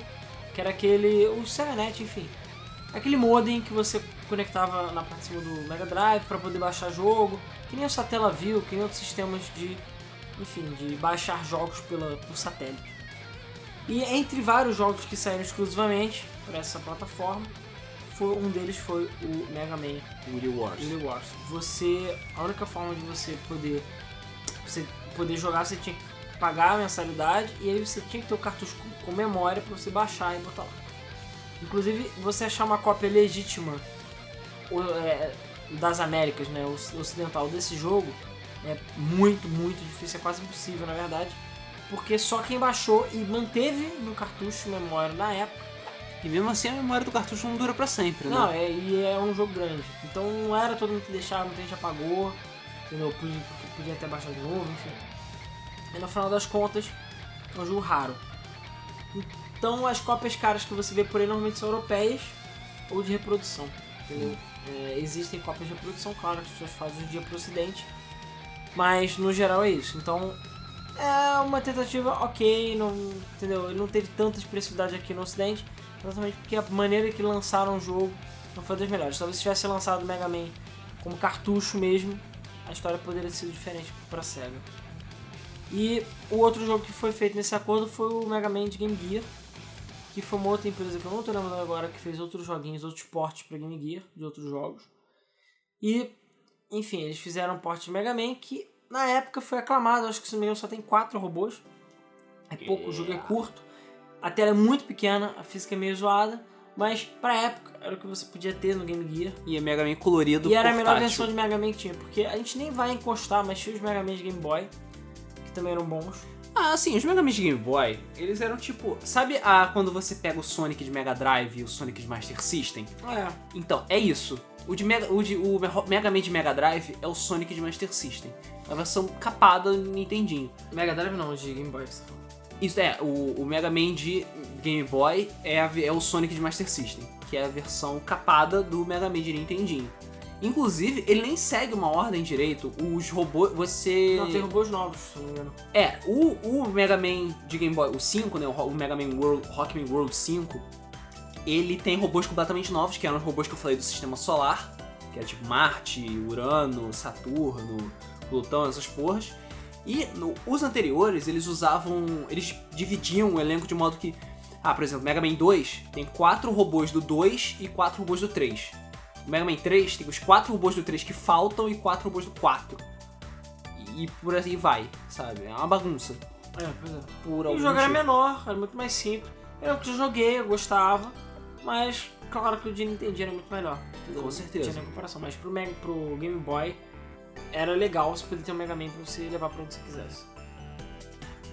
que era aquele. o SEGA Net, enfim. Aquele modem que você conectava na parte de cima do Mega Drive para poder baixar jogo, que nem o Satellaview, que nem outros sistemas de, enfim, de baixar jogos pela, por satélite. E entre vários jogos que saíram exclusivamente para essa plataforma, foi, um deles foi o Mega Man Willy Wars. Guild Wars. Você, a única forma de você poder você poder jogar, você tinha que pagar a mensalidade e aí você tinha que ter o cartucho com- com memória pra você baixar e botar lá. Inclusive, você achar uma cópia legítima o- é, das Américas, né, o- ocidental desse jogo é muito, muito difícil, é quase impossível na verdade, porque só quem baixou e manteve no cartucho memória na época E mesmo assim a memória do cartucho não dura pra sempre, né? não, é, e é um jogo grande. Então não era todo mundo que deixava, muita gente apagou, entendeu? Podia, podia até baixar de novo, enfim. E no final das contas, é um jogo raro. Então as cópias caras que você vê por aí normalmente são europeias ou de reprodução, entendeu? É, existem cópias de reprodução, claro, as pessoas fazem hoje em dia pro ocidente, mas no geral é isso. Então é uma tentativa ok, não, entendeu? Ele não teve tanta expressividade aqui no ocidente, Exatamente porque a maneira que lançaram o jogo não foi das melhores. Talvez se tivesse lançado o Mega Man como cartucho mesmo, a história poderia ter sido diferente pra SEGA. E o outro jogo que foi feito nesse acordo foi o Mega Man de Game Gear, que foi uma outra empresa que eu não tô lembrando agora, que fez outros joguinhos, outros portes pra Game Gear, de outros jogos. E, enfim, eles fizeram um porte de Mega Man que na época foi aclamado, acho que se não me engano só tem quatro robôs. É pouco, o jogo é curto. A tela é muito pequena, a física é meio zoada, mas pra época era o que você podia ter no Game Gear. E é Mega Man colorido E era a melhor portátil. versão de Mega Man que tinha, porque a gente nem vai encostar, mas tinha os Mega Man de Game Boy, que também eram bons. Ah, sim, os Mega Man de Game Boy, eles eram tipo. Sabe a, quando você pega o Sonic de Mega Drive e o Sonic de Master System? É. Então, é isso. O, de Mega, o, de, o Mega Man de Mega Drive é o Sonic de Master System. A versão capada do Nintendinho. Mega Drive não, de Game Boy. Isso é, o, o Mega Man de Game Boy é, a ve- é o Sonic de Master System, que é a versão capada do Mega Man de Nintendinho. Inclusive, ele nem segue uma ordem direito. Os robôs. Você. Não, tem robôs novos, se não me engano. É, o, o Mega Man de Game Boy, o 5, né? O, Ro- o Mega Man World, Rockman World 5, ele tem robôs completamente novos, que eram os robôs que eu falei do sistema solar, que era tipo Marte, Urano, Saturno, Plutão, essas porras. E no- os anteriores, eles usavam. Eles dividiam o elenco de modo que. Ah, por exemplo, Mega Man 2 tem quatro robôs do 2 e quatro robôs do 3. O Mega Man 3 tem os quatro robôs do 3 que faltam e quatro robôs do 4. E, e por aí vai, sabe? É uma bagunça. É, pois é. Por O algum jogo era motivo. menor, era muito mais simples. Era o que eu joguei, eu gostava, mas claro que o de Nintendo era muito melhor. entendeu? Com certeza. Não tinha nem comparação, mas pro, Mega, pro Game Boy era legal você poder ter um Mega Man pra você levar pra onde você quisesse.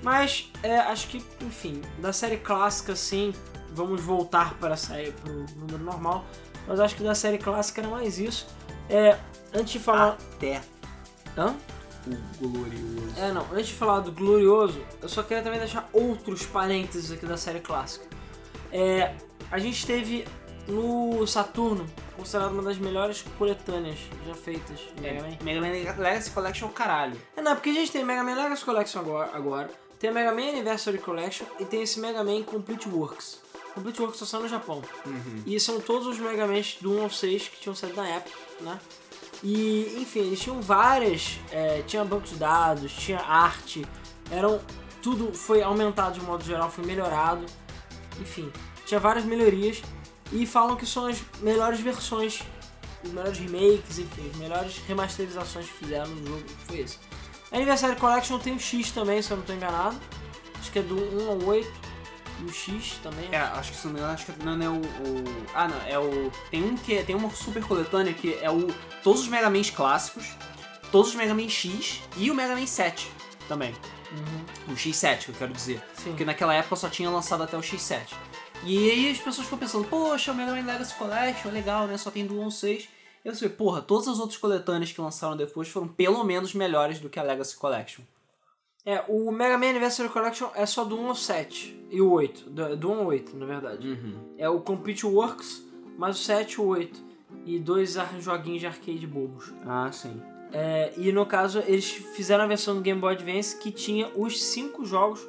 Mas, é, acho que, enfim, da série clássica, sim, vamos voltar para a série, pro número normal, mas acho que da série clássica era mais isso. É, antes de falar... Até Ah. Hã? o glorioso. É, não. Antes de falar do Glorioso, eu só queria também deixar outros parênteses aqui da série clássica. É, a gente teve no Saturno, considerado uma das melhores coletâneas já feitas de Mega Man. É, Mega Man Legacy Collection, caralho. É, não, porque a gente tem Mega Man Legacy Collection agora, agora, tem a Mega Man Anniversary Collection e tem esse Mega Man Complete Works. Complete Works só sai no Japão. Uhum. E são todos os Mega Mans do 1 ao 6 que tinham saído na época, né? E, enfim, eles tinham várias... É, tinha banco de dados, tinha arte, eram... Tudo foi aumentado de um modo geral, foi melhorado. Enfim, tinha várias melhorias. E falam que são as melhores versões, os melhores remakes, enfim, as melhores remasterizações que fizeram no jogo. Foi esse. Anniversary Collection tem o X também, se eu não tô enganado. Acho que é do 1 ao 8. E o X também. né? É, acho que se não me engano, acho que não, não é o, o- Ah, não, é o. Tem um que é- tem uma super coletânea que é o. Todos os Mega Mans clássicos, todos os Mega Man X e o Mega Man 7 também. Uhum. O X7, que eu quero dizer. Sim. Porque naquela época só tinha lançado até o X7. E aí as pessoas ficam pensando, poxa, o Mega Man Legacy Collection é legal, né? Só tem do 1 ao 6. Eu sei, porra, todas as outras coletâneas que lançaram depois foram pelo menos melhores do que a Legacy Collection. É, o Mega Man Anniversary Collection é só do 1 ao 7 e o 8. Do, do 1 ao 8, na verdade. Uhum. É o Complete Works, mais o 7 e o 8. E dois ar- joguinhos de arcade bobos. Ah, sim. É, e no caso, eles fizeram a versão do Game Boy Advance que tinha os cinco jogos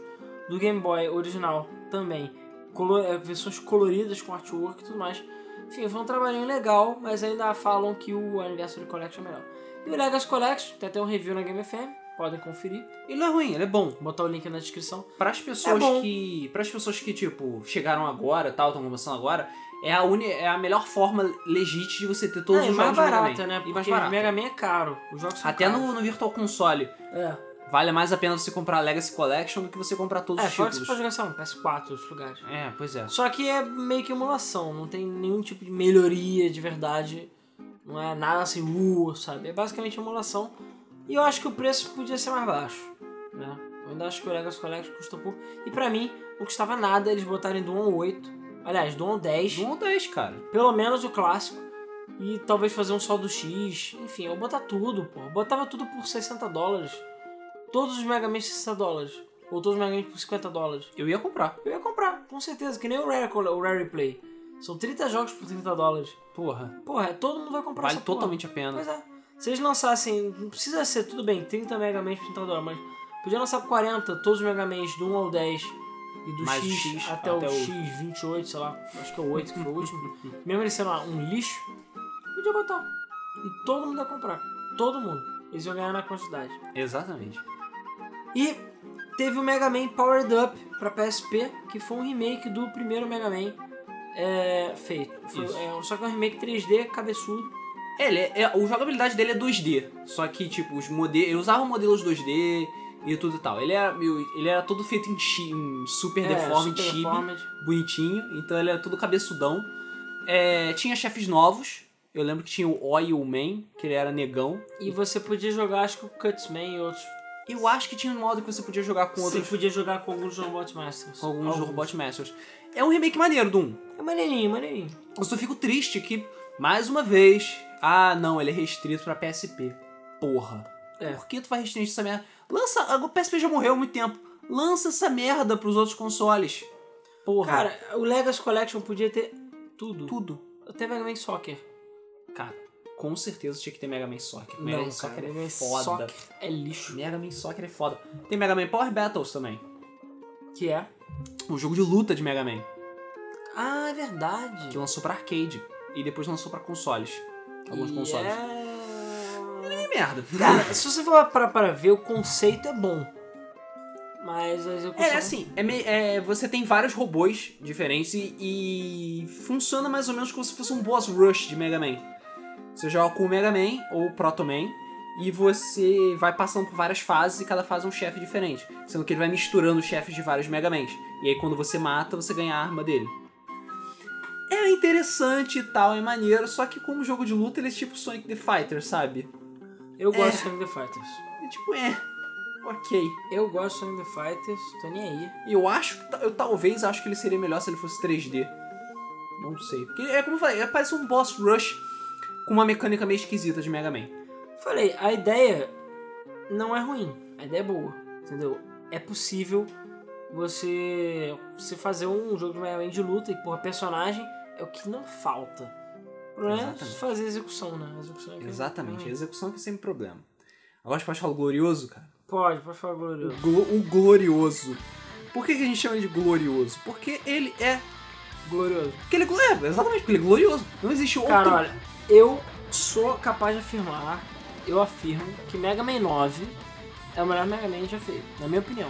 do Game Boy original também. Colo- é, versões coloridas com artwork e tudo mais. Enfim, foi um trabalhinho legal, mas ainda falam que o Anniversary Collection é melhor. E o Legacy Collection, tem até um review na Game FM, podem conferir. Ele não é ruim, ele é bom. Vou botar o link na descrição. Para as pessoas É bom. que, para as pessoas que tipo chegaram agora, tal, estão começando agora, é a uni, é a melhor forma legítima de você ter todos Ah, e os mais jogos do Mega barata, Man. né? E Porque mais barato. Mega Man é caro. Os jogos são Até caros. no, no Virtual Console, É. Vale mais a pena você comprar a Legacy Collection do que você comprar todos É, os fora que você títulos. pode jogar, sei lá, um PS4 em outros lugares. É, pois é. Só que é meio que emulação, não tem nenhum tipo de melhoria de verdade. Não é nada assim, uh, sabe? É basicamente emulação. E eu acho que o preço podia ser mais baixo, né? Eu ainda acho que o Legacy Collection custa um pouco. E pra mim, não custava nada eles botarem do 1 ao 8. Aliás, do 1 ao 10. Do 1 ao 10, cara. Pelo menos o clássico. E talvez fazer um só do X. Enfim, eu botar tudo, pô. Eu botava tudo por 60 dólares. Todos os Mega Man 60 dólares. Ou todos os Mega Man por 50 dólares. Eu ia comprar. Eu ia comprar, com certeza, que nem o Rare, Col- o Rare Play. São 30 jogos por 30 dólares. Porra. Porra, é- todo mundo vai comprar Vale essa porra. totalmente a pena. Pois é. Se eles lançassem, não precisa ser, tudo bem, 30 Mega Man por 30 dólares, mas podia lançar 40, todos os Mega Mans do 1 ao 10 e do Mais X, o X, até, o até o- X28, sei lá, acho que é o 8 que foi o último. Mesmo ele sendo ah, um lixo, podia botar. E todo mundo ia comprar. Todo mundo. Eles iam ganhar na quantidade. Exatamente. E teve o Mega Man Powered Up pra PSP, que foi um remake do primeiro Mega Man é, feito. Foi- Isso. é, só que é um remake 3D, cabeçudo. Ele é, é- o jogabilidade dele é 2D. Só que, tipo, os modelos. Eu usava modelos 2D e tudo e tal. Ele era, meio, ele era todo feito em, chi, em super é, deforme, super chibi, deformed. bonitinho. Então ele era todo cabeçudão. É, tinha chefes novos. Eu lembro que tinha o Oil Man, que ele era negão. E você podia jogar, acho que o Cutsman e outros. Eu acho que tinha um modo que você podia jogar com Você outros. podia jogar com alguns Robot Masters. Com alguns Robot Masters. É um remake maneiro do 1. É maneirinho, maneirinho. Eu só fico triste que, mais uma vez, ah não, ele é restrito pra PSP. Porra. É. Por que tu vai restringir essa merda? Lança. A PSP já morreu há muito tempo. Lança essa merda pros outros consoles. Porra. Cara, o Legacy Collection podia ter tudo. tudo. Até Mega Man Soccer. Cara, com certeza tinha que ter Mega Man Soccer. Mega Não, Man cara, Soccer Mega é Man foda. Soccer é lixo. Mega Man Soccer é foda. Tem Mega Man Power Battles também. Que é? Um jogo de luta de Mega Man. Ah, é verdade. Que lançou pra arcade. E depois lançou pra consoles. Alguns E consoles. é- Que merda. Cara, se você for para, para ver, o conceito é bom. Mas a execução. É assim, é meio- é, você tem vários robôs diferentes e, e funciona mais ou menos como se fosse um boss rush de Mega Man. Você joga com o Mega Man ou o Proto Man e você vai passando por várias fases e cada fase é um chefe diferente, sendo que ele vai misturando os chefes de vários Mega Mans. E aí quando você mata, você ganha a arma dele. É interessante e tal, é maneiro, só que como jogo de luta ele é tipo Sonic the Fighter, sabe? Eu É. gosto de Sonic the Fighters. É tipo, é, ok. Eu gosto de Sonic the Fighters, tô nem aí. E eu acho, que ta- eu talvez acho que ele seria melhor se ele fosse 3D. Não sei. Porque é como eu falei, ele parece um boss rush com uma mecânica meio esquisita de Mega Man. Falei, a ideia não é ruim. A ideia é boa, entendeu? É possível você, você fazer um jogo de Mega Man de luta e, porra, personagem é o que não falta. O problema é Exatamente. fazer a execução, né? A execução é que- Exatamente, a Hum. execução que é sempre problema. Agora a gente pode falar o glorioso, cara. Pode, por favor. O, glo- o glorioso. Por que, que a gente chama ele de glorioso? Porque ele é. Glorioso. Porque ele é glo- é, exatamente, porque ele é glorioso. Não existe outro. Cara, olha, eu sou capaz de afirmar, eu afirmo, que Mega Man 9 é o melhor Mega Man já feito, na minha opinião.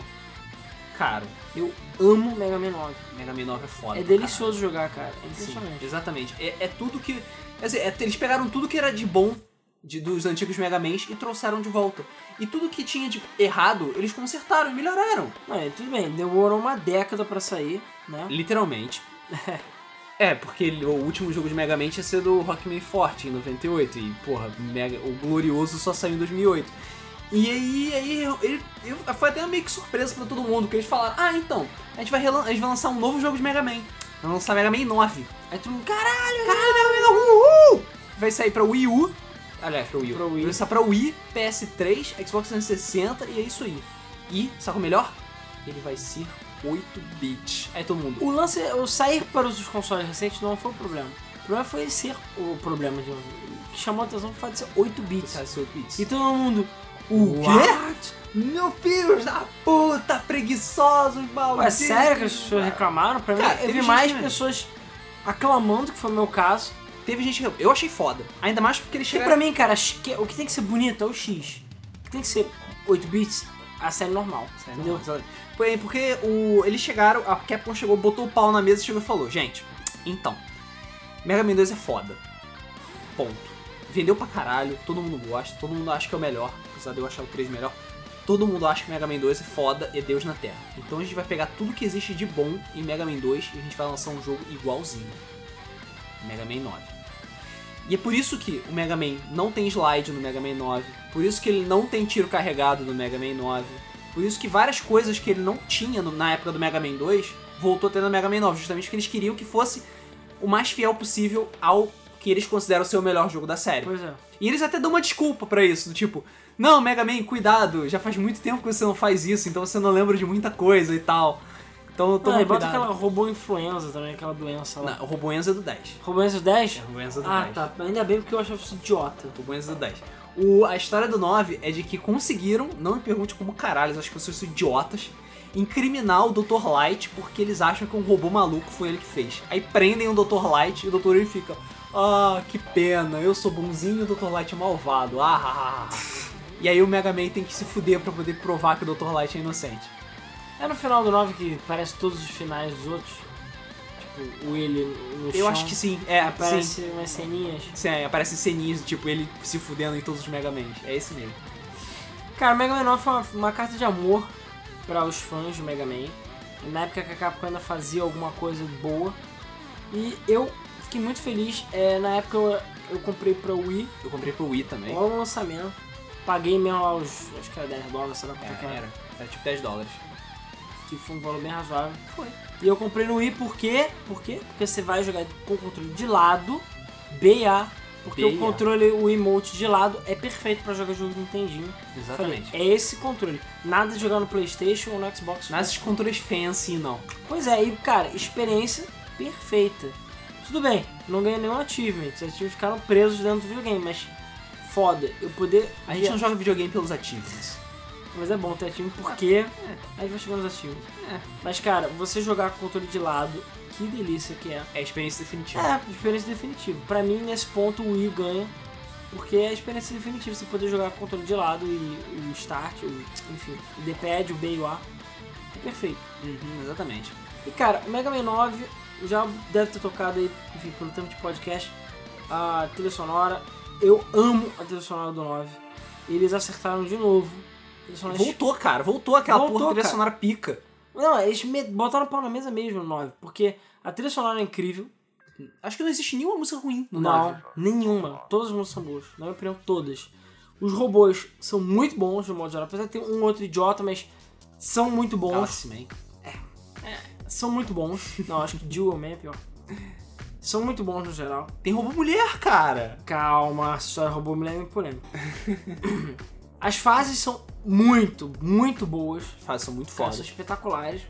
Cara, Eu amo Mega Man 9. Mega Man 9 é foda. é pra delicioso jogar, cara. É caralho. Sim, impressionante. exatamente. É, é tudo que. Quer dizer, é- eles pegaram tudo que era de bom de- dos antigos Mega Mans e trouxeram de volta. E tudo que tinha de errado, eles consertaram e melhoraram. Não, é, tudo bem, demorou uma década pra sair, né? Literalmente. É, porque ele- o último jogo de Mega Man ia ser do Rockman Forte, em 98. E, porra, Mega- o Glorioso só saiu em 2008. E aí, aí eu- ele- eu- foi até meio que surpresa pra todo mundo, que eles falaram, ah, então, a gente vai, relan- a gente vai lançar um novo jogo de Mega Man. Vai lançar Mega Man 9. Aí todo mundo, caralho, caralho, Mega Man 1, uhul! Vai sair pra Wii U, aliás, pra Wii U. Pra Wii. Vai lançar pra Wii, PS3, Xbox 360 e é isso aí. E, sabe é o melhor? Ele vai ser 8-bit. Aí todo mundo, O lance, o sair para os consoles recentes não foi o problema. O problema foi ser o problema de O que chamou a atenção foi o fato de ser 8 bits. Sabe, seu Pete? E todo mundo, o What? Meu filho da puta, preguiçosos, malditos. Ué, sério que as pessoas reclamaram? Pra mim, Cara, eu teve vi gente mais que- pessoas aclamando, que foi o meu caso. Teve gente que... Eu achei foda. Ainda mais porque ele Que chega... pra mim, cara, x- que- o que tem que ser bonito é o X. O que tem que ser 8 bits, a série normal. entendeu? Porque, porque o, eles chegaram... A Capcom chegou, botou o pau na mesa e chegou e falou... Gente, então... Mega Man 2 é foda. Ponto. Vendeu pra caralho, todo mundo gosta, todo mundo acha que é o melhor. Apesar de eu achar o 3 melhor. Todo mundo acha que Mega Man 2 é foda e é Deus na Terra. Então a gente vai pegar tudo que existe de bom em Mega Man 2 e a gente vai lançar um jogo igualzinho. Mega Man 9. E é por isso que o Mega Man não tem slide no Mega Man 9, por isso que ele não tem tiro carregado no Mega Man 9, por isso que várias coisas que ele não tinha no- na época do Mega Man 2 voltou a ter no Mega Man 9, justamente porque eles queriam que fosse o mais fiel possível ao que eles consideram ser o melhor jogo da série. Pois é. E eles até dão uma desculpa pra isso, do tipo, não, Mega Man, cuidado, já faz muito tempo que você não faz isso, então você não lembra de muita coisa e tal. Então Ah, toma e bota cuidado. aquela robô influenza também, aquela doença lá. Não, o Robô Enzo é do 10. Robô influenza 10? É, o Robô Enzo é do Ah, 10. tá. Ainda bem porque eu achava isso idiota. O Robô Enzo é do 10. O- a história do 9 é de que conseguiram, não me pergunte como caralho, acho que vocês são idiotas, incriminar o Dr. Light porque eles acham que um robô maluco foi ele que fez. Aí prendem o Dr. Light e o Dr. Light fica, ah, que pena, eu sou bonzinho e o Dr. Light é malvado, ah, ah, ah, ah." E aí o Mega Man tem que se fuder pra poder provar que o Dr. Light é inocente. É no final do 9 que parece todos os finais dos outros. Tipo, o Willy no Eu acho que sim, é, aparece, sim. Aparece umas ceninhas. Sim, é, aparece ceninhas, tipo, ele se fudendo em todos os Mega Mans. É esse mesmo. Cara, Mega Man 9 foi uma, uma carta de amor para os fãs do Mega Man. Na época que a Capcom ainda fazia alguma coisa boa. E eu fiquei muito feliz. É, na época eu, eu comprei pra Wii, Eu comprei pro Wii também. logo no lançamento. Paguei mesmo lá os, acho que era 10 dólares, sei lá quanto que É, era. era. Era tipo 10 dólares. que foi um valor bem razoável. Foi. E eu comprei no Wii por quê? Por quê? Porque você vai jogar com o controle de lado, BA, porque BA. o controle, o emote de lado é perfeito pra jogar jogo de Nintendinho. Eu Falei, Exatamente. é esse controle. Nada de jogar no Playstation ou no Xbox. Mas esses controles fancy assim, não. Pois é, e cara, experiência perfeita. Tudo bem, não ganhei nenhum achievement, os achievements ficaram presos dentro do videogame, mas foda, eu poder... A gente não joga videogame pelos ativos. Mas é bom ter achievement porque É, a gente vai chegar nos achievements. É, Mas, cara, você jogar com o controle de lado, que delícia que é. É a experiência definitiva. É, experiência definitiva. Pra mim, nesse ponto, o Wii ganha. Porque é a experiência definitiva. Você poder jogar com o controle de lado e o start, o, enfim, o D-pad, o B e o A. É perfeito. Uhum, exatamente. E, cara, o Mega Man 9 já deve ter tocado aí, enfim, pelo tempo de podcast, a trilha sonora. Eu amo a trilha sonora do 9. Eles acertaram de novo. A trilha sonora é Voltou, cara. Voltou aquela Voltou, porra de trilha cara. sonora pica. Não, eles me- botaram o pau na mesa mesmo no 9, porque a trilha sonora é incrível. Acho que não existe nenhuma música ruim no não, 9. nenhuma. Todas as músicas são boas, na minha opinião, todas. Os robôs são muito bons, de modo geral, apesar de ter um outro idiota, mas são muito bons. Galaxy Man. São muito bons. Não, acho que Dual Man é pior. São muito bons no geral. Tem robô mulher, cara. Calma, só robô me lembra polêmica. As fases são muito, muito boas. As fases são muito Cara, fodas. são espetaculares.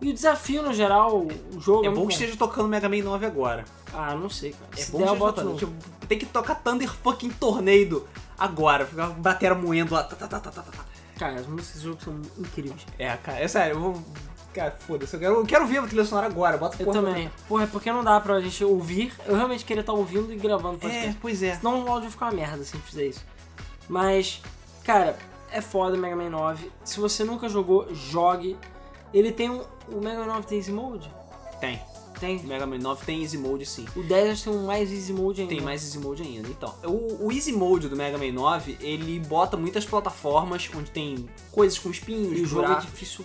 E o desafio, no geral, o jogo. É muito bom que esteja tocando Mega Man 9 agora. Ah, não sei, cara. É um Se bom der, que eu esteja boto tocando. no- Tipo, tem que tocar Thunder fucking Tornado agora. Ficar a batera moendo lá. Tá, tá, tá, tá, tá, tá. Cara, as músicas desse jogo são incríveis. É, cara. É sério. Eu vou... Cara, foda-se. Eu quero, eu quero ver a trilha sonora agora. Bota a Eu porra também. Porra, é porque não dá pra gente ouvir. Eu realmente queria estar ouvindo e gravando do- É, podcast. pois é. Senão o áudio fica uma merda se a gente fizer isso. Mas, cara, é foda o Mega Man 9. Se você nunca jogou, jogue. Ele tem um. O Mega Man 9 tem Easy Mode? Tem. Tem. Mega Man 9 tem Easy Mode, sim. O 10 acho que tem um mais Easy Mode ainda. Tem mais Easy Mode ainda. Então, o, o Easy Mode do Mega Man 9, ele bota muitas plataformas onde tem coisas com espinhos, E o jogo é buracos, difícil.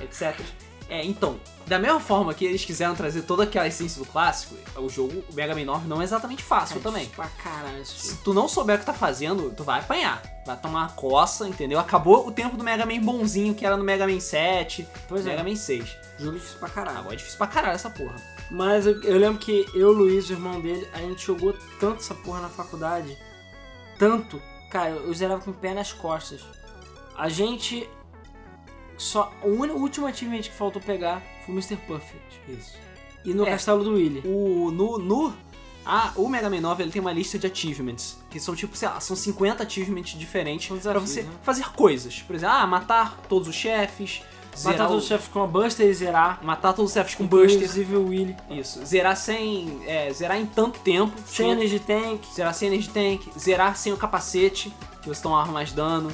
etc. É, então, da mesma forma que eles quiseram trazer toda aquela essência do clássico, o jogo, o Mega Man 9 não é exatamente fácil Cara, também. difícil Pra caralho. esse Se jogo. tu não souber o que tá fazendo, tu vai apanhar. Vai tomar uma coça, entendeu? Acabou o tempo do Mega Man bonzinho, que era no Mega Man 7, Pois é. Mega Man 6. Jogo difícil pra caralho. Agora é difícil pra caralho essa porra. Mas eu, eu lembro que eu, Luiz, o irmão dele, a gente jogou tanto essa porra na faculdade. Tanto. Cara, eu zerava com o pé nas costas. A gente. Só. O único- o último achievement que faltou pegar foi o Mr. Perfect. Isso. E no É. castelo do Willy. O, no, no, ah, o Mega Man 9 ele tem uma lista de achievements, que são tipo, sei lá, são 50 achievements diferentes São pra você desafios, né? fazer coisas. Por exemplo, ah, matar todos os chefes, Matar zerar todos os o- chefes com a Buster e zerar. matar todos os chefes com Buster. Inclusive o Willy. Isso, zerar sem, é, zerar em tanto tempo. Sem Energy Tank. Zerar sem energy tank, zerar sem o capacete, que você toma mais dano.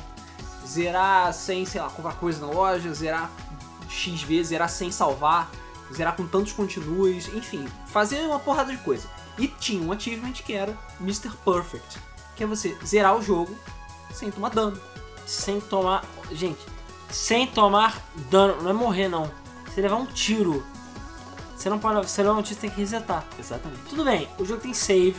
Zerar sem, sei lá, comprar coisa na loja, zerar X vezes, zerar sem salvar, zerar com tantos continues, enfim, fazer uma porrada de coisa. E tinha um achievement que era Mr. Perfect, que é você zerar o jogo sem tomar dano. sem tomar. Gente, sem tomar dano. Não é morrer, não. Você levar um tiro. Você não pode. Você levar um tiro, você tem que resetar. Exatamente. Tudo bem, o jogo tem save.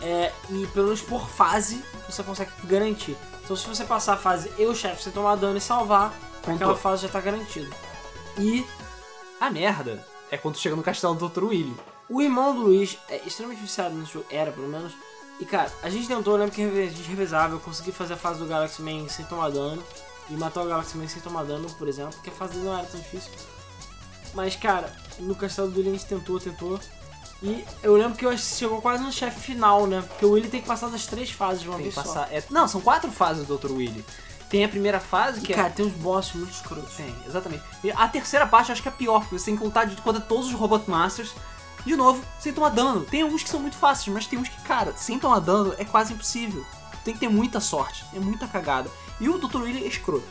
é, e pelo menos por fase você consegue garantir. Então se você passar a fase eu chefe, você tomar dano e salvar, Contou. aquela fase já tá garantida. E A merda é quando chega no castelo do Dr. Willy. o irmão do Luiz é extremamente viciado nesse jogo, era pelo menos. E cara, a gente tentou, eu lembro que a gente revezava, eu consegui fazer a fase do Galaxy Man sem tomar dano. E matar o Galaxy Man sem tomar dano, por exemplo, porque a fase dele não era tão difícil. Mas cara, no castelo do Willy a gente tentou, tentou. E eu lembro que eu acho que chegou quase no chefe final, né? Porque o Willy tem que passar das três fases de uma Tem que vez só. passar. é- não, são quatro fases do Dr. Willy. Tem a primeira fase que E, é. cara, tem uns bosses muito escrotos. Tem, exatamente. E a terceira parte eu acho que é a pior, porque você tem que contar de conta todos os Robot Masters. De novo, sem tomar dano. Tem alguns que são muito fáceis, mas tem uns que, cara, sem tomar dano é quase impossível. Tem que ter muita sorte, é muita cagada. E o Dr. Willy é escroto.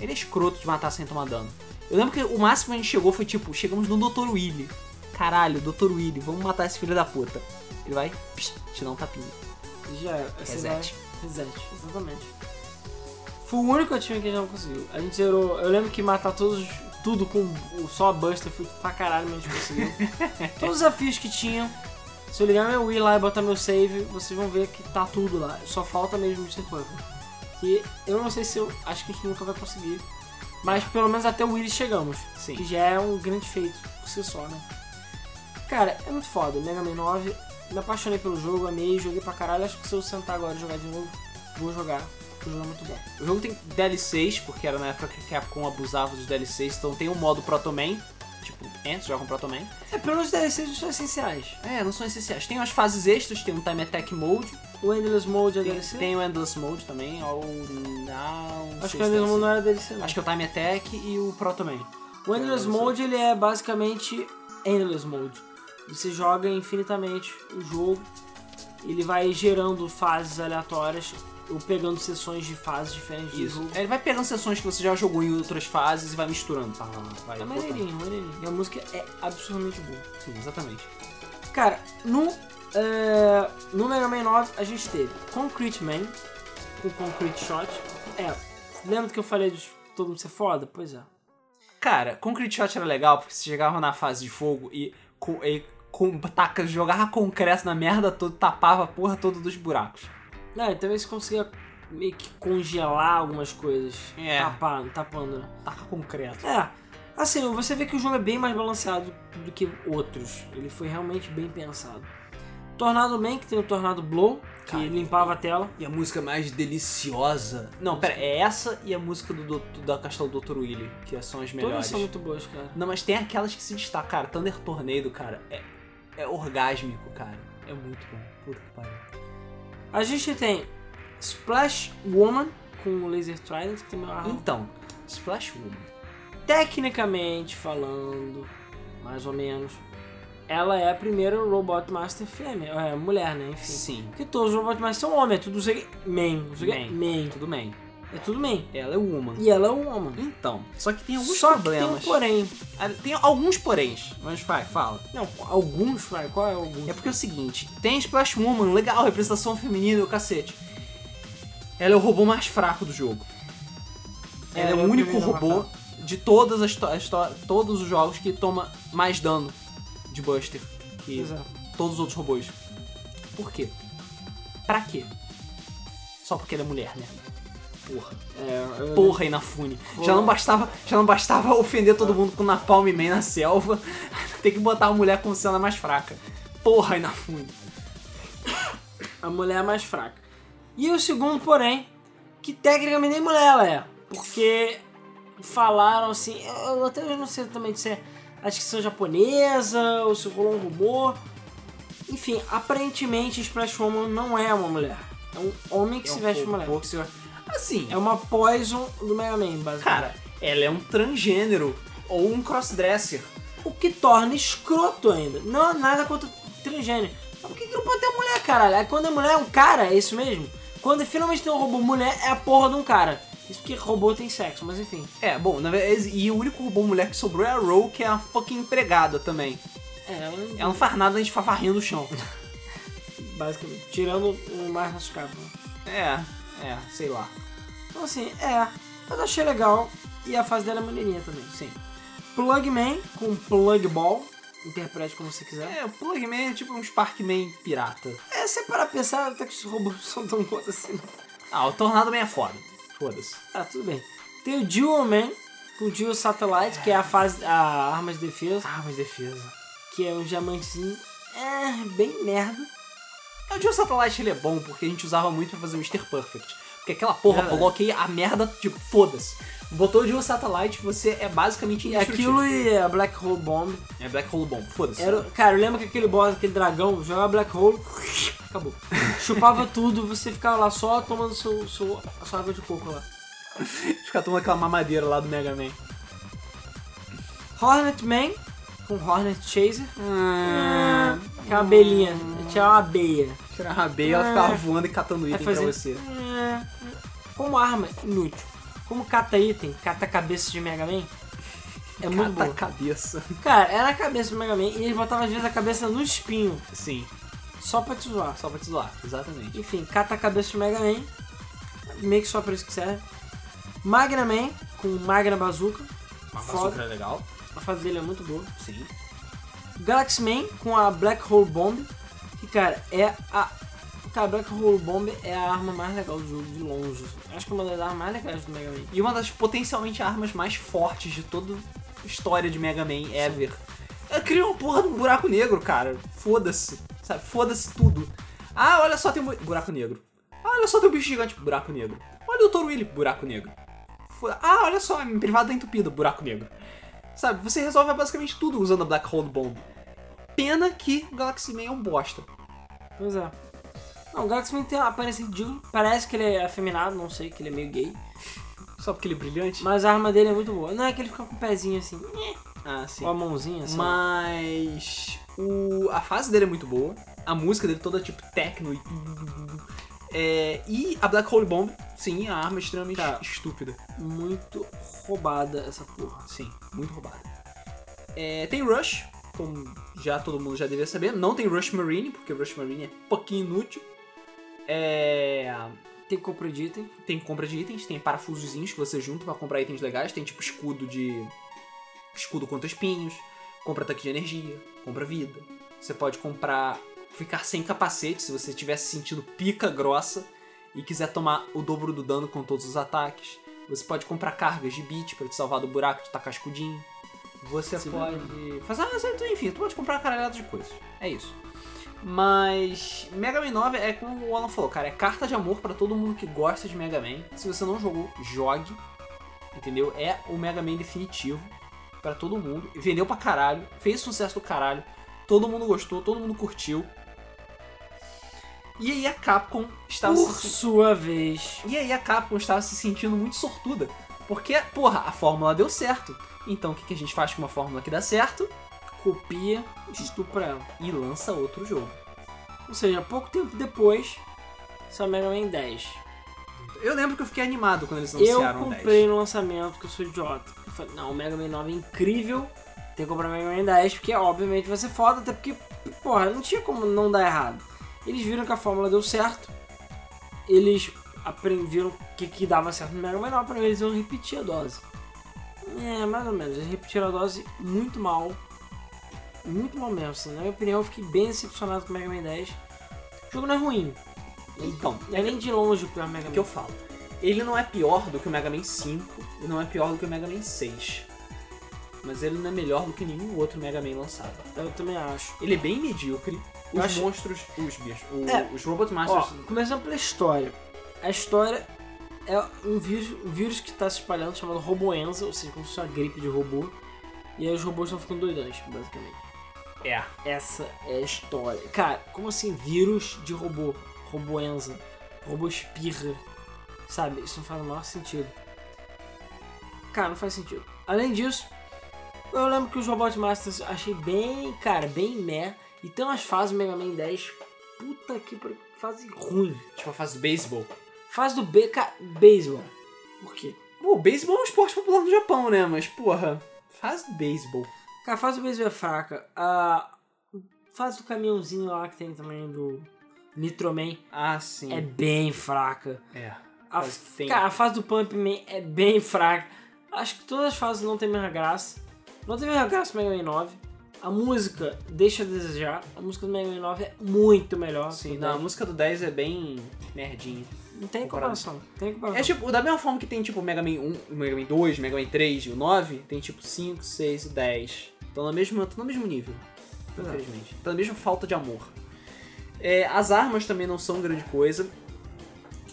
Ele é escroto de matar sem tomar dano. Eu lembro que o máximo que a gente chegou foi tipo, chegamos no Dr. Willy. Caralho, Dr. Willy, vamos matar esse filho da puta. Ele vai, psh, te dá um tapinha. Já é. você Reset. vai- Reset, exatamente. Foi o único time que a gente não conseguiu. A gente zerou. Eu lembro que matar todos. Tudo com o- só a Buster foi pra caralho, mas a gente conseguiu. todos os desafios que tinham. Se eu ligar meu Wii lá e botar meu save, vocês vão ver que tá tudo lá. Só falta mesmo o Mr. Puffin. Que eu não sei se eu. Acho que a gente nunca vai conseguir. Mas pelo menos até o Willy chegamos. Sim. Que já é um grande feito por si só, né? Cara, é muito foda. Mega Man 9, me apaixonei pelo jogo, amei, joguei pra caralho. Acho que se eu sentar agora e jogar de novo, vou jogar. O jogo é muito bom. O jogo tem DLCs, porque era na época que a Capcom abusava dos DLCs, então tem um modo Proto Man, tipo, é, você joga um Proto Man. É, pelo menos DLCs são essenciais. É, não são essenciais. Tem umas fases extras, tem um Time Attack Mode, O Endless Mode é tem, DLC? tem o Endless Mode também, ou não, não sei Acho que o se Endless Mode DLC. não era DLC, não. Acho que é o Time Attack e o Proto Man. O Endless Não sei. Mode ele é basicamente Endless Mode. Você joga infinitamente o jogo, ele vai gerando fases aleatórias ou pegando sessões de fases diferentes do Isso. jogo. É, Ele vai pegando sessões que você já jogou em outras fases e vai misturando. Tá, vai É botando. maneirinho, maneirinho. E a música é absurdamente boa. Sim, exatamente. Cara, no, é, no Mega Man 9 a gente teve Concrete Man, o Concrete Shot. É, lembra que eu falei de todo mundo ser foda? Pois é. Cara, Concrete Shot era legal porque você chegava na fase de fogo e, co- e com, taca, jogava concreto na merda toda, tapava a porra toda dos buracos. Não, e também você conseguia meio que congelar algumas coisas. É. Tapando, tapando, né? Taca concreto. É. Assim, você vê que o jogo é bem mais balanceado do que outros. Ele foi realmente bem pensado. Tornado Man, que tem o Tornado Blow, que Cara, é limpava a tela. E a música mais deliciosa. Não, pera, é essa e a música do, Doutor- da Castelo Dr. Willy, que são as melhores. Todas são muito boas, cara. Não, mas tem aquelas que se destacam, cara. Thunder Tornado, cara, é, é orgásmico, cara. É muito bom. Puta que pariu. A gente tem Splash Woman com o Laser Trident, que também é uma arma. Então, Splash Woman. Tecnicamente falando, mais ou menos, ela é a primeira Robot Master fêmea, é, mulher, né? Enfim. Sim. Porque todos os Robot Masters são homens, é tudo Zeg- man, o Zeg- Man. man, Tudo bem. é tudo man. Ela é Woman. E ela é um homem. Então, só que tem alguns Só problemas. que tem um porém. Ah, tem alguns poréns. Mas vai, fala. Não, alguns, vai, qual é alguns? É porque é o seguinte, tem Splash Woman, legal, representação feminina, o cacete. Ela é o robô mais fraco do jogo. Ela é, Ela é o o único primeiro a robô de todas as to- as to- todos os jogos que toma mais dano de Buster que Pois é. todos os outros robôs. Por quê? Pra quê? Só porque ela é mulher, né? Porra. É, eu- Porra, Inafune. Porra. Já não bastava, já não bastava ofender todo mundo com Napalm Man na selva. Tem que botar a mulher como sendo a mais fraca. Porra, Inafune. a mulher é mais fraca. E o segundo, porém, que tecnicamente nem mulher ela é. Porque falaram assim, eu eu até não sei também se é, acho que são japonesa ou se rolou um rumor. Enfim, aparentemente Splash Woman não é uma mulher. É um homem que se veste de mulher. robô que se- Assim, É uma Poison do Mega Man, basicamente. cara, ela é um transgênero ou um crossdresser. O que torna escroto ainda. Não é nada contra transgênero. Mas por que, que não pode ter mulher, caralho? Aí quando é mulher é um cara, é isso mesmo? Quando finalmente tem um robô mulher, é a porra de um cara. Isso porque robô tem sexo, mas enfim. É, bom, na verdade, e o único robô mulher que sobrou é a Ro, que é a fucking empregada também. É, ela é Ela não faz nada, a gente fica varrendo o chão. basicamente. Tirando o mais rascado. É, é, sei lá. né? Então assim, é. Mas eu achei legal. E a fase dela é maneirinha também. Sim. Plugman com Plug Ball. Interprete como você quiser. É, o Plugman é tipo um Sparkman pirata. É, se você parar pra pensar, até que os robôs são tão bons assim. não. Ah, o Tornado Man é foda. Foda-se. Ah, tudo bem. Tem o Dual Man com o Dual Satellite, que é a fase. a arma de defesa, Ah, mas defesa. que é um diamantezinho. É, bem merda. O Dio Satellite ele é bom porque a gente usava muito pra fazer o Mr. Perfect. Porque aquela porra, Verdade. coloquei a merda, tipo, foda-se. Botou o Dio Satellite, você é basicamente E indestrutível. aquilo e a Black Hole Bomb. É Black Hole Bomb, foda-se. Era, cara, eu lembro que aquele boss, aquele dragão, jogava Black Hole, acabou. Chupava tudo, você ficava lá só tomando seu, seu, a sua água de coco lá. Ficar tomando aquela mamadeira lá do Mega Man. Hornet Man, com Hornet Chaser, que é uma abelhinha, tinha uma abeia. Tirar a rabeia, ela ficava voando e catando Vai item pra você. É, Como arma, inútil. Como cata item, cata cabeça de Mega Man, é muito Cata a bom. cabeça. Cara, era a cabeça do Mega Man e eles botavam às vezes a cabeça no espinho, Sim, só pra te zoar. só pra te zoar, exatamente. Enfim, cata a cabeça do Mega Man. Meio que só pra isso que serve. Magna Man, com Magna Bazooka. Uma Foda. é legal. A fase dele é muito boa. Sim. Galaxy Man, com a Black Hole Bomb. Que, cara, é a... Cara, a Black Hole Bomb é a arma mais legal do jogo, de longe. assim. Acho que é uma das armas mais legais do Mega Man. E uma das potencialmente armas mais fortes de toda a história de Mega Man ever. Ela Criou uma porra de um buraco negro, cara. Foda-se. Sabe? Foda-se tudo. Ah, olha só, tem um bu- buraco negro. Ah, olha só, tem um bicho gigante. Buraco negro. Olha o Dr. Willy. Buraco negro. Fo- Ah, olha só, a minha privada tá entupida. Buraco negro. Sabe? Você resolve basicamente tudo usando a Black Hole Bomb. Pena que o Galaxy Man é um bosta. Pois é. Não, o Galaxy Man tem uma aparência ridícula. Parece que ele é afeminado, não sei, que ele é meio gay. Só porque ele é brilhante. Mas a arma dele é muito boa. Não é que ele fica com o pezinho assim, Ah, sim. ou a mãozinha assim. Mas o, a fase dele é muito boa, a música dele toda tipo techno e. É, e a Black Hole Bomb, sim, a arma é extremamente Cara. estúpida. Muito roubada essa porra. Sim, muito roubada. É, tem Rush, como já todo mundo já devia saber. Não tem Rush Marine, porque Rush Marine é pouquinho inútil. É, Tem compra de item. tem compra de itens, tem parafusozinhos que você junta pra comprar itens legais, tem tipo escudo de. escudo contra espinhos, compra tanque de energia, compra vida. Você pode comprar. ficar sem capacete se você tivesse sentido pica grossa e quiser tomar o dobro do dano com todos os ataques. Você pode comprar cargas de bit pra te salvar do buraco, te tacar escudinho. Você Sim. pode. Fazer, ah, você- enfim, tu pode comprar uma caralhada de coisas. É isso. Mas Mega Man 9 é como o Alan falou, cara, é carta de amor pra todo mundo que gosta de Mega Man. Se você não jogou, jogue. Entendeu? É o Mega Man definitivo pra todo mundo. Vendeu pra caralho, fez sucesso do caralho. Todo mundo gostou, todo mundo curtiu. E aí a Capcom estava Por se- Tá sua vez. e aí a Capcom estava se sentindo muito sortuda. Porque, porra, a fórmula deu certo. Então o que, que a gente faz com uma fórmula que dá certo? Copia, estupra ela. E lança outro jogo. Ou seja, pouco tempo depois, saiu o Mega Man 10. Eu lembro que eu fiquei animado quando eles Eu anunciaram o 10. comprei no lançamento, porque eu sou idiota. Eu falei, não, o Mega Man 9 é incrível. Tem que comprar o Mega Man 10, porque obviamente vai ser foda, até porque, porra, não tinha como não dar errado. Eles viram que a fórmula deu certo. Eles aprenderam o que, que dava certo no Mega Man 9, pra eles iam repetir a dose. É, mais ou menos. Eles repetiram a dose muito mal. Muito mal mesmo. assim. Na minha opinião, eu fiquei bem decepcionado com o Mega Man 10. O jogo não é ruim. Então, É nem de longe o pior Mega Man. o que eu falo. Ele não é pior do que o Mega Man 5, e não é pior do que o Mega Man 6. Mas ele não é melhor do que nenhum outro Mega Man lançado. Eu também acho. Ele é bem medíocre. Os Eu acho- monstros, os bichos, o- É. os Robot Ó, Masters. começando pela história. A história é um vírus, um vírus que está se espalhando chamado Roboenza, ou seja, como se fosse uma gripe de robô. E aí os robôs estão ficando doidões, basicamente. É. Essa é a história. Cara, como assim vírus de robô? Roboenza. Robô espirra. Sabe? Isso não faz o menor sentido. Cara, não faz sentido. Além disso, eu lembro que os Robot Masters achei bem, cara, bem meh. E tem umas fases do Mega Man 10. Puta que par- fase ruim. Tipo a fase do beisebol. Fase do B, cara, beisebol. Por quê? Pô, o beisebol é um esporte popular no Japão, né? Mas, porra, fase do beisebol. Cara, a fase do beisebol é fraca. A fase do caminhãozinho lá que tem também do Nitroman Ah, sim. é bem fraca. É. A, Mas tem. cara, a fase do Pump Man é bem fraca. Acho que todas as fases não tem a mesma graça. Não tem a mesma graça do Mega Man 9. A música deixa a desejar. A música do Mega Man 9 é muito melhor. que Sim, o não, a 10. música do 10 é bem nerdinha. não tem comparação. Tem comparação. É tipo, da mesma forma que tem tipo Mega Man 1, Mega Man 2, Mega Man 3 e o 9, tem tipo 5, 6 e 10. Estão no mesmo, tão no mesmo nível, Exato. infelizmente. Estão na mesma falta de amor. É, as armas também não são grande coisa.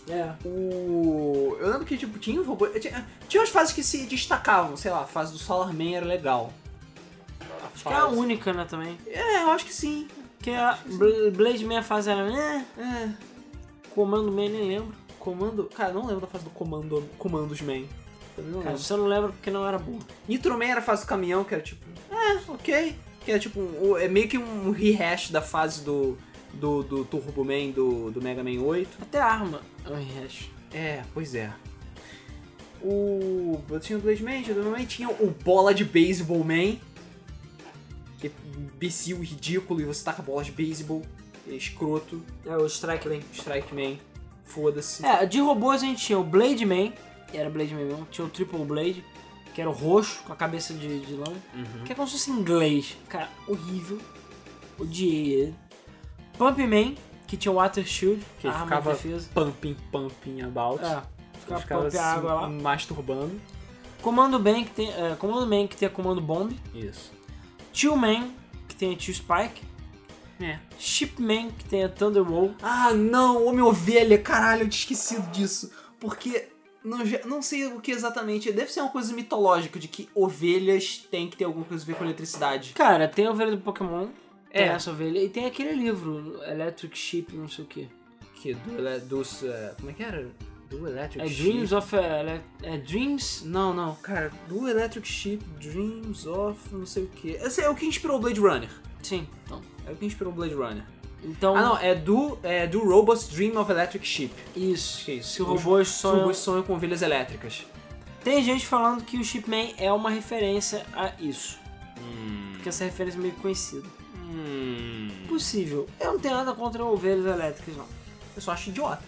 É. O... Eu lembro que tipo, tinha um robô. Tinha, tinha umas fases que se destacavam, sei lá, a fase do Solar Man era legal. A Acho que é a única, né, também. É, eu acho que sim. Porque é a Bl- Blade Man a fase era... né? É. Comando Man nem lembro. Comando. Cara, eu não lembro da fase do comando, Comandos Man. Também não Cara, lembro. se eu não lembro porque não era boa. Nitro Man era a fase do caminhão, que era tipo, é, ok. Que era tipo, um- o- é meio que um rehash da fase do, do, do Turbo Man do, do Mega Man 8. Até a arma é um rehash. É, pois é. O. Eu tinha o Blade Man, tinha o Turbo Man, tinha o Bola de Baseball Man. Que é imbecil, ridículo, e você taca bola de baseball, é escroto, É o Strike Lane. Strike Man, foda-se. É, de robôs a gente tinha o Blade Man, que era Blade Man mesmo, tinha o Triple Blade, que era o roxo, com a cabeça de, de lã, que é como se fosse inglês. Cara, horrível. Odiei ele. Pump Man, que tinha o Water Shield, Que a arma ficava- de defesa. Pumping, pumping about. É, Eu ficava, ficava pump a água lá. assim, masturbando. Comando Man, que tem, é, Comando Man, que tem a Comando Bomb. Isso. Tio Man, que tem a Tio Spike. É. Ship Man, que tem a Thunder Roll. Ah, não, Homem Ovelha, caralho, eu tinha esquecido disso. Porque não, ge- não sei o que exatamente. Deve ser uma coisa mitológica de que ovelhas têm que ter alguma coisa a ver com eletricidade. Cara, tem a ovelha do Pokémon, tem É. essa ovelha, e tem aquele livro, Electric Sheep, não sei o que. Que do, ele- dos. eh, como é que era? Do Electric É Sheep. Dreams of. eh, Ele- é Dreams. Não, não, cara. Do Electric Sheep, Dreams of. não sei o que. Esse é o que inspirou Blade Runner. Sim, então. É o que inspirou Blade Runner. Então, Ah, não, é do, é do Robot's Dream of Electric Sheep. isso. Que isso? Se o robô Sonho... sonha. Robôs sonham com ovelhas elétricas. Tem gente falando que o Shipman é uma referência a isso. Porque essa referência é meio conhecida. Hum. Possível. Eu não tenho nada contra ovelhas elétricas, não. Eu só acho idiota.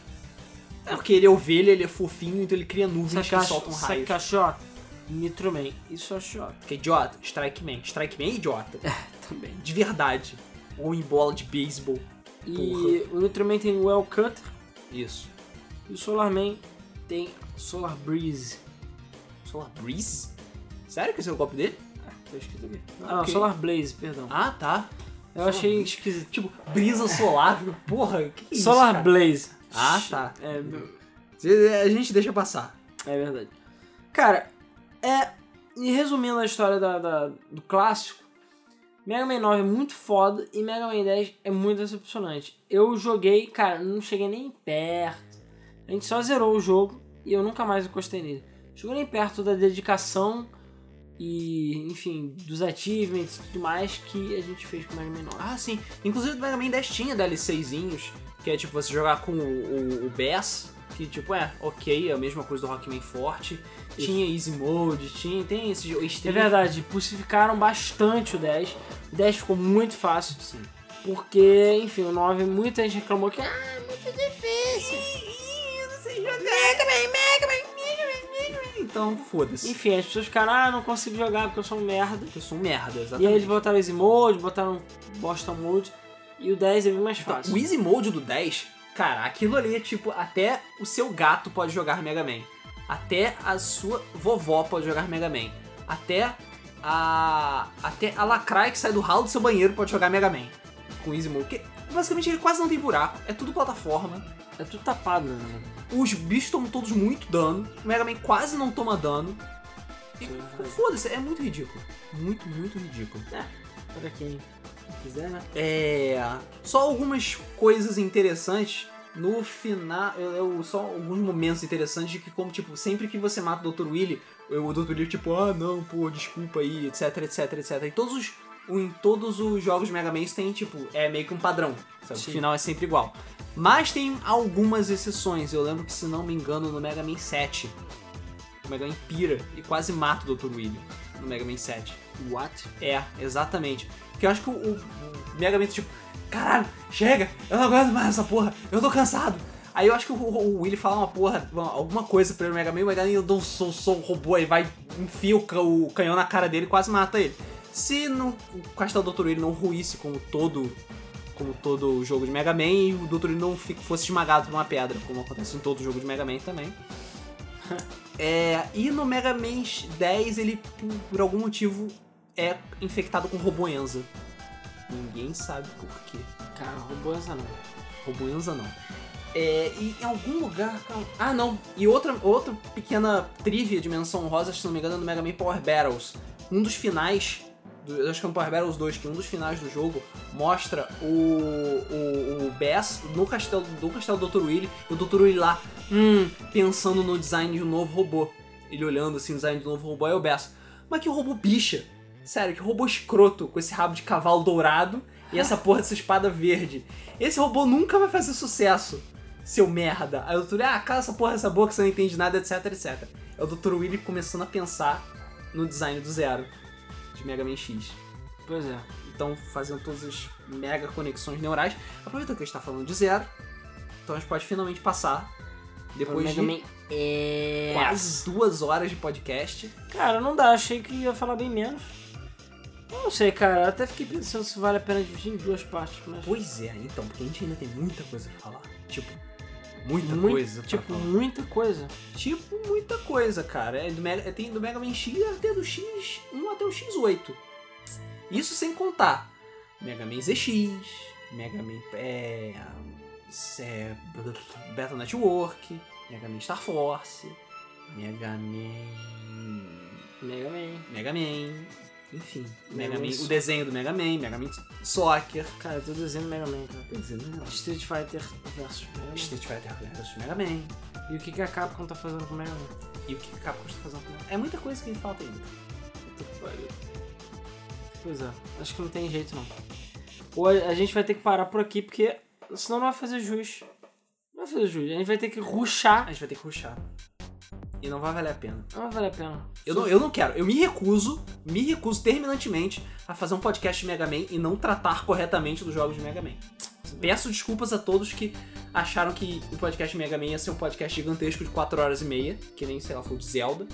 É porque ele é ovelha, ele é fofinho, então ele cria nuvens que um soltam Sabe raios. que é chota? Nitro Man. Isso é chota. Que é idiota? Strike Man. Strike Man é idiota. Também. De verdade. Ou em bola de beisebol. E Porra. o Nitro Man tem o Well Cutter Isso. e o Solar Man tem Solar Breeze. Solar Breeze? Sério que esse é o golpe dele? Tá escrito aqui. Ah, Ah, não, ok. Solar Blaze, perdão. Ah, tá. Eu achei esquisito. Tipo, brisa solar. Porra, que que é isso, Solar cara? Blaze. Ah, tá. É, A gente deixa passar. é verdade. Cara, é. E resumindo a história da, da- do clássico, Mega Man 9 é muito foda e Mega Man 10 é muito decepcionante. Eu joguei, cara, não cheguei nem perto. A gente só zerou o jogo e eu nunca mais encostei nele. Chegou nem perto da dedicação e, enfim, dos achievements e tudo mais que a gente fez com o Mega Man 9. Ah, sim. Inclusive o Mega Man 10 tinha DLCzinhos, que é tipo você jogar com o, o, o Bass, que tipo é, ok, é a mesma coisa do Rockman Forte. Tinha Easy Mode, tinha, tem esse jogo. É verdade, pulsificaram bastante o 10. O 10 ficou muito fácil. Sim. Porque, enfim, o 9 muita gente reclamou que ah, é muito difícil. Então, foda-se. Enfim, as pessoas ficaram, ah, não consigo jogar porque eu sou um merda. Eu sou um merda, E aí exatamente. eles botaram Easy Mode, botaram Bosta Mode. E o 10 é bem Tá, mais fácil. O Easy Mode do 10, cara, aquilo ali é tipo, até o seu gato pode jogar Mega Man. Até a sua vovó pode jogar Mega Man. Até a. Até a lacraia que sai do ralo do seu banheiro pode jogar Mega Man. Com o Easy Mode. Porque basicamente ele quase não tem buraco, é tudo plataforma. É tudo tapado, né? Os bichos tomam todos muito dano. O Mega Man quase não toma dano. E Sim, é. Foda-se, é muito ridículo. Muito, muito ridículo. Pra quem quiser, né? É. Só algumas coisas interessantes. No final, eu, eu- só alguns momentos interessantes de que, como, tipo, sempre que você mata o Dr. Willy, eu- o Dr. Willy, tipo, ah, não, pô, desculpa aí, etc, etc, etc. E todos os, em todos os jogos de Mega Man isso tem, tipo, é meio que um padrão, sabe? Sim. O final é sempre igual. Mas tem algumas exceções. Eu lembro que, se não me engano, no Mega Man 7, o Mega Man pira e quase mata o Dr. Willy no Mega Man 7. What? É, exatamente. Porque eu acho que o, o- o Mega Man, tipo, caralho, chega, eu não aguento mais essa porra, eu tô cansado. Aí eu acho que o, o Willy fala uma porra, uma- alguma coisa pra ele no Mega Man, o Mega Man, eu dou um sou, sou um robô, aí vai, enfia o, ca- o canhão na cara dele e quase mata ele. Se não, o castelo do Dr. Willy não ruísse como todo como todo jogo de Mega Man e o Dr. Willy não fi- fosse esmagado por uma pedra, como acontece em todo jogo de Mega Man também. É, e no Mega Man 10 ele, por, por algum motivo, é infectado com robô Enza. Ninguém sabe por quê. Cara, robô essa não. Robuenza não. É, e em algum lugar. calma. Ah, não. E outra, outra pequena trivia de menção honrosa, se não me engano, é do Mega Man Power Battles. Um dos finais. do- eu acho que é no Power Battles 2, que um dos finais do jogo mostra o. o, o Bass no castelo, do castelo do Dr. Willy, e o Dr. Willy lá, hum, pensando no design de um novo robô. Ele olhando assim, o design do novo robô, aí o Bass. Mas que robô bicha! Sério, que robô escroto, com esse rabo de cavalo dourado e essa porra dessa espada verde. Esse robô nunca vai fazer sucesso, seu merda. Aí o Dr. Willy, ah, cala essa porra essa boca, você não entende nada, etc, etc. É o Dr. Willy começando a pensar no design do Zero, de Mega Man X. Pois é. Então, fazendo todas as mega conexões neurais. Aproveitando que a gente tá falando de Zero, então a gente pode finalmente passar, Pro depois de Mega Man é. quase duas horas de podcast. Cara, não dá, achei que ia falar bem menos. Eu não sei, cara, eu até fiquei pensando se vale a pena dividir em duas partes, mas. Pois é, então, porque a gente ainda tem muita coisa pra falar. Tipo, muita Muito- coisa pra Tipo, falar. muita coisa. Tipo, muita coisa, cara. É do Mega, tem do Mega Man X até do X1 até o X8. Isso sem contar Mega Man ZX, Mega Man é, é, Beta Network, Mega Man Star Force, Mega Man... Mega Man. Mega Man... Enfim, Mega Mega Man Man, o Soccer. desenho do Mega Man, Mega Man Soccer... Cara, eu tô desenhando Mega Man, cara. Desenho do Mega Man. Street Fighter versus Mega Man. Street Fighter versus Mega Man... E o que, que a Capcom tá fazendo com o Mega Man? E o que a Capcom está fazendo com- É muita coisa que falta ainda. Pois é, acho que não tem jeito não. Ou a, a gente vai ter que parar por aqui, porque senão não vai fazer jus. Não vai fazer jus. A gente vai ter que ruxar. A gente vai ter que ruxar. E não vai valer a pena. Não vai valer a pena. Eu não, eu não quero. Eu me recuso, me recuso terminantemente a fazer um podcast de Mega Man e não tratar corretamente dos jogos de Mega Man. Peço desculpas a todos que acharam que o podcast de Mega Man ia ser um podcast gigantesco de 4 horas e meia, que nem, sei lá, foi o de Zelda.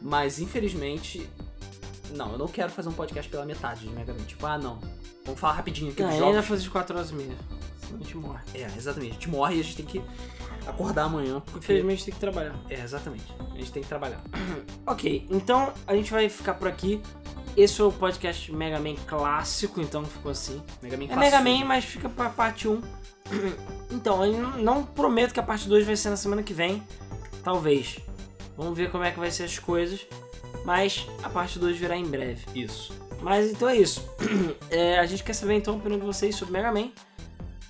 Mas, infelizmente, não, eu não quero fazer um podcast pela metade de Mega Man. Tipo, ah, não, vamos falar rapidinho aqui Não, dos ele ainda jogos. vai fazer de 4 horas e meia. Senão a gente morre. É, exatamente. A gente morre e a gente tem que acordar amanhã. Porque... Infelizmente tem que trabalhar. É, exatamente. A gente tem que trabalhar. Ok, então a gente vai ficar por aqui. Esse foi o podcast Mega Man clássico, então ficou assim. Mega Man É Mega classudo. Man, mas fica pra parte 1. Então, eu não- não prometo que a parte 2 vai ser na semana que vem. Talvez. Vamos ver como é que vai ser as coisas. Mas a parte 2 virá em breve. Isso. Mas então é isso. É, a gente quer saber então a opinião de vocês sobre Mega Man.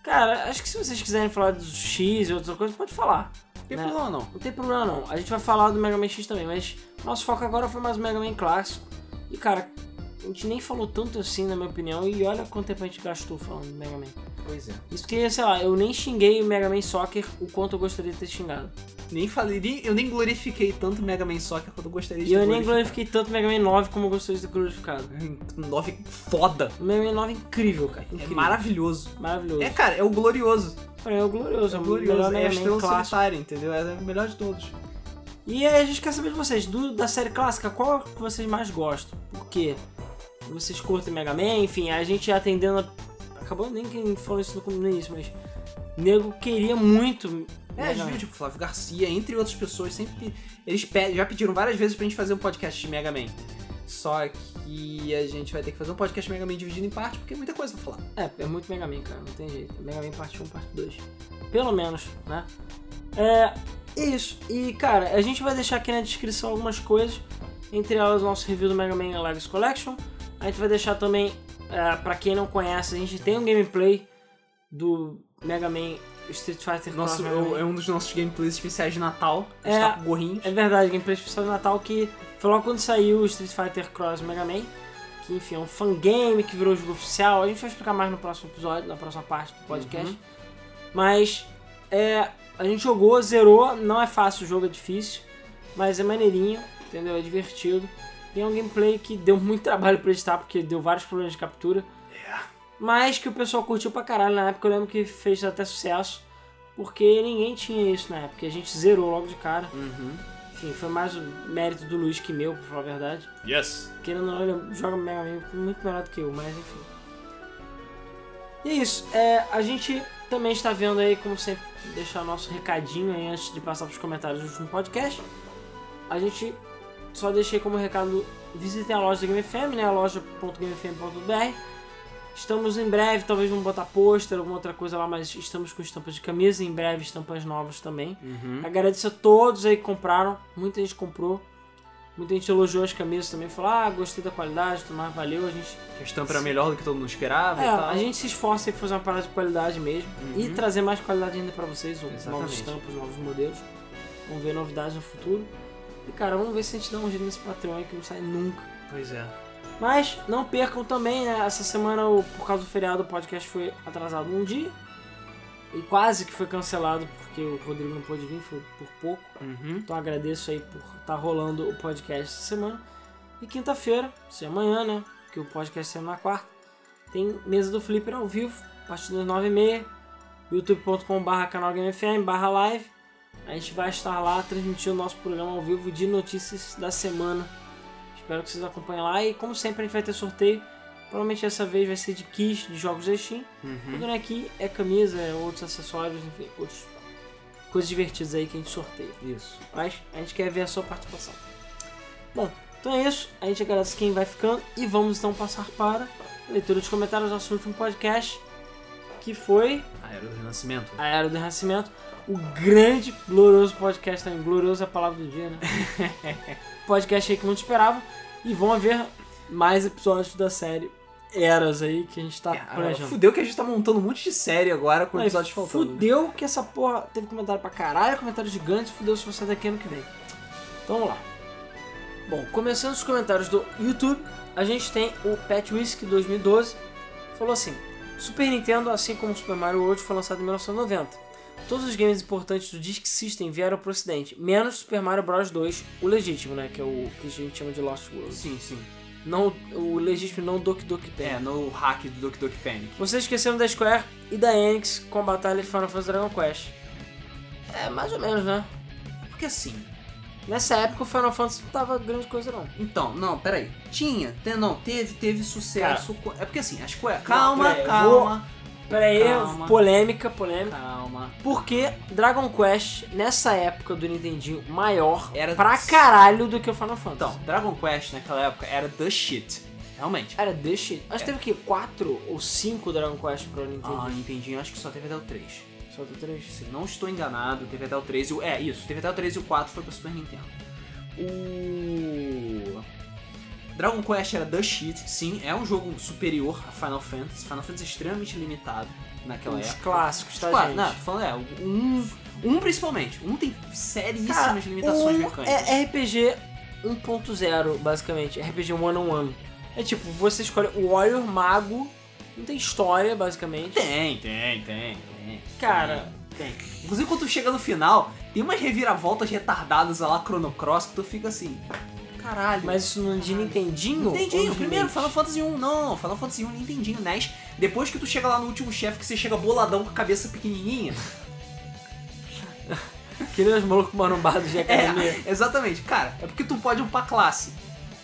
Cara, acho que se vocês quiserem falar do X e outras coisas, pode falar. Não tem Né? problema não. Não tem problema não. A gente vai falar do Mega Man X também, mas nosso foco agora foi mais o Mega Man clássico. E cara, a gente nem falou tanto assim, na minha opinião, e olha quanto tempo a gente gastou falando do Mega Man. Pois é. Isso que, sei lá, eu nem xinguei o Mega Man Soccer o quanto eu gostaria de ter xingado. Nem falei, nem- eu nem glorifiquei tanto Mega Man Soccer quanto eu gostaria de E eu nem glorifiquei tanto o Mega Man 9 como eu gostaria de ter glorificado. glorifiquei. 9 Um foda. O Mega Man 9 é incrível, cara. É Incrível. maravilhoso. Maravilhoso. É, cara, é o glorioso. Pra mim é o glorioso, É é o o glorioso. melhor É a Mega Man estrela clássico. solitária, entendeu? É o melhor de todos. E aí a gente quer saber de vocês, do- da série clássica, qual que vocês mais gostam? Por quê? Vocês curtem Mega Man? Enfim, a gente atendendo. a- Acabou nem quem falou isso no no início, mas. Nego queria muito. É, Mega às Man. vezes, tipo, Flávio Garcia, entre outras pessoas, sempre. Eles pe- já pediram várias vezes pra gente fazer um podcast de Mega Man. Só que a gente vai ter que fazer um podcast de Mega Man dividido em parte, porque é muita coisa pra falar. É, é muito Mega Man, cara, não tem jeito. É Mega Man parte 1, parte 2. Pelo menos, né? É. é Isso. E, cara, a gente vai deixar aqui na descrição algumas coisas. Entre elas, o nosso review do Mega Man Legacy Collection. A gente vai deixar também, é, pra quem não conhece, a gente tem um gameplay do Mega Man Street Fighter Nosso, Cross Mega Man. é um dos nossos gameplays especiais de Natal. A gente É. tá com gorrinho. É verdade, gameplay especial de Natal que foi logo quando saiu o Street Fighter Cross Mega Man, que enfim é um fangame que virou jogo oficial. A gente vai explicar mais no próximo episódio, na próxima parte do podcast. Uhum. Mas é, a gente jogou, zerou, não é fácil, o jogo é difícil, mas é maneirinho, entendeu? É divertido. E é um gameplay que deu muito trabalho pra editar, porque deu vários problemas de captura. Mas que o pessoal curtiu pra caralho na época, eu lembro que fez até sucesso. porque ninguém tinha isso na época. e A gente zerou logo de cara. Uhum. Enfim, foi mais o mérito do Luiz que meu, pra falar a verdade. Yes. Querendo ou não, ele joga Mega Man muito melhor do que eu, mas enfim. E é isso. É, a gente também está vendo aí, como sempre, deixar nosso recadinho aí antes de passar para os comentários do último podcast. A gente só deixei como recado: visitem a loja da Game FM, né? loja.gamefm.br. Estamos em breve, talvez vamos botar pôster, alguma outra coisa lá, mas estamos com estampas de camisa, em breve estampas novas também. Uhum. Agradeço a todos aí que compraram. Muita gente comprou. Muita gente elogiou as camisas também. Falou, ah, gostei da qualidade, tudo mais, valeu. A gente, A estampa era melhor do que todo mundo esperava é, e tal. a gente se esforça em fazer uma parada de qualidade mesmo. Uhum. E trazer mais qualidade ainda pra vocês. ou Novos Exatamente. estampas, novos modelos. Vamos ver novidades no futuro. E, cara, vamos ver se a gente dá um jeito nesse Patreon aí que não sai nunca. Pois é. Mas não percam também, né? Essa semana, o- por causa do feriado, o podcast foi atrasado um dia. E quase que foi cancelado, porque o Rodrigo não pôde vir, foi por pouco. Uhum. Então agradeço aí por estar rolando o podcast essa semana. E quinta-feira, se é amanhã, né? Que o podcast sai na quarta. Tem mesa do Flipper ao vivo, a partir das 9h30, youtube.com.br canal GameFM, barra live. A gente vai estar lá transmitindo o nosso programa ao vivo de notícias da semana. Espero que vocês acompanhem lá. E como sempre, a gente vai ter sorteio. Provavelmente dessa vez vai ser de kits de jogos da Steam. Uhum. Tudo aqui é camisa, é outros acessórios, enfim, outras coisas divertidas aí que a gente sorteia Isso. mas a gente quer ver a sua participação. Bom, então é isso. A gente agradece quem vai ficando e vamos então passar para a leitura dos comentários do nosso último podcast, que foi A Ah, era do renascimento. a Era do Renascimento, o grande, glorioso podcast também. Glorioso é a palavra do dia, né? podcast aí que muito esperava. E vão haver mais episódios da série Eras aí que a gente tá É, agora planejando. fudeu que a gente tá montando um monte de série agora com Não, e episódios faltando. né? Fudeu que essa porra teve comentário pra caralho, comentário gigante, fudeu se você daqui ano que vem. Então vamos lá. Bom, começando os comentários do YouTube, a gente tem o Pat Whisky 2012, falou assim: Super Nintendo, assim como Super Mario World, foi lançado em 1990. Todos os games importantes do Disk System vieram pro ocidente, menos Super Mario Bros 2, o legítimo, né? Que é o que a gente chama de Lost World. Sim, sim. Não, o legítimo não o Doki Doki Panic. É, no hack do Doki Doki Panic. Vocês esqueceram da Square e da Enix com a batalha de Final Fantasy Dragon Quest. É, mais ou menos, né? Porque assim, Nessa época o Final Fantasy não tava grande coisa, não. Então, não, peraí. Tinha, te- não, teve, teve sucesso. co- é porque assim, as cuecas. Calma, calma. Pera aí, Calma. polêmica, polêmica. Calma. Porque Dragon Quest, nessa época do Nintendinho, maior Era- pra caralho do que o Final Fantasy. Então, Dragon Quest naquela época era the shit. Realmente. Era the shit. Acho que É. teve o quê? 4 ou 5 Dragon Quest pro Ah, Nintendinho. entendi. Acho que só teve até o 3. Só tem 3. Se não estou enganado, teve até o 3 e o. É, isso. Teve até o 3 e o 4 foi pro Super Nintendo. O. Dragon Quest era the shit, sim, é um jogo superior a Final Fantasy. Final Fantasy é extremamente limitado naquela Os época. clássicos, tá, Claro, gente? não, tô falando, é, o- um, um principalmente. Um tem seríssimas Cara, limitações um mecânicas. É RPG 1.0, basicamente. RPG one on one. É tipo, você escolhe o Warrior Mago, não tem história, basicamente. Tem, tem, tem, tem. Cara, tem. Inclusive, quando tu chega no final, tem umas reviravoltas retardadas lá, Chrono Cross, que tu fica assim, caralho. Mas isso no de Nintendinho? Ou Nintendinho, de primeiro, NES? Final Fantasy 1, não, Final Fantasy 1, Nintendinho, NES. Depois que tu chega lá no último chefe, que você chega boladão com a cabeça pequenininha. Que nem né? os malucos marombados de academia. É, exatamente. Cara, é porque tu pode upar classe.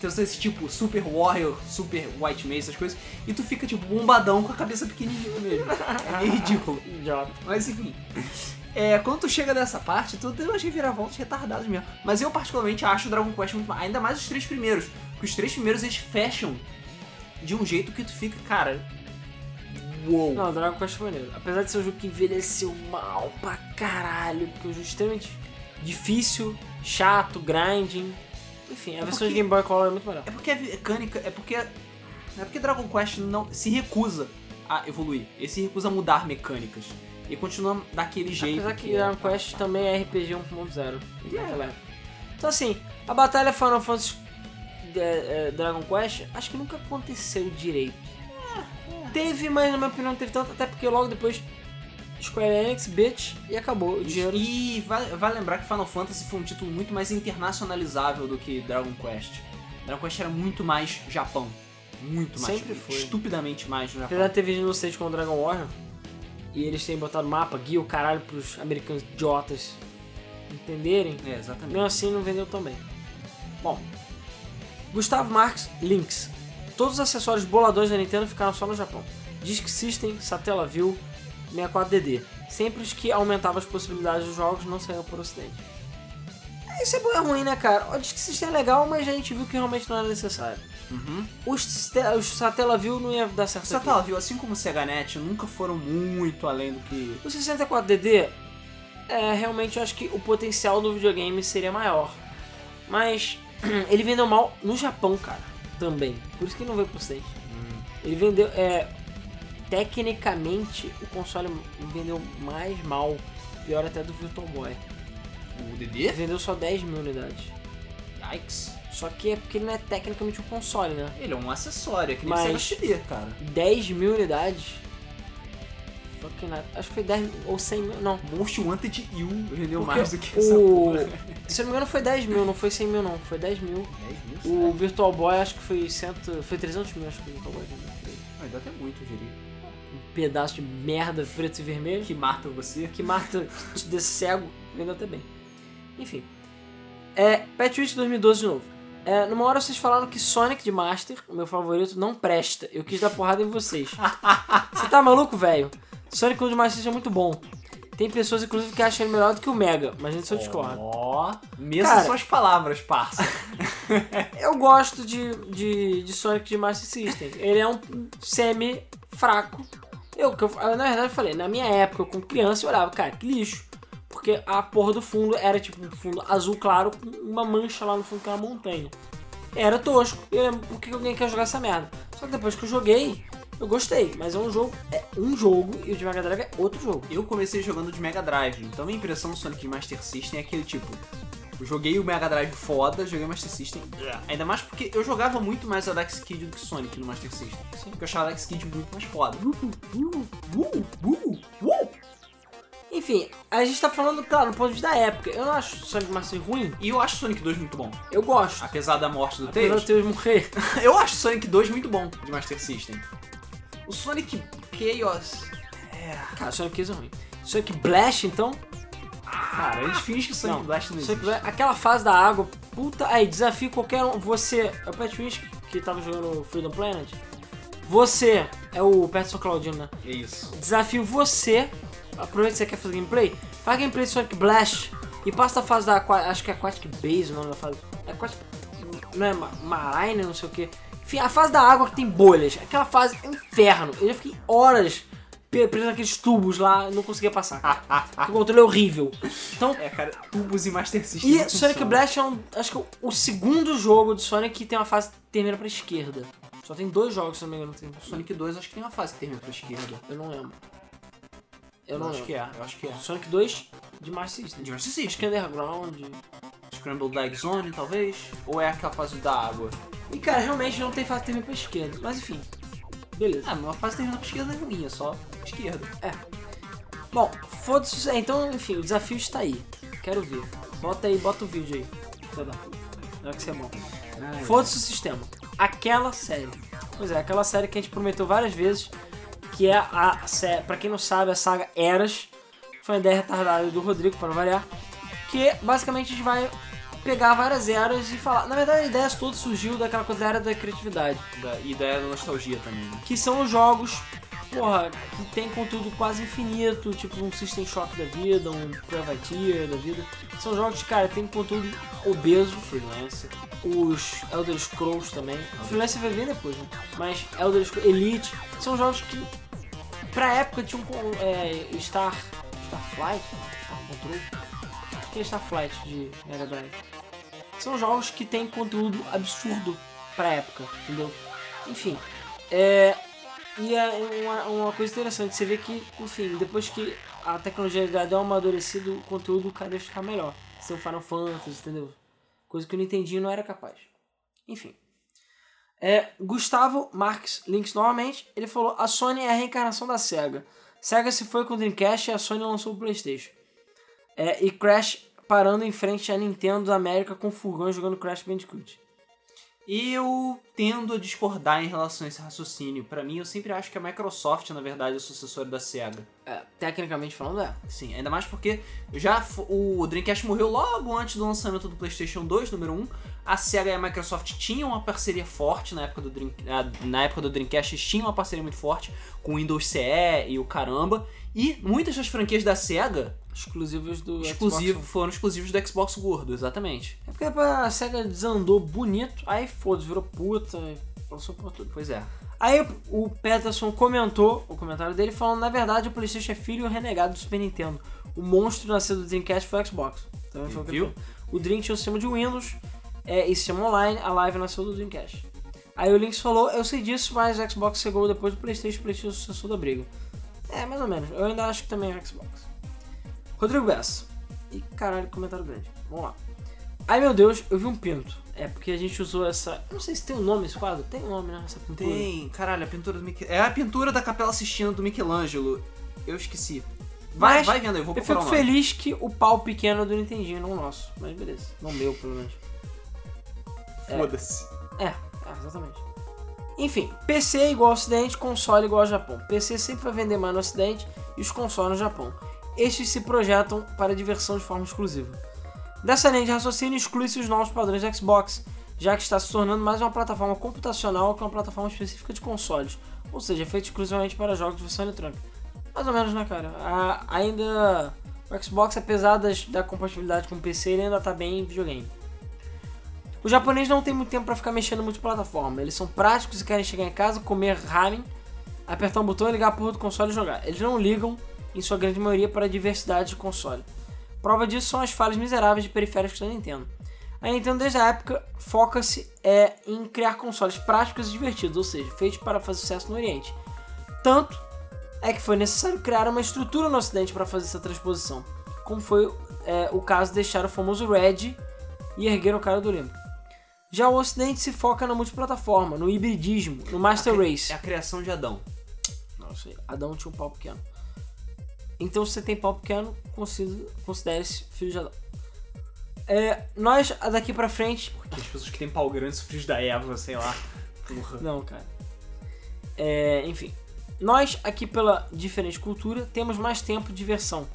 Tem esse tipo Super Warrior, Super White Mage, essas coisas. E tu fica tipo bombadão com a cabeça pequenininha mesmo. É meio ridículo. Idiota. Mas enfim. É, quando tu chega nessa parte, tu tem umas reviravoltas retardadas mesmo. Mas eu particularmente acho o Dragon Quest muito ma- Ainda mais os três primeiros. Porque os três primeiros eles fecham de um jeito que tu fica, cara. Uou. Não, Dragon Quest é maneiro. Apesar de ser um jogo que envelheceu mal pra caralho, porque é um jogo extremamente difícil, chato, grinding. Enfim, a versão porque- de Game Boy Color é muito melhor. É porque a mecânica. É porque. É porque Dragon Quest não se recusa a evoluir. Ele se recusa a mudar mecânicas. E continua daquele jeito. Apesar que é. Dragon Quest também é RPG 1.0. É. naquela época. Então assim, a batalha Final Fantasy é, é, Dragon Quest acho que nunca aconteceu direito. É, Teve, mas na minha opinião não teve tanto, até porque logo depois Square Enix, bitch, e acabou o dinheiro. E vai, vai lembrar que Final Fantasy foi um título muito mais internacionalizável do que Dragon Quest. Dragon Quest era muito mais Japão. Muito mais. Sempre foi. Estupidamente mais no Japão. Apesar de ter vídeo no stage com o Dragon Warrior, E eles têm botado mapa, guia o caralho pros americanos idiotas entenderem. É, exatamente. Mesmo assim, não vendeu tão bem. Bom, Gustavo Marx Lynx. Todos os acessórios boladões da Nintendo ficaram só no Japão. Disk System, Satellaview, 64DD. Sempre os que aumentavam as possibilidades dos jogos não saíram por ocidente. É, Isso é bom e ruim, né, cara? O Disk System é legal, mas a gente viu que realmente não era necessário. Uhum. Os, ste- os Satellaview não ia dar certo. Só aqui. que ela viu, assim como o SegaNet, nunca foram muito além do que. O 64DD, é, realmente eu acho que o potencial do videogame seria maior. Mas ele vendeu mal no Japão, cara, também. Por isso que não veio pro Ocidente. Ele vendeu, é, tecnicamente, o console vendeu mais mal, pior até do Virtual Boy. O Ele DD? vendeu só 10 mil unidades. Yikes. Só que é porque ele não é tecnicamente um console, né? Ele é um acessório, é que nem Mas- o Sega HD, cara. 10 mil unidades. Fucking nada. Acho que foi 10 ou 100 mil, não. Most Wanted U vendeu Porque mais do que essa o... porra. Se eu não me engano foi 10 mil, não foi 100 mil não, foi 10 mil. 10 mil, O Virtual Boy acho que foi, cento... foi 300 mil, acho que o Virtual Boy vendeu. Ah, dá até muito, eu diria. Um pedaço de merda preto e vermelho Que mata você. que mata te dê cego, vendeu até bem. Enfim. É, Patch Witch 2012 de novo. É, numa hora vocês falaram que Sonic de Master, o meu favorito, não presta. Eu quis dar porrada em vocês. Você tá maluco, velho? Sonic 1 de Master é muito bom. Tem pessoas, inclusive, que acham ele melhor do que o Mega, mas É, nisso eu discordo. Ó, mesmo Cara- só as palavras, parça. Eu gosto de, de, de Sonic de Master System. Ele é um semi fraco. Eu, que eu- eu, na verdade, eu falei, na minha época, eu como criança, eu olhava, cara, que lixo. Porque a porra do fundo era tipo um fundo azul claro com uma mancha lá no fundo que era uma montanha. Era tosco. Eu lembro, por que alguém quer jogar essa merda? Só que depois que eu joguei, eu gostei. Mas é um jogo, é um jogo e o de Mega Drive é outro jogo. Eu comecei jogando de Mega Drive, então minha impressão do Sonic de Master System é aquele tipo. Eu joguei o Mega Drive foda, joguei o Master System. ugh. Ainda mais porque eu jogava muito mais Alex Kidd do que Sonic no Master System. Porque eu achava Alex Kidd muito mais foda. uh, Enfim, a gente tá falando, claro, do ponto de vista da época. Eu não acho Sonic Master ruim. E eu acho Sonic 2 muito bom. Eu gosto. Apesar da morte do Apesar Tails, de Tails morrer. eu acho Sonic 2 muito bom de Master System. O Sonic Chaos. Cara, Sonic Kids é ruim. Sonic Blast, então? Cara, eles fingem que Sonic Não, Blast não existe. Sonic Blast, aquela fase da água, puta, aí, desafio qualquer um. Você é o Pat Wish, que tava jogando Freedom Planet. Você é o Peterson Claudino, né? É isso. Desafio você, aproveita que você quer fazer gameplay, faz gameplay de Sonic Blast e passa da fase da Aqua- acho que é Aquatic Base o nome da fase. É Aquatic, não é Ma- Marine, não sei o que. Enfim, a fase da água que tem bolhas, aquela fase é um inferno. Eu já fiquei horas pe- preso naqueles tubos lá e não conseguia passar. Porque o controle é horrível. Então, É, cara, tubos e Master System. e não Sonic funcionam. Blast é um, acho que é o segundo jogo de Sonic que tem uma fase que termina pra esquerda. Só tem dois jogos, se não me engano, que tem Sonic. Sonic 2 acho que tem uma fase que termina pra esquerda. Eu não lembro. Eu não acho lembro. que é, eu acho que é. Sonic 2 de Master System. De Master Acho que System. Underground. Scrambled Egg Zone, talvez? Ou é aquela fase da água? E cara, realmente não tem fase termina pra esquerda. Mas enfim. Beleza. Ah, mas a fase termina pra esquerda é ruim, é só esquerda. Bom, foda-se. é, Então, enfim, o desafio está aí. Quero ver. Bota aí, bota o vídeo aí. Filha da puta. Não é que você é bom. Foda-se o sistema. Aquela série. Pois é, aquela série que a gente prometeu várias vezes, que é a série, pra quem não sabe, a saga Eras. Foi uma ideia retardada do Rodrigo, para variar. Que basicamente a gente vai pegar várias eras e falar. Na verdade, a ideia toda surgiu daquela coisa da era da criatividade. Da, e da era da nostalgia também, né? que são os jogos, porra, que tem conteúdo quase infinito, tipo um System Shock da vida, um Privateer da vida. São jogos que, cara, tem conteúdo obeso. Freelancer. Os Elder Scrolls também. Freelance vai ver depois, né? Mas Elder Scrolls, Elite, são jogos que pra época tinham um, é, Star. Starflight? Star Control? Acho que é Starflight de Mega Drive. São jogos que tem conteúdo absurdo pra época, entendeu? Enfim. É, e é uma, uma coisa interessante, você vê que, enfim, depois que a tecnologia já deu uma amadurecida, o conteúdo cada vez fica melhor. Seu Final Fantasy, entendeu? Coisa que o Nintendinho não era capaz. Enfim. É, Gustavo Marx Links novamente, ele falou: a Sony é a reencarnação da SEGA. SEGA se foi com o Dreamcast e a Sony lançou o Playstation. É, e Crash parando em frente à Nintendo da América com furgão jogando Crash Bandicoot. E eu tendo a discordar em relação a esse raciocínio. Pra mim, eu sempre acho que a Microsoft, na verdade, é o sucessor da SEGA. É, tecnicamente falando, é. Sim, ainda mais porque já f- o Dreamcast morreu logo antes do lançamento do PlayStation 2, número 1. A Sega e a Microsoft tinham uma parceria forte na época do, Dream, ah, na época do Dreamcast, tinha uma parceria muito forte com o Windows CE e o caramba. E muitas das franquias da Sega Exclusivos do exclusivo, foram exclusivos do Xbox Gordo, exatamente. Xbox. É porque a SEGA desandou bonito, aí foda-se, virou puta, e lançou por tudo. Pois é. Aí o Peterson comentou o comentário dele falando, na verdade, o Playstation é filho renegado do Super Nintendo. O monstro nasceu do Dreamcast foi o Xbox. Também foi o que Viu? ele falou. O Dream tinha um sistema de Windows é, e sistema online, a live nasceu do Dreamcast. Aí o Lynx falou, eu sei disso, mas o Xbox chegou depois do Playstation, o Playstation é o sucessor da briga. É, mais ou menos. Eu ainda acho que também é o Xbox. Rodrigo Bessa. E caralho, comentário grande. Vamos lá. Ai meu Deus, eu vi um pinto. É porque a gente usou essa. eu Não sei se tem um nome esse quadro. Tem um nome, né? Essa pintura. Tem, caralho, a pintura do Michelangelo. É a pintura da Capela Sistina do Michelangelo. Eu esqueci. Vai, Mas vai vendo aí, eu vou Eu procurar fico o nome. feliz que o pau pequeno é do Nintendinho, não o nosso. Mas beleza. Não meu, pelo menos. Foda-se. É, é, exatamente. Enfim, PC é igual ao Ocidente, console é igual ao Japão. PC sempre vai vender mais no Ocidente e os consoles no Japão. Estes se projetam para diversão de forma exclusiva. Dessa linha de raciocínio, exclui-se os novos padrões do Xbox, já que está se tornando mais uma plataforma computacional que é uma plataforma específica de consoles, ou seja, feita exclusivamente para jogos de versão eletrônica. Mais ou menos, né, cara? A- ainda. O Xbox, apesar das- da compatibilidade com o PC, ele ainda está bem em videogame. O japonês não tem muito tempo pra ficar mexendo em multiplataforma. Eles são práticos e querem chegar em casa, comer ramen, apertar um botão, ligar a porra do console e jogar. Eles não ligam, em sua grande maioria, para a diversidade de console. Prova disso são as falhas miseráveis de periféricos da Nintendo. A Nintendo, desde a época, foca-se é, em criar consoles práticos e divertidos, ou seja, feitos para fazer sucesso no Oriente. Tanto é que foi necessário criar uma estrutura no Ocidente para fazer essa transposição, como foi é, o caso de deixar o famoso Red e erguer o cara do limbo. Já o Ocidente se foca na multiplataforma, no hibridismo, no Master Race. É a criação de Adão. Não sei. Adão tinha um pau pequeno. Então se você tem pau pequeno, considere- considere-se filho de Adão. É, nós daqui pra frente. Porque as pessoas que têm pau grande são filhos da Eva, sei lá. Porra. Não, cara. É, enfim. Nós, aqui pela diferente cultura, temos mais tempo de diversão.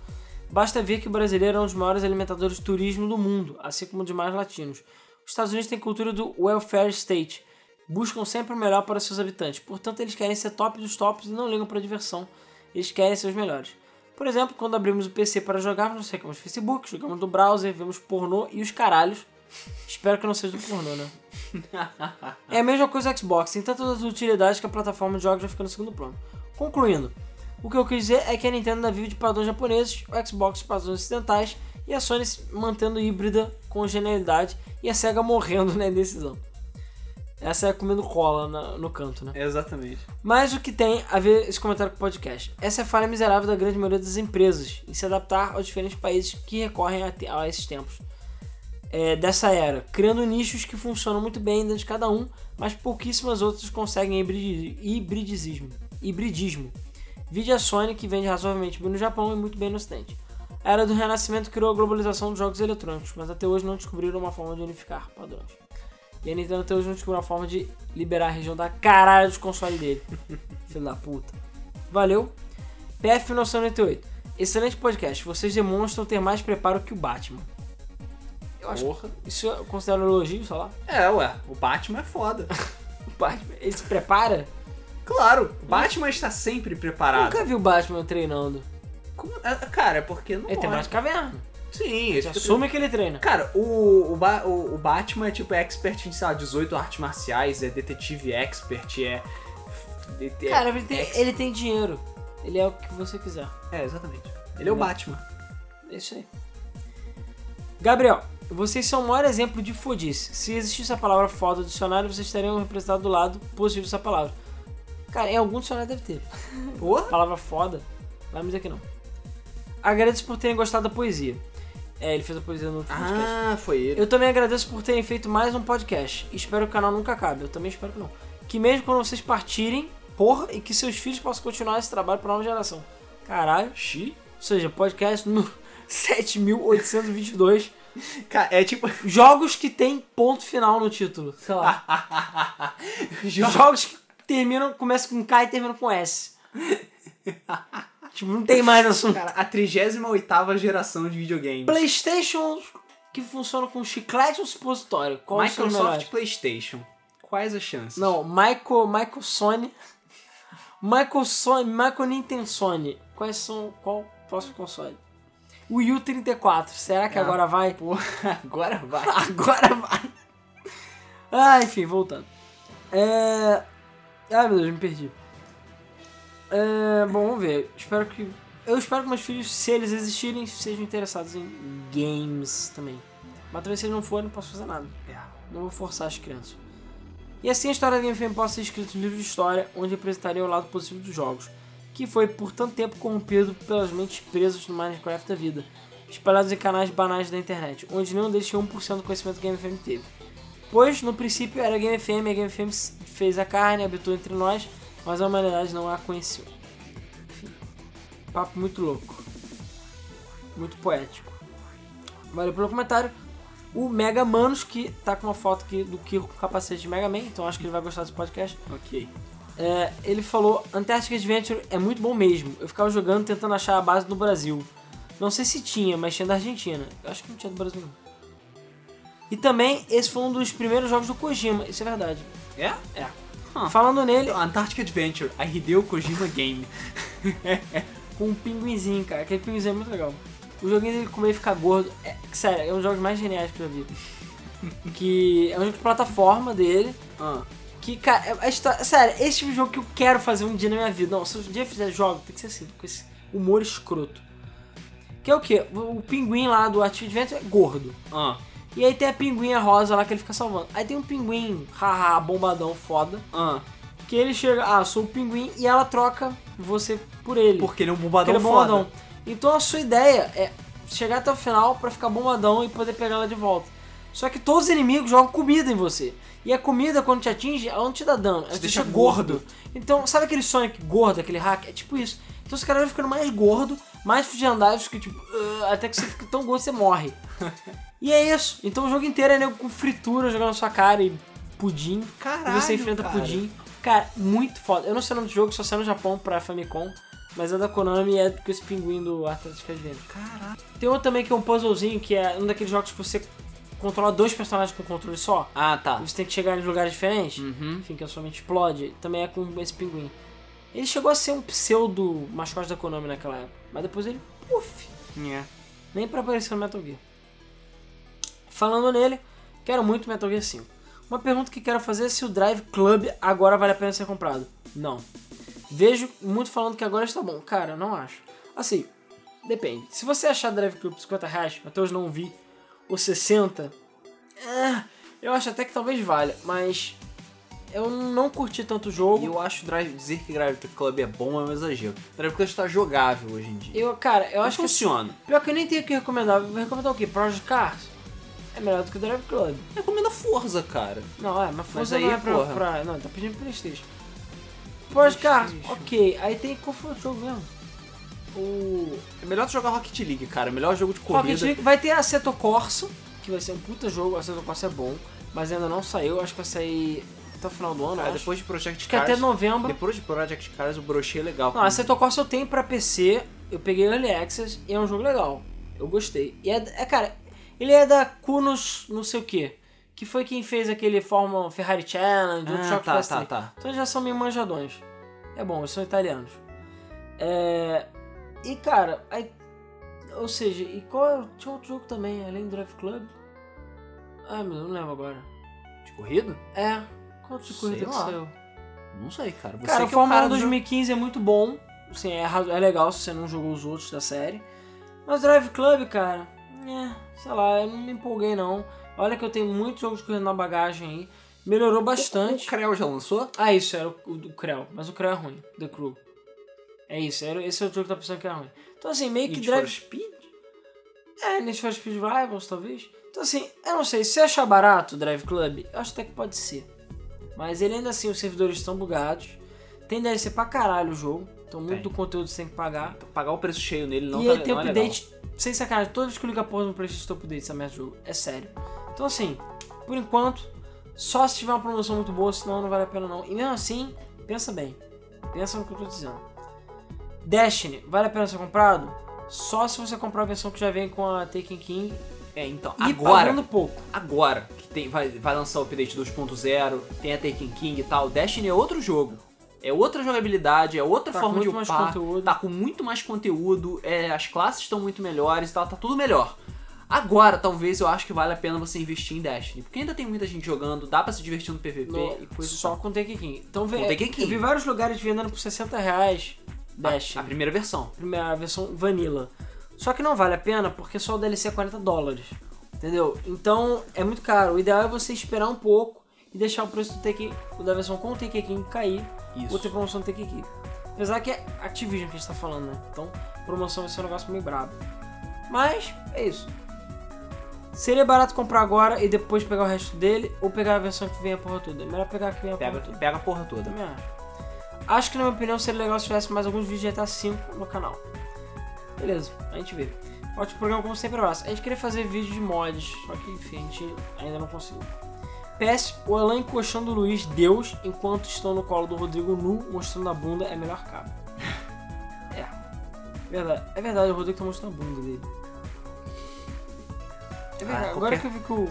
Basta ver que o brasileiro é um dos maiores alimentadores de turismo do mundo, assim como demais latinos. Os Estados Unidos têm cultura do welfare state. Buscam sempre o melhor para seus habitantes. Portanto, eles querem ser top dos tops e não ligam para a diversão. Eles querem ser os melhores. Por exemplo, quando abrimos o PC para jogar, nós secamos é Facebook, jogamos no browser, vemos pornô e os caralhos. Espero que não seja do pornô, né? É a mesma coisa o Xbox, tem tantas utilidades que a plataforma de jogos já fica no segundo plano. Concluindo, o que eu quis dizer é que a Nintendo ainda vive de padrões japoneses, o Xbox de padrões ocidentais e a Sony se mantendo híbrida com genialidade e a SEGA morrendo na indecisão. Essa é comendo cola na- no canto, né? Exatamente. Mas o que tem a ver esse comentário com o podcast? Essa é a falha miserável da grande maioria das empresas em se adaptar aos diferentes países que recorrem a, te- a esses tempos é, dessa era, criando nichos que funcionam muito bem dentro de cada um, mas pouquíssimas outras conseguem hibridi- hibridismo. hibridismo. Vide a Sony, que vende razoavelmente bem no Japão e muito bem no Ocidente. A era do Renascimento criou a globalização dos jogos eletrônicos, mas até hoje não descobriram uma forma de unificar padrões. E a Nintendo até hoje não descobriu uma forma de liberar a região da caralho dos consoles dele. Filho da puta. Valeu. PF1998. Excelente podcast. Vocês demonstram ter mais preparo que o Batman. Eu acho Porra. isso eu considero um elogio, sei lá. É, ué, o Batman é foda. O Batman, ele se prepara? Claro, o Batman está sempre preparado. Nunca vi o Batman treinando. Como- ah, Cara, é porque não Ele tem morre. mais caverna. Sim, ele Você fica- assume que ele treina. Cara, o, o, Ba- o- o Batman é tipo é expert em, sei lá, 18 artes marciais, é detetive expert, é. é- Cara, ele tem, ex- ele tem dinheiro. Ele é o que você quiser. É, exatamente. Ele é o Né? Batman. É isso aí. Gabriel, vocês são o maior exemplo de fodice. Se existisse a palavra foda no dicionário, vocês teriam representado do lado positivo dessa palavra. Cara, em algum dicionário deve ter. Porra! palavra foda, vai me dizer que não. Agradeço por terem gostado da poesia. É, ele fez a poesia no último podcast. Ah, foi ele. Eu também agradeço por terem feito mais um podcast. Espero que o canal nunca acabe. Eu também espero que não. Que mesmo quando vocês partirem, porra, e que seus filhos possam continuar esse trabalho para nova geração. Caralho. Xi? Ou seja, podcast número 7822 Cara, é tipo. Jogos que tem ponto final no título. Sei lá. jo- Jogos que terminam, começam com K e terminam com S. tipo, não tem mais assunto. Cara, a 38 geração de videogames. Playstation que funciona com chiclete ou supositório? Qual é o seu melhor? Microsoft PlayStation. Quais as chances? Não, Michael, Michael Sony. Michael Sony, Michael Nintendo Sony. Quais são, qual o próximo console? O U 34, será que Ah. agora vai? Porra, agora vai. Agora vai. Ah, enfim, voltando. É... Ai, meu Deus, me perdi. É... Bom, vamos ver. Espero que... Eu espero que meus filhos, se eles existirem, sejam interessados em games também. Mas talvez se eles não forem, não posso fazer nada. É. Não vou forçar as crianças. E assim a história da Game FM possa ser escrita no livro de história, onde é apresentaria o lado positivo dos jogos, que foi por tanto tempo corrompido pelas mentes presas no Minecraft da vida, espalhados em canais banais da internet, onde nenhum deles tinha 1% do conhecimento que a Game FM teve. Pois, no princípio, era a Game FM, e a Game FM s- fez a carne, habitou entre nós, mas a humanidade não a conheceu. Enfim, papo muito louco. Muito poético. Valeu pelo comentário. O Mega Manos, que tá com uma foto aqui do Kiko com capacete de Mega Man, então acho que ele vai gostar desse podcast. Ok. É, ele falou: Antarctic Adventure é muito bom mesmo. Eu ficava jogando tentando achar a base no Brasil. Não sei se tinha, mas tinha da Argentina. Eu acho que não tinha do Brasil, não. E também, esse foi um dos primeiros jogos do Kojima, isso é verdade. É? É. Ah. Falando nele, Antarctic Adventure, a Hideo Kojima Game. com um pinguinzinho, cara. Aquele pinguinzinho é muito legal. O joguinho dele comer e ficar gordo, é, sério, é um dos jogos mais geniais que eu já vi. que é um jogo de plataforma dele. Ah, Que, cara, é- a história, sério, esse tipo de jogo que eu quero fazer um dia na minha vida. Não, se um dia eu fizer jogo, tem que ser assim, com esse humor escroto. Que é o quê? O, o pinguim lá do Active Adventure é gordo. ah, E aí tem a pinguinha rosa lá que ele fica salvando. Aí tem um pinguim, haha, bombadão, foda. ah. Que ele chega, ah, sou o pinguim, e ela troca você por ele. Porque ele é um Porque bombadão ele é foda. bombadão. Então a sua ideia é chegar até o final pra ficar bombadão e poder pegar ela de volta. Só que todos os inimigos jogam comida em você. E a comida, quando te atinge, ela não te dá dano, ela te deixa deixa gordo. Então, sabe aquele Sonic gordo, aquele hack? É tipo isso. Então esse cara vai ficando mais gordo, mais fugiandável, que tipo, "Ugh", até que você fica tão gordo que você morre. E é isso. Então o jogo inteiro é nego com fritura jogando na sua cara e pudim. Caralho, E você enfrenta cara. pudim. Cara, muito foda. Eu não sei o nome do jogo, só saiu no Japão pra Famicom. Mas é da Konami e é com esse pinguim do Atlético Adventure. Caralho. Tem outro também que é um puzzlezinho, que é um daqueles jogos que você controla dois personagens com controle só. Ah, tá. Você tem que chegar em lugares diferentes. Uhum. Enfim, que a sua mente explode. Também é com esse pinguim. Ele chegou a ser um pseudo mascote da Konami naquela época. Mas depois ele, puf, Yeah. nem pra aparecer no Metal Gear. Falando nele, quero muito Metal Gear 5. Uma pergunta que quero fazer é se o Drive Club agora vale a pena ser comprado. Não. Vejo muito falando que agora está bom. Cara, eu não acho. Assim, depende. Se você achar Drive Club por 50 reais, até hoje não vi, ou 60, ah, eu acho até que talvez valha, mas eu não curti tanto o E jogo. eu acho Drive, dizer que Drive Club é bom é um exagero. Drive Club está jogável hoje em dia. Eu, cara, eu Não acho que funciona. Pior que eu nem tenho o que recomendar. Vou recomendar o quê? Project Cars? É melhor do que o Drive Club. Recomenda Forza, cara. Não, é, mas Forza aí, não é pra, porra. pra- Não, tá pedindo Playstation. Project Cars, ok. Aí tem... Qual foi o jogo mesmo? O... É melhor tu jogar Rocket League, cara. Melhor jogo de corrida. Rocket League vai ter Assetto Corsa, que vai ser um puta jogo. Assetto Corsa é bom, mas ainda não saiu. Acho que vai sair até o final do ano, Ah, acho. depois de Project acho que até Cars. novembro. Depois de Project Cars, o brochê é legal. Não, Assetto Corsa eu tenho pra PC, eu peguei Early Access e é um jogo legal. Eu gostei. E é, é, cara, ele é da Kunos não sei o que, que foi quem fez aquele Fórmula Ferrari Challenge, é outro ah, Choque tá, Fast tá, League. tá. Então eles já são meio manjadões. É bom, eles são italianos. É... E cara, aí... ou seja, e qual é... tinha outro jogo também, além do Drive Club? Ai meu, Deus, não lembro agora. De corrida? É, qual outro de corrida Sei que lá. saiu? Não sei, cara. Você Cara, um o que é o Fórmula cara 1 do jogo. 2015 é muito bom. Assim, é, razo- é legal se você não jogou os outros da série. Mas Drive Club, cara, é, sei lá, eu não me empolguei não. Olha que eu tenho muitos jogos correndo na bagagem aí. Melhorou bastante. O Creu já lançou? Ah, isso, era o, o do Krell. Mas o Krell é ruim, The Crew. É isso, era, esse é o jogo que tá pensando que era ruim. Então assim, meio que Need Drive... for Speed? É, Need for Speed Rivals, talvez. Então assim, eu não sei, se achar barato o Drive Club, eu acho até que pode ser. Mas ele ainda assim, os servidores estão bugados. Tem DLC pra caralho o jogo. Então muito Tem. do conteúdo você tem que pagar. Pagar o preço cheio nele não e tá ele tem não é legal. update sem sacanagem, toda vez que eu ligo a porra do meu PlayStation, eu tô update essa merda de jogo. É sério. Então, assim, por enquanto, só se tiver uma promoção muito boa, senão não vale a pena não. E mesmo assim, pensa bem. Pensa no que eu tô dizendo. Destiny, vale a pena ser comprado? Só se você comprar a versão que já vem com a Taken King É, então, e agora, pagando pouco. agora que tem, vai, vai lançar o update 2.0, tem a Taken King e tal, Destiny é outro jogo. É outra jogabilidade, é outra Tá com forma de muito mais upar, conteúdo. tá com muito mais conteúdo, é, as classes estão muito melhores e tal, tá tudo melhor. Agora, talvez, eu acho que vale a pena você investir em Destiny, porque ainda tem muita gente jogando, dá pra se divertir no PVP No- e coisa só com Taken King. Então, vê, Com Taken King. Ah, eu vi vários lugares vendendo por 60 reais Destiny. Tá, A, Destiny. primeira versão. primeira a versão vanilla. Só que não vale a pena porque só o DLC é 40 dólares. Entendeu? Então é muito caro. O ideal é você esperar um pouco e deixar o preço do TK, da versão com o TK King cair Isso. ou ter promoção do TK King. Apesar que é Activision que a gente tá falando, né? Então promoção vai ser um negócio meio brabo. Mas é isso. Seria barato comprar agora e depois pegar o resto dele ou pegar a versão que vem a porra toda? É melhor pegar a que vem a Pega, porra toda. pega a porra toda. Também acho. Acho que, na minha opinião, seria legal se tivesse mais alguns vídeos de GTA V no canal. Beleza, a gente vê. Ótimo programa, como sempre, abraço. A gente queria fazer vídeo de mods, só que, enfim, a gente ainda não conseguiu. PS, o Alan encoxando o Luiz, Deus, enquanto estão no colo do Rodrigo nu, mostrando a bunda, é melhor cabo. É. Verdade. É verdade, o Rodrigo tá mostrando a bunda dele. É verdade, Ah, agora qualquer- que eu vi que o...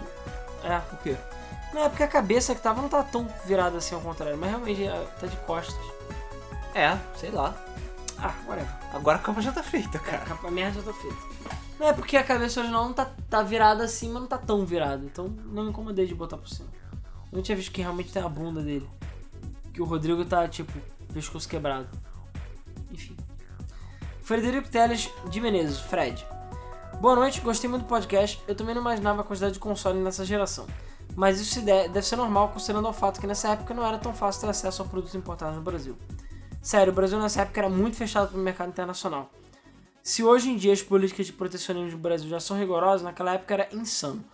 É, O quê? não, é porque a cabeça que tava não tá tão virada assim ao contrário, mas realmente é, tá de costas. É, sei lá. Ah, whatever. Agora a cama já tá feita, cara. A merda já tá feita. Não é porque a cabeça original não tá, tá virada assim, mas não tá tão virada. Então não me incomodei de botar por cima. Eu não tinha visto que realmente tem a bunda dele. Que o Rodrigo tá, tipo, pescoço quebrado. Enfim. Frederico Teles de Menezes, Fred. Boa noite, gostei muito do podcast. Eu também não imaginava a quantidade de console nessa geração. Mas isso se der- deve ser normal, considerando o fato que nessa época não era tão fácil ter acesso a produtos importados no Brasil. Sério, o Brasil nessa época era muito fechado para o mercado internacional. Se hoje em dia as políticas de protecionismo do Brasil já são rigorosas, naquela época era insano.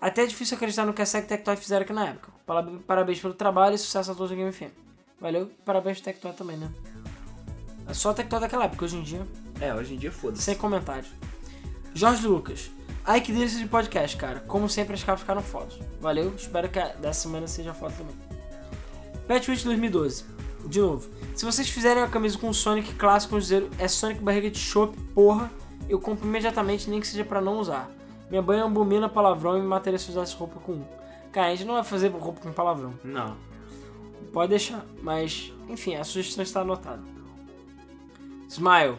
Até é difícil acreditar no que a SEC e Tectoy fizeram aqui na época. Parab- Parabéns pelo trabalho e sucesso a todos da Game FM. Valeu, parabéns Tectoy também, né? É só a Tectoy daquela época, hoje em dia. É, hoje em dia foda-se. Sem comentários. Jorge Lucas. Ai, que delícia de podcast, cara. Como sempre, as capas ficaram fotos. Valeu, espero que a dessa semana seja foto também. Patchwitch 2012. De novo. Se vocês fizerem a camisa com Sonic clássico, dizer é Sonic barriga de chope, porra, eu compro imediatamente, nem que seja pra não usar. Minha mãe abomina palavrão e me mataria se usasse roupa com um. Cara, a gente não vai fazer roupa com palavrão. Não. Pode deixar, mas enfim, a sugestão está anotada. Smile.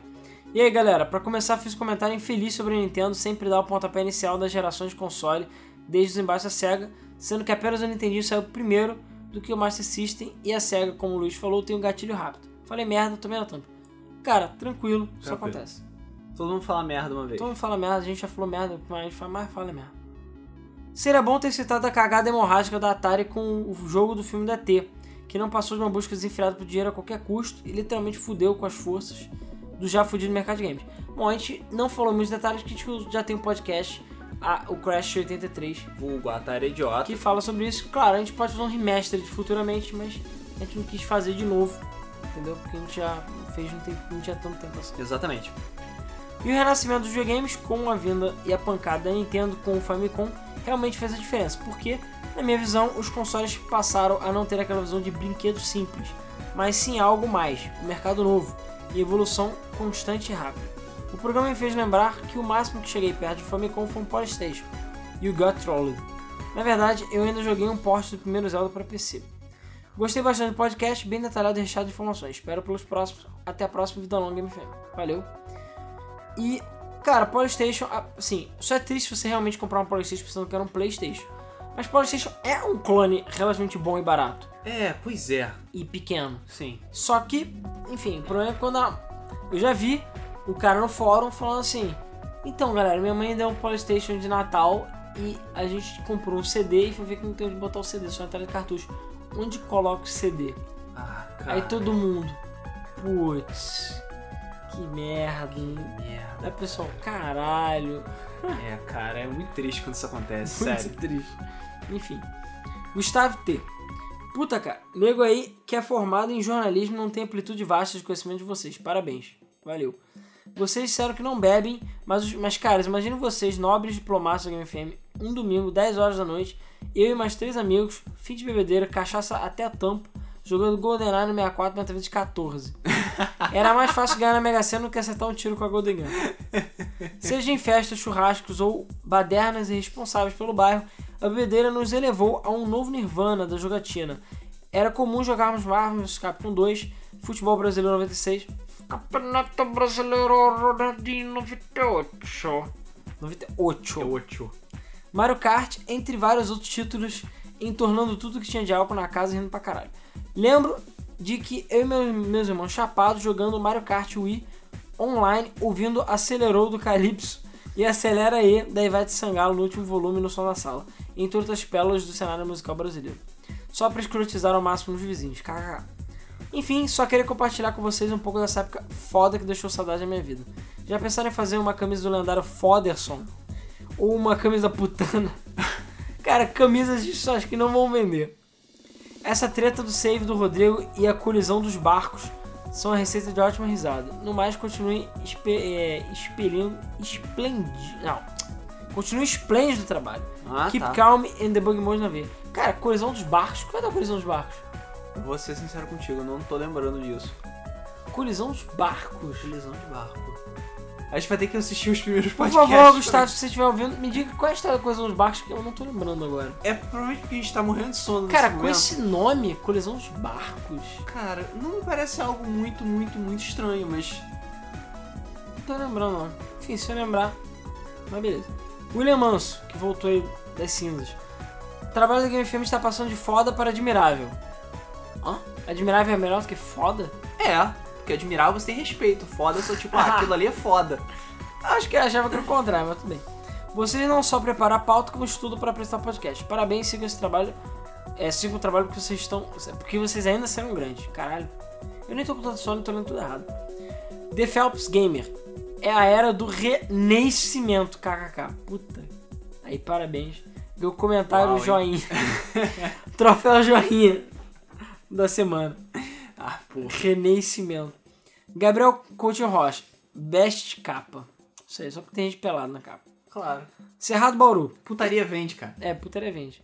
E aí galera, pra começar fiz um comentário infeliz sobre a Nintendo sempre dar o pontapé inicial das gerações de console, desde os embaixos da SEGA, sendo que apenas o Nintendinho saiu primeiro do que o Master System e a SEGA, como o Luiz falou, tem um gatilho rápido. Falei merda, tomei na tampa. Cara, tranquilo, isso Tranquilo. acontece. Todo mundo fala merda uma vez. Todo mundo fala merda, a gente já falou merda, mas a gente fala, mas fala merda. Seria bom ter citado a cagada hemorrágica da Atari com o jogo do filme da T, que não passou de uma busca desenfreada por dinheiro a qualquer custo e literalmente fudeu com as forças do já fudido mercado de games. Bom, a gente não falou muitos detalhes, que a gente já tem um podcast, a- o Crash 83, Vulgo, Atari é idiota. que fala sobre isso. Claro, a gente pode fazer um remaster de futuramente, mas a gente não quis fazer de novo, entendeu? Porque a gente já fez, não, tem, não tinha tanto tempo assim. Exatamente. E o renascimento dos videogames com a vinda e a pancada da Nintendo com o Famicom realmente fez a diferença, porque, na minha visão, os consoles passaram a não ter aquela visão de brinquedo simples, mas sim algo mais, um mercado novo e evolução constante e rápida. O programa me fez lembrar que o máximo que cheguei perto do Famicom foi um Polystation, e o Got Trolled. Na verdade, eu ainda joguei um port do primeiro Zelda para PC. Gostei bastante do podcast, bem detalhado e recheado de informações. Espero pelos próximos. Até a próxima Vida Longa MFM. Valeu! E, cara, Polystation, a- assim, só é triste você realmente comprar uma Polystation pensando que era um Playstation. Mas Polystation é um clone relativamente bom e barato. É, pois é. E pequeno. Sim. Só que, enfim, o problema é quando a... eu já vi o cara no fórum falando assim: então galera, minha mãe deu um PlayStation de Natal e a gente comprou um CD e foi ver que não tem onde botar o CD, só na tela de cartucho. Onde coloca o CD? Ah, cara. Aí todo mundo, putz, que merda. hein?" Merda. Aí o pessoal, caralho. É, cara, é muito triste quando isso acontece, Ah. Muito sério. triste. Enfim. Gustavo T. Puta, cara. Nego aí que é formado em jornalismo não tem amplitude vasta de conhecimento de vocês. Parabéns. Valeu. Vocês disseram que não bebem, mas, os- mas caras, imaginem vocês, nobres diplomatas da Game FM, um domingo, 10 horas da noite, eu e mais três amigos, fim de bebedeira, cachaça até a tampa, jogando GoldenEye no 64 na TV de 14. Era mais fácil ganhar na Mega Sena do que acertar um tiro com a Golden Gun. Seja em festas, churrascos ou badernas irresponsáveis pelo bairro, a bebedeira nos elevou a um novo nirvana da jogatina. Era comum jogarmos Marvel vs Capcom 2, Futebol Brasileiro 96, Campeonato Brasileiro Rodadinho 98. 98. Ocho. Mario Kart, entre vários outros títulos, entornando tudo que tinha de álcool na casa e rindo pra caralho. Lembro de que eu e meus, meus irmãos chapados jogando Mario Kart Wii online, ouvindo Acelerou do Calypso e Acelera E da Ivete Sangalo no último volume no som da sala, entre outras pérolas do cenário musical brasileiro. Só pra escrotizar ao máximo os vizinhos, kkk. Enfim, só queria compartilhar com vocês um pouco dessa época foda que deixou saudade na minha vida. Já pensaram em fazer uma camisa do lendário Foderson? ou uma camisa putana. Cara, camisas disso acho que não vão vender. Essa treta do save do Rodrigo e a colisão dos barcos são a receita de ótima risada. No mais, continue espe é, expelindo. Esplendido. Não. Continue esplêndido o trabalho. Ah, Keep tá. calm and the bug mode na veia. Cara, colisão dos barcos? Qual é da colisão dos barcos? Vou ser sincero contigo, eu não tô lembrando disso. Colisão dos barcos. Utilizão de barco. A gente vai ter que assistir os primeiros Por podcasts. favor, Gustavo, se você estiver ouvindo, me diga qual é a história da colisão dos barcos que eu não tô lembrando agora. É provavelmente porque a gente tá morrendo de sono Cara, nesse com momento. esse nome, colisão dos barcos. Cara, não me parece algo muito, muito, muito estranho, mas... Não tô lembrando, não. Enfim, se eu lembrar. Mas beleza. William Manso, que voltou aí das cinzas. O trabalho da Game FM está passando de foda para admirável. Hã? Admirável é melhor do que foda? É, porque admirar você tem respeito. Foda, eu sou tipo, ah, aquilo ali é foda. Acho que eu achava que era o contrário, mas tudo bem. Vocês não só preparam a pauta, como estudam para apresentar o podcast. Parabéns, sigam esse trabalho. É, sigam o trabalho porque vocês estão. Porque vocês ainda serão grandes. Caralho. Eu nem tô com tanto sono, tô lendo tudo errado. The Phelps Gamer. É a era do renascimento, kkk. Puta. Aí, parabéns. Deu comentário Uau, hein? joinha. Troféu joinha da semana. Ah, pô. Renascimento. Gabriel Coutinho Rocha. Best capa. Isso aí, só porque tem gente pelada na capa. Claro. Cerrado Bauru. Putaria vende, cara. É, putaria vende.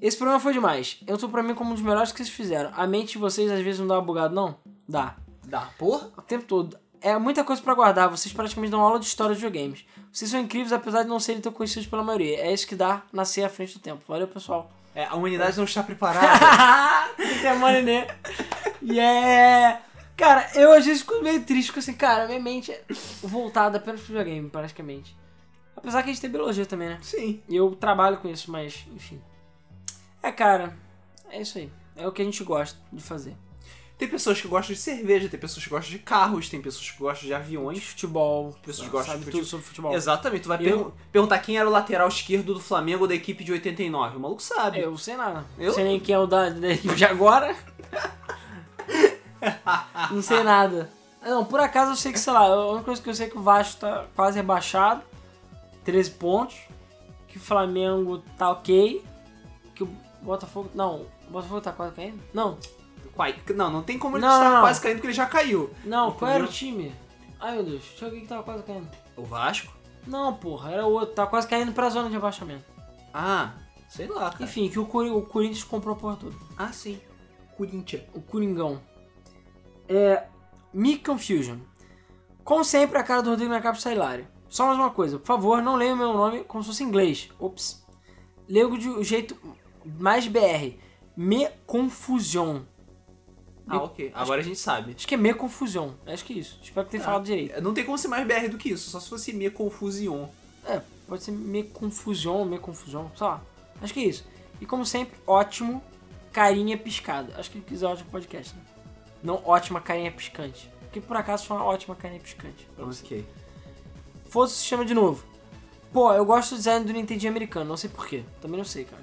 Esse programa foi demais. Eu tô pra mim como um dos melhores que vocês fizeram. A mente de vocês às vezes não dá uma bugada, não? Dá. Dá, porra. O tempo todo. É muita coisa pra guardar. Vocês praticamente dão aula de história de videogames. Vocês são incríveis, apesar de não serem tão conhecidos pela maioria. É isso que dá nascer à frente do tempo. Valeu, pessoal. É, a humanidade não está preparada. Demônio, né? Yeah! Cara, eu às vezes fico meio triste, porque assim, cara, minha mente é voltada apenas pro videogame, praticamente. Apesar que a gente tem biologia também, né? Sim. E eu trabalho com isso, mas, enfim. É, cara, é isso aí. É o que a gente gosta de fazer. Tem pessoas que gostam de cerveja, tem pessoas que gostam de carros, tem pessoas que gostam de aviões. Futebol, pessoas gostam sabe de tudo futebol. sobre futebol. Exatamente, tu vai Eu- pergun- perguntar quem era o lateral esquerdo do Flamengo da equipe de 89. O maluco sabe. Eu sei nada. Eu? Sei nem quem é o da, da equipe de agora. não sei nada. Ah, Não, por acaso eu sei que, sei lá, a única coisa que eu sei é que o Vasco tá quase rebaixado. 13 pontos. Que o Flamengo tá ok. Que o Botafogo. Não, o Botafogo tá quase caindo? Não. Quai- Não, não tem como ele Não, estar não, não. quase caindo porque ele já caiu. Não, qual Entendeu? era o time? Ai meu Deus, tinha alguém que tava quase caindo. O Vasco? Não, porra, era o outro, tá quase caindo pra zona de rebaixamento. Ah, sei lá, cara. Enfim, que o, Cori- o Corinthians comprou por tudo. Ah, sim. Corinthians. o Coringão. É. Me Confusion. Como sempre, a cara do Rodrigo na capa está hilária. Só mais uma coisa, por favor, não leia o meu nome como se fosse em inglês. Ops. Leio de um jeito mais BR. Me Confusion. Ah, ok. Agora a gente sabe. Acho que é Me Confusion. Acho que é isso. Espero que tenha falado direito. Não tem como ser mais BR do que isso, só se fosse minha confusion. É, pode ser Me Confusion, Me Confusion, sei lá. Acho que é isso. E como sempre, ótimo carinha piscada. Acho que ele quis ótimo podcast, né? Não ótima carinha piscante. Porque por acaso chama ótima carinha piscante. pra você. Ok. Foda-se o sistema de novo. Pô, eu gosto do design do Nintendinho americano, não sei porquê. Também não sei, cara.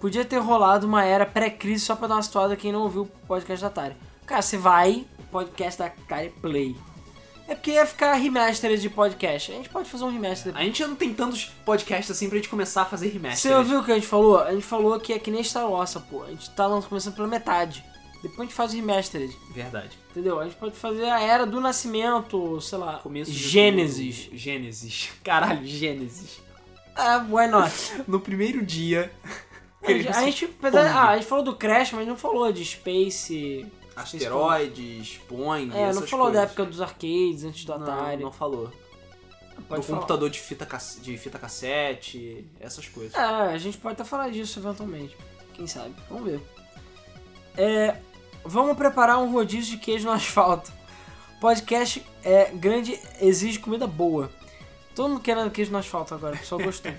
Podia ter rolado uma era pré-crise só pra dar uma situada a quem não ouviu o podcast da Atari. Cara, você vai, podcast da Atari Play. É porque ia ficar remaster de podcast. A gente pode fazer um remaster A gente já não tem tantos podcasts assim pra gente começar a fazer né, você remaster. ouviu o que a gente falou? A gente falou que é que nem Star Wars, pô. A gente tá lan- começando pela metade. Depois a gente faz o Remastered, Verdade. entendeu? A gente pode fazer a Era do Nascimento, sei lá, Ah, Começo de Gênesis. tudo. Gênesis. Caralho, Gênesis. Ah, why not? No primeiro dia. assim, É, A gente, a gente- apesar- ah, a gente falou do Crash, mas não falou de Space... Asteroides, Pong. É, não essas falou da coisas. época dos arcades, antes do Atari. Não, não falou. Pode do falar. computador de fita, cas- de fita cassete, essas coisas. É, a gente pode até falar disso eventualmente. Quem sabe? Vamos ver. É, vamos preparar um rodízio de queijo no asfalto. Podcast é grande, exige comida boa. Todo mundo querendo queijo no asfalto agora, o pessoal gostou.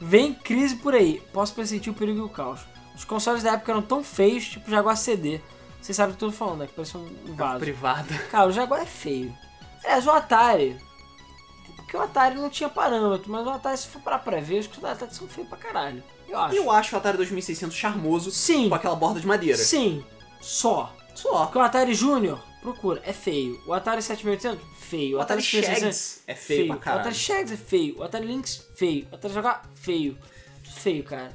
Vem crise por aí, posso pressentir o perigo e o caos. Os consoles da época eram tão feios, tipo Jaguar CD. Vocês sabem o que eu tô falando, né? Que parece É um vaso. Privada. Cara, o Jaguar é feio. Aliás, o Atari. É porque o Atari não tinha parâmetro, mas o Atari, se for parar pra ver, os consoles do Atari são feios pra caralho. Eu acho. Eu acho o Atari 2600 charmoso Sim, com aquela borda de madeira. sim, só. Só. Porque o Atari Júnior, procura, é feio. O Atari 7800, feio. O Atari 5600, Shags é feio pra O caralho. Atari Shags é feio. O Atari Lynx, feio. O Atari Jaguar, feio. Tudo feio, cara.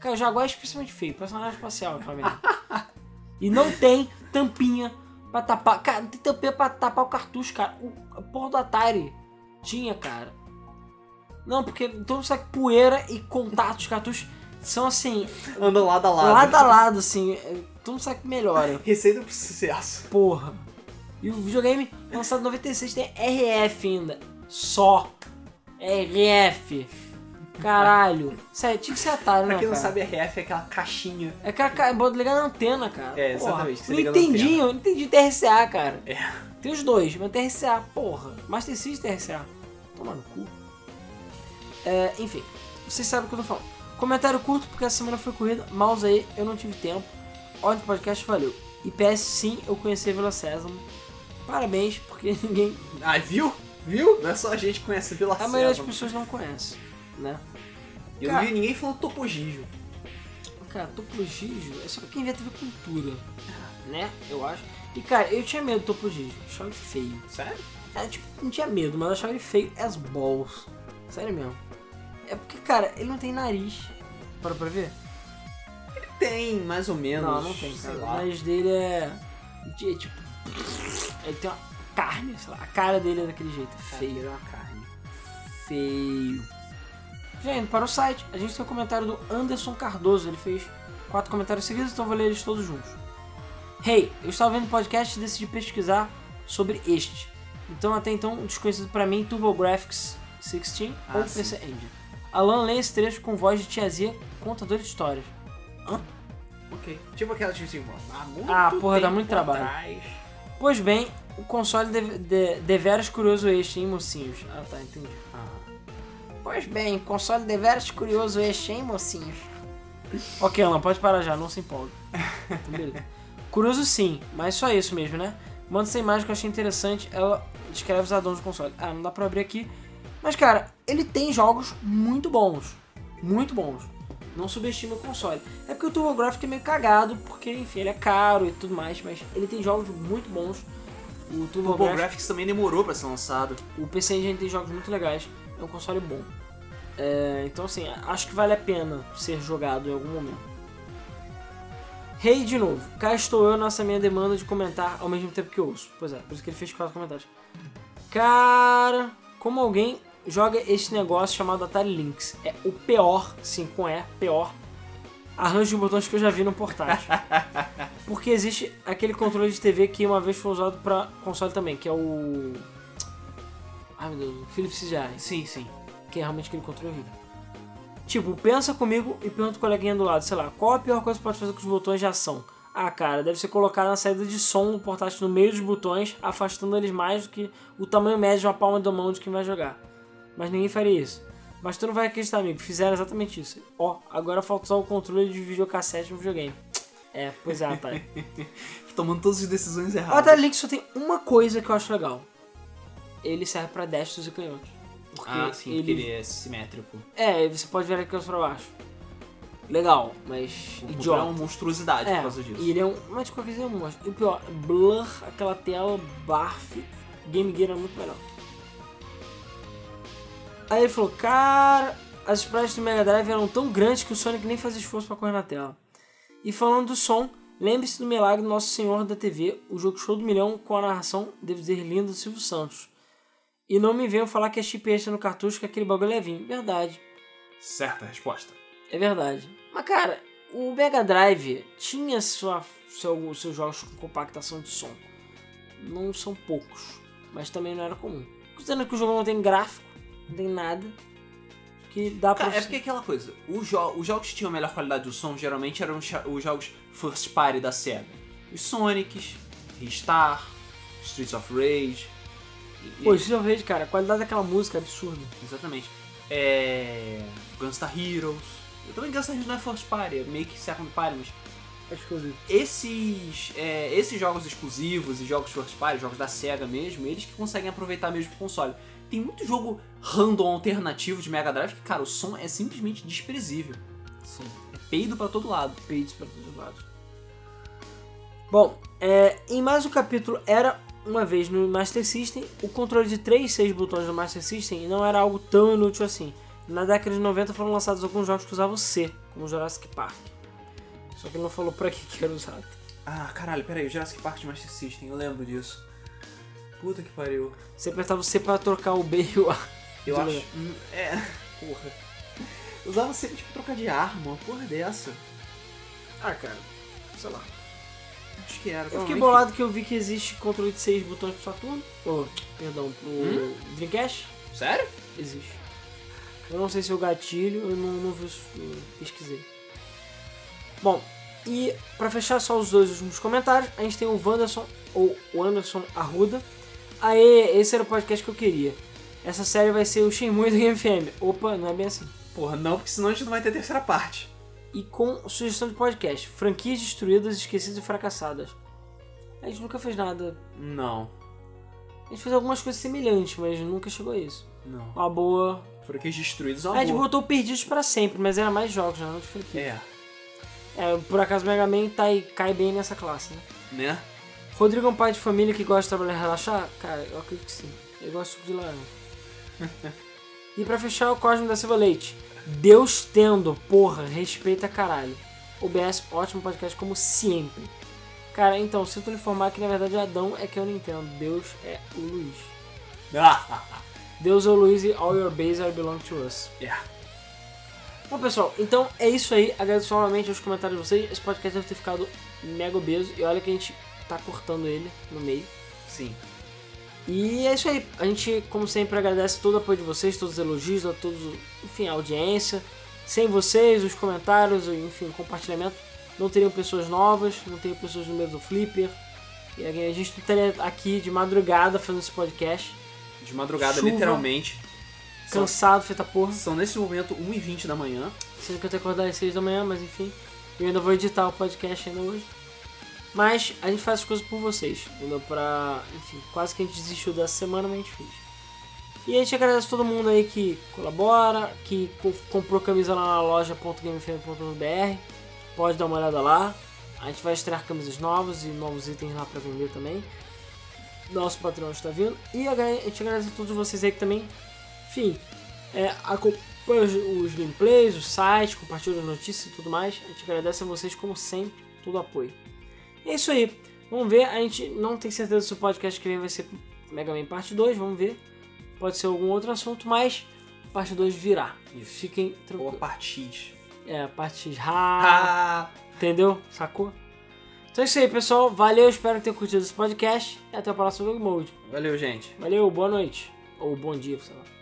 Cara, o Jaguar é especialmente feio. Personagem espacial, pra mim. e não tem tampinha pra tapar. Cara, não tem tampinha pra tapar o cartucho, cara. O a porra do Atari tinha, cara. Não, porque todo mundo sabe que poeira e contato dos cartuchos são assim, Anda lado a lado. lado a lado, assim. é, Todo mundo sabe que melhora. Receita pro sucesso. Porra. E o videogame é lançado em 96 tem RF ainda. Só. RF. Caralho. Sério, tinha que ser Atari, né, pra quem não cara? sabe, RF é aquela caixinha. É que a- bota ligar na antena, cara. É, Porra. exatamente, que você Não liga na entendi, antena. eu não entendi TRCA, cara. É. Tem os dois, mas TRCA, porra. Master System TRCA. Toma no cu. É, enfim, vocês sabem o que eu tô falando. Comentário curto, porque a semana foi corrida. Mouse aí, eu não tive tempo. Ordem do podcast, valeu. E PS, sim, eu conheci a Vila Sésamo. Parabéns, porque ninguém... Ah, viu? Viu? Não é só a gente que conhece Vila A maioria das Sésamo. pessoas não conhece, né? Eu não vi ninguém falando topogijo. Cara, Topo Gijo é só pra quem vê TV Cultura, né? Eu acho. E cara, eu tinha medo do Topo Gijo, achava ele feio. Sério? Era, tipo, não tinha medo, mas eu achava ele feio as balls. Sério mesmo. É porque, cara, ele não tem nariz. Para pra ver? Tem, mais ou menos. não, não tem, sei cara. O lá. nariz dele é. de- tipo. Ele tem uma carne, sei lá. A cara dele é daquele jeito. Feio. Feio. uma carne. feio. Já indo para o site, a gente tem o comentário do Anderson Cardoso. Ele fez quatro comentários seguidos, então eu vou ler eles todos juntos. Hey, eu estava vendo podcast e decidi pesquisar sobre este. Então, até então, desconhecido para mim, TurboGrafx 16 Ah, ou sim. PC Engine. Alan lê esse trecho com voz de tiazinha contador de histórias. Ok. Tipo aquela tipo assim, ah, muito Ah, porra, dá tempo muito trabalho. atrás. Pois bem, o console de, de, deveras curioso este, hein, mocinhos? Ah, tá, entendi. Ah, Pois bem, console deveras curioso este, hein, mocinhos? ok, Alan, pode parar já, não se empolga. Então, beleza. curioso sim, mas só isso mesmo, né? Manda essa imagem que eu achei interessante, ela descreve os addons do console. Ah, não dá pra abrir aqui. Mas, cara, ele tem jogos muito bons. Muito bons. Não subestime o console. É porque o TurboGrafx é meio cagado, porque, enfim, ele é caro e tudo mais, mas ele tem jogos muito bons. O o Turbo TurboGrafx Graphics também demorou pra ser lançado. o PC Engine tem jogos muito legais, é um console bom. É, então assim, acho que vale a pena ser jogado em algum momento. Rei de novo, cá estou eu nessa minha demanda de comentar ao mesmo tempo que eu ouço. Pois é, por isso que ele fez quatro comentários. Cara, como alguém joga esse negócio chamado Atari Lynx? É o pior, sim, com E, pior arranjo de botões que eu já vi no portátil. Porque existe aquele controle de TV que uma vez foi usado pra console também, que é o Ai meu Deus, o Philips Jarre, Sim, sim. que é realmente aquele controle horrível. Tipo, pensa comigo e pergunta o coleguinha do lado, sei lá, qual a pior coisa que pode fazer com os botões de ação? Ah, cara, deve ser colocar na saída de som o portátil no meio dos botões, afastando eles mais do que o tamanho médio de uma palma da mão de quem vai jogar. Mas ninguém faria isso. Mas tu não vai acreditar, amigo, fizeram exatamente isso. Ó, agora falta só o controle de videocassete no videogame. É, pois é, Atari. Tomando todas as decisões O erradas. Atari Lynx só tem uma coisa que eu acho legal. Ele serve pra destros e canhotos. Porque Ah, sim, ele porque ele é simétrico. É, você pode ver aqueles pra baixo. Legal, mas O controle é uma idiota. monstruosidade É, por causa disso. e ele é um. Mas de qualquer jeito é um monstro. E o pior, Blur, aquela tela, barf, Game Gear é muito melhor. Aí ele falou, cara, as sprites do Mega Drive eram tão grandes que o Sonic nem fazia esforço pra correr na tela. E falando do som, Lembre-se do milagre do Nosso Senhor da TV, o jogo show do milhão com a narração, devo dizer, linda do Silvio Santos. E não me venham falar que é chipesta no cartucho que aquele bagulho é vinho. Verdade, Certa resposta. é verdade. Mas cara, o Mega Drive tinha sua, seu, seus jogos com compactação de som. Não são poucos, mas também não era comum. Considerando que o jogo não tem gráfico, não tem nada, que dá pra... Cara, é porque é aquela coisa, os, jo- os jogos que tinham a melhor qualidade do som geralmente eram os cha- os jogos first party da SEGA. Os Sonics, Ristar, Streets of Rage. e- Pô, Street of Rage, cara, a qualidade daquela música é absurda. Exatamente. É. Gunstar Heroes. Eu também Gunstar Heroes não é first party, é meio que second party, mas Acho que eu vi. esses, é, esses jogos exclusivos e jogos first party, jogos da SEGA mesmo, eles que conseguem aproveitar mesmo o console. Tem muito jogo random alternativo de Mega Drive que, cara, o som é simplesmente desprezível. Sim. É peido pra todo lado. peitos para todos os lados. Bom, é, em mais um capítulo era uma vez no Master System, o controle de 3, 6 botões do Master System não era algo tão inútil assim. Na década de 90 foram lançados alguns jogos que usavam C, como Jurassic Park. Só que ele não falou pra que que era usado. Ah, caralho, peraí, o Jurassic Park de Master System, eu lembro disso. Puta que pariu. Você apertava o C pra trocar o B e o A. Eu Tudo acho. bem. Hum, É. Porra. Eu usava sempre tipo trocar de arma, uma porra dessa. Ah, cara, sei lá. Acho que era. Eu fiquei provavelmente. bolado que eu vi que existe controle de 6 botões pro Saturno. Oh, perdão, pro Dreamcast. Sério? Existe. Eu não sei se é o gatilho, eu não, não vi, eu pesquisei. Bom, e pra fechar só os dois últimos comentários, a gente tem o Wanderson, ou o Anderson Arruda. Aê, esse era o podcast que eu queria. Essa série vai ser o Shenmue do Game FM. Opa, não é bem assim. Porra, não, porque senão a gente não vai ter terceira parte. E com sugestão de podcast, franquias destruídas, esquecidas e fracassadas. A gente nunca fez nada. Não, A gente fez algumas coisas semelhantes, mas nunca chegou a isso. não. Uma boa. Franquias é destruídos, A gente amor. botou perdidos pra sempre, mas era mais jogos, né? Não de franquia. É, É, por acaso o Mega Man tá aí, cai bem nessa classe, né? né? Rodrigo é um pai de família que gosta de trabalhar e relaxar? Cara, eu acredito que sim. Ele gosta de suco de laranja. e pra fechar, o Cosmo da Silva Leite. Deus tendo, porra, respeita caralho. OBS, ótimo podcast como sempre. Cara, então, sinto lhe informar que na verdade Adão é que eu não entendo. Deus é o Luiz. Ah, Deus é o Luiz e all your base are belong to us. é. Bom, pessoal, então é isso aí. Agradeço novamente os comentários de vocês. Esse podcast deve ter ficado mega obeso. E olha que a gente tá cortando ele no meio. Sim. E é isso aí. A gente, como sempre, agradece todo o apoio de vocês, todos os elogios, a todos, enfim, a audiência. Sem vocês, os comentários, enfim, compartilhamento, não teriam pessoas novas, não teriam pessoas no meio do Flipper. E a gente não estaria aqui de madrugada fazendo esse podcast, De madrugada, Chuva. literalmente. São- cansado, feita porra. São nesse momento 1h20 da manhã. Sendo que eu tenho que acordar às 6 da manhã, mas enfim. Eu ainda vou editar o podcast ainda hoje. Mas a gente faz as coisas por vocês. Entendeu? Pra. Enfim, quase que a gente desistiu dessa semana, mas a gente fez. E a gente agradece todo mundo aí que colabora, que co- comprou camisa lá na loja.gamefm.br. Pode dar uma olhada lá. A gente vai estrear camisas novas e novos itens lá pra vender também. Nosso patrão está vindo. E agra- a gente agradece a todos vocês aí que também. Enfim, é, acompanha os, os gameplays, o site, compartilha as notícias e tudo mais. A gente agradece a vocês, como sempre, todo o apoio. E é isso aí. Vamos ver. A gente não tem certeza se o podcast que vem vai ser Mega Man Parte 2. Vamos ver. Pode ser algum outro assunto, mas parte 2 virá. Isso. Fiquem Ou a tranquilos. parte X. É, parte X. Ah. Entendeu? Sacou? Então é isso aí, pessoal. Valeu, espero ter curtido esse podcast. E até o próximo Game Mode. Valeu, gente. Valeu, boa noite. Ou bom dia, sei lá.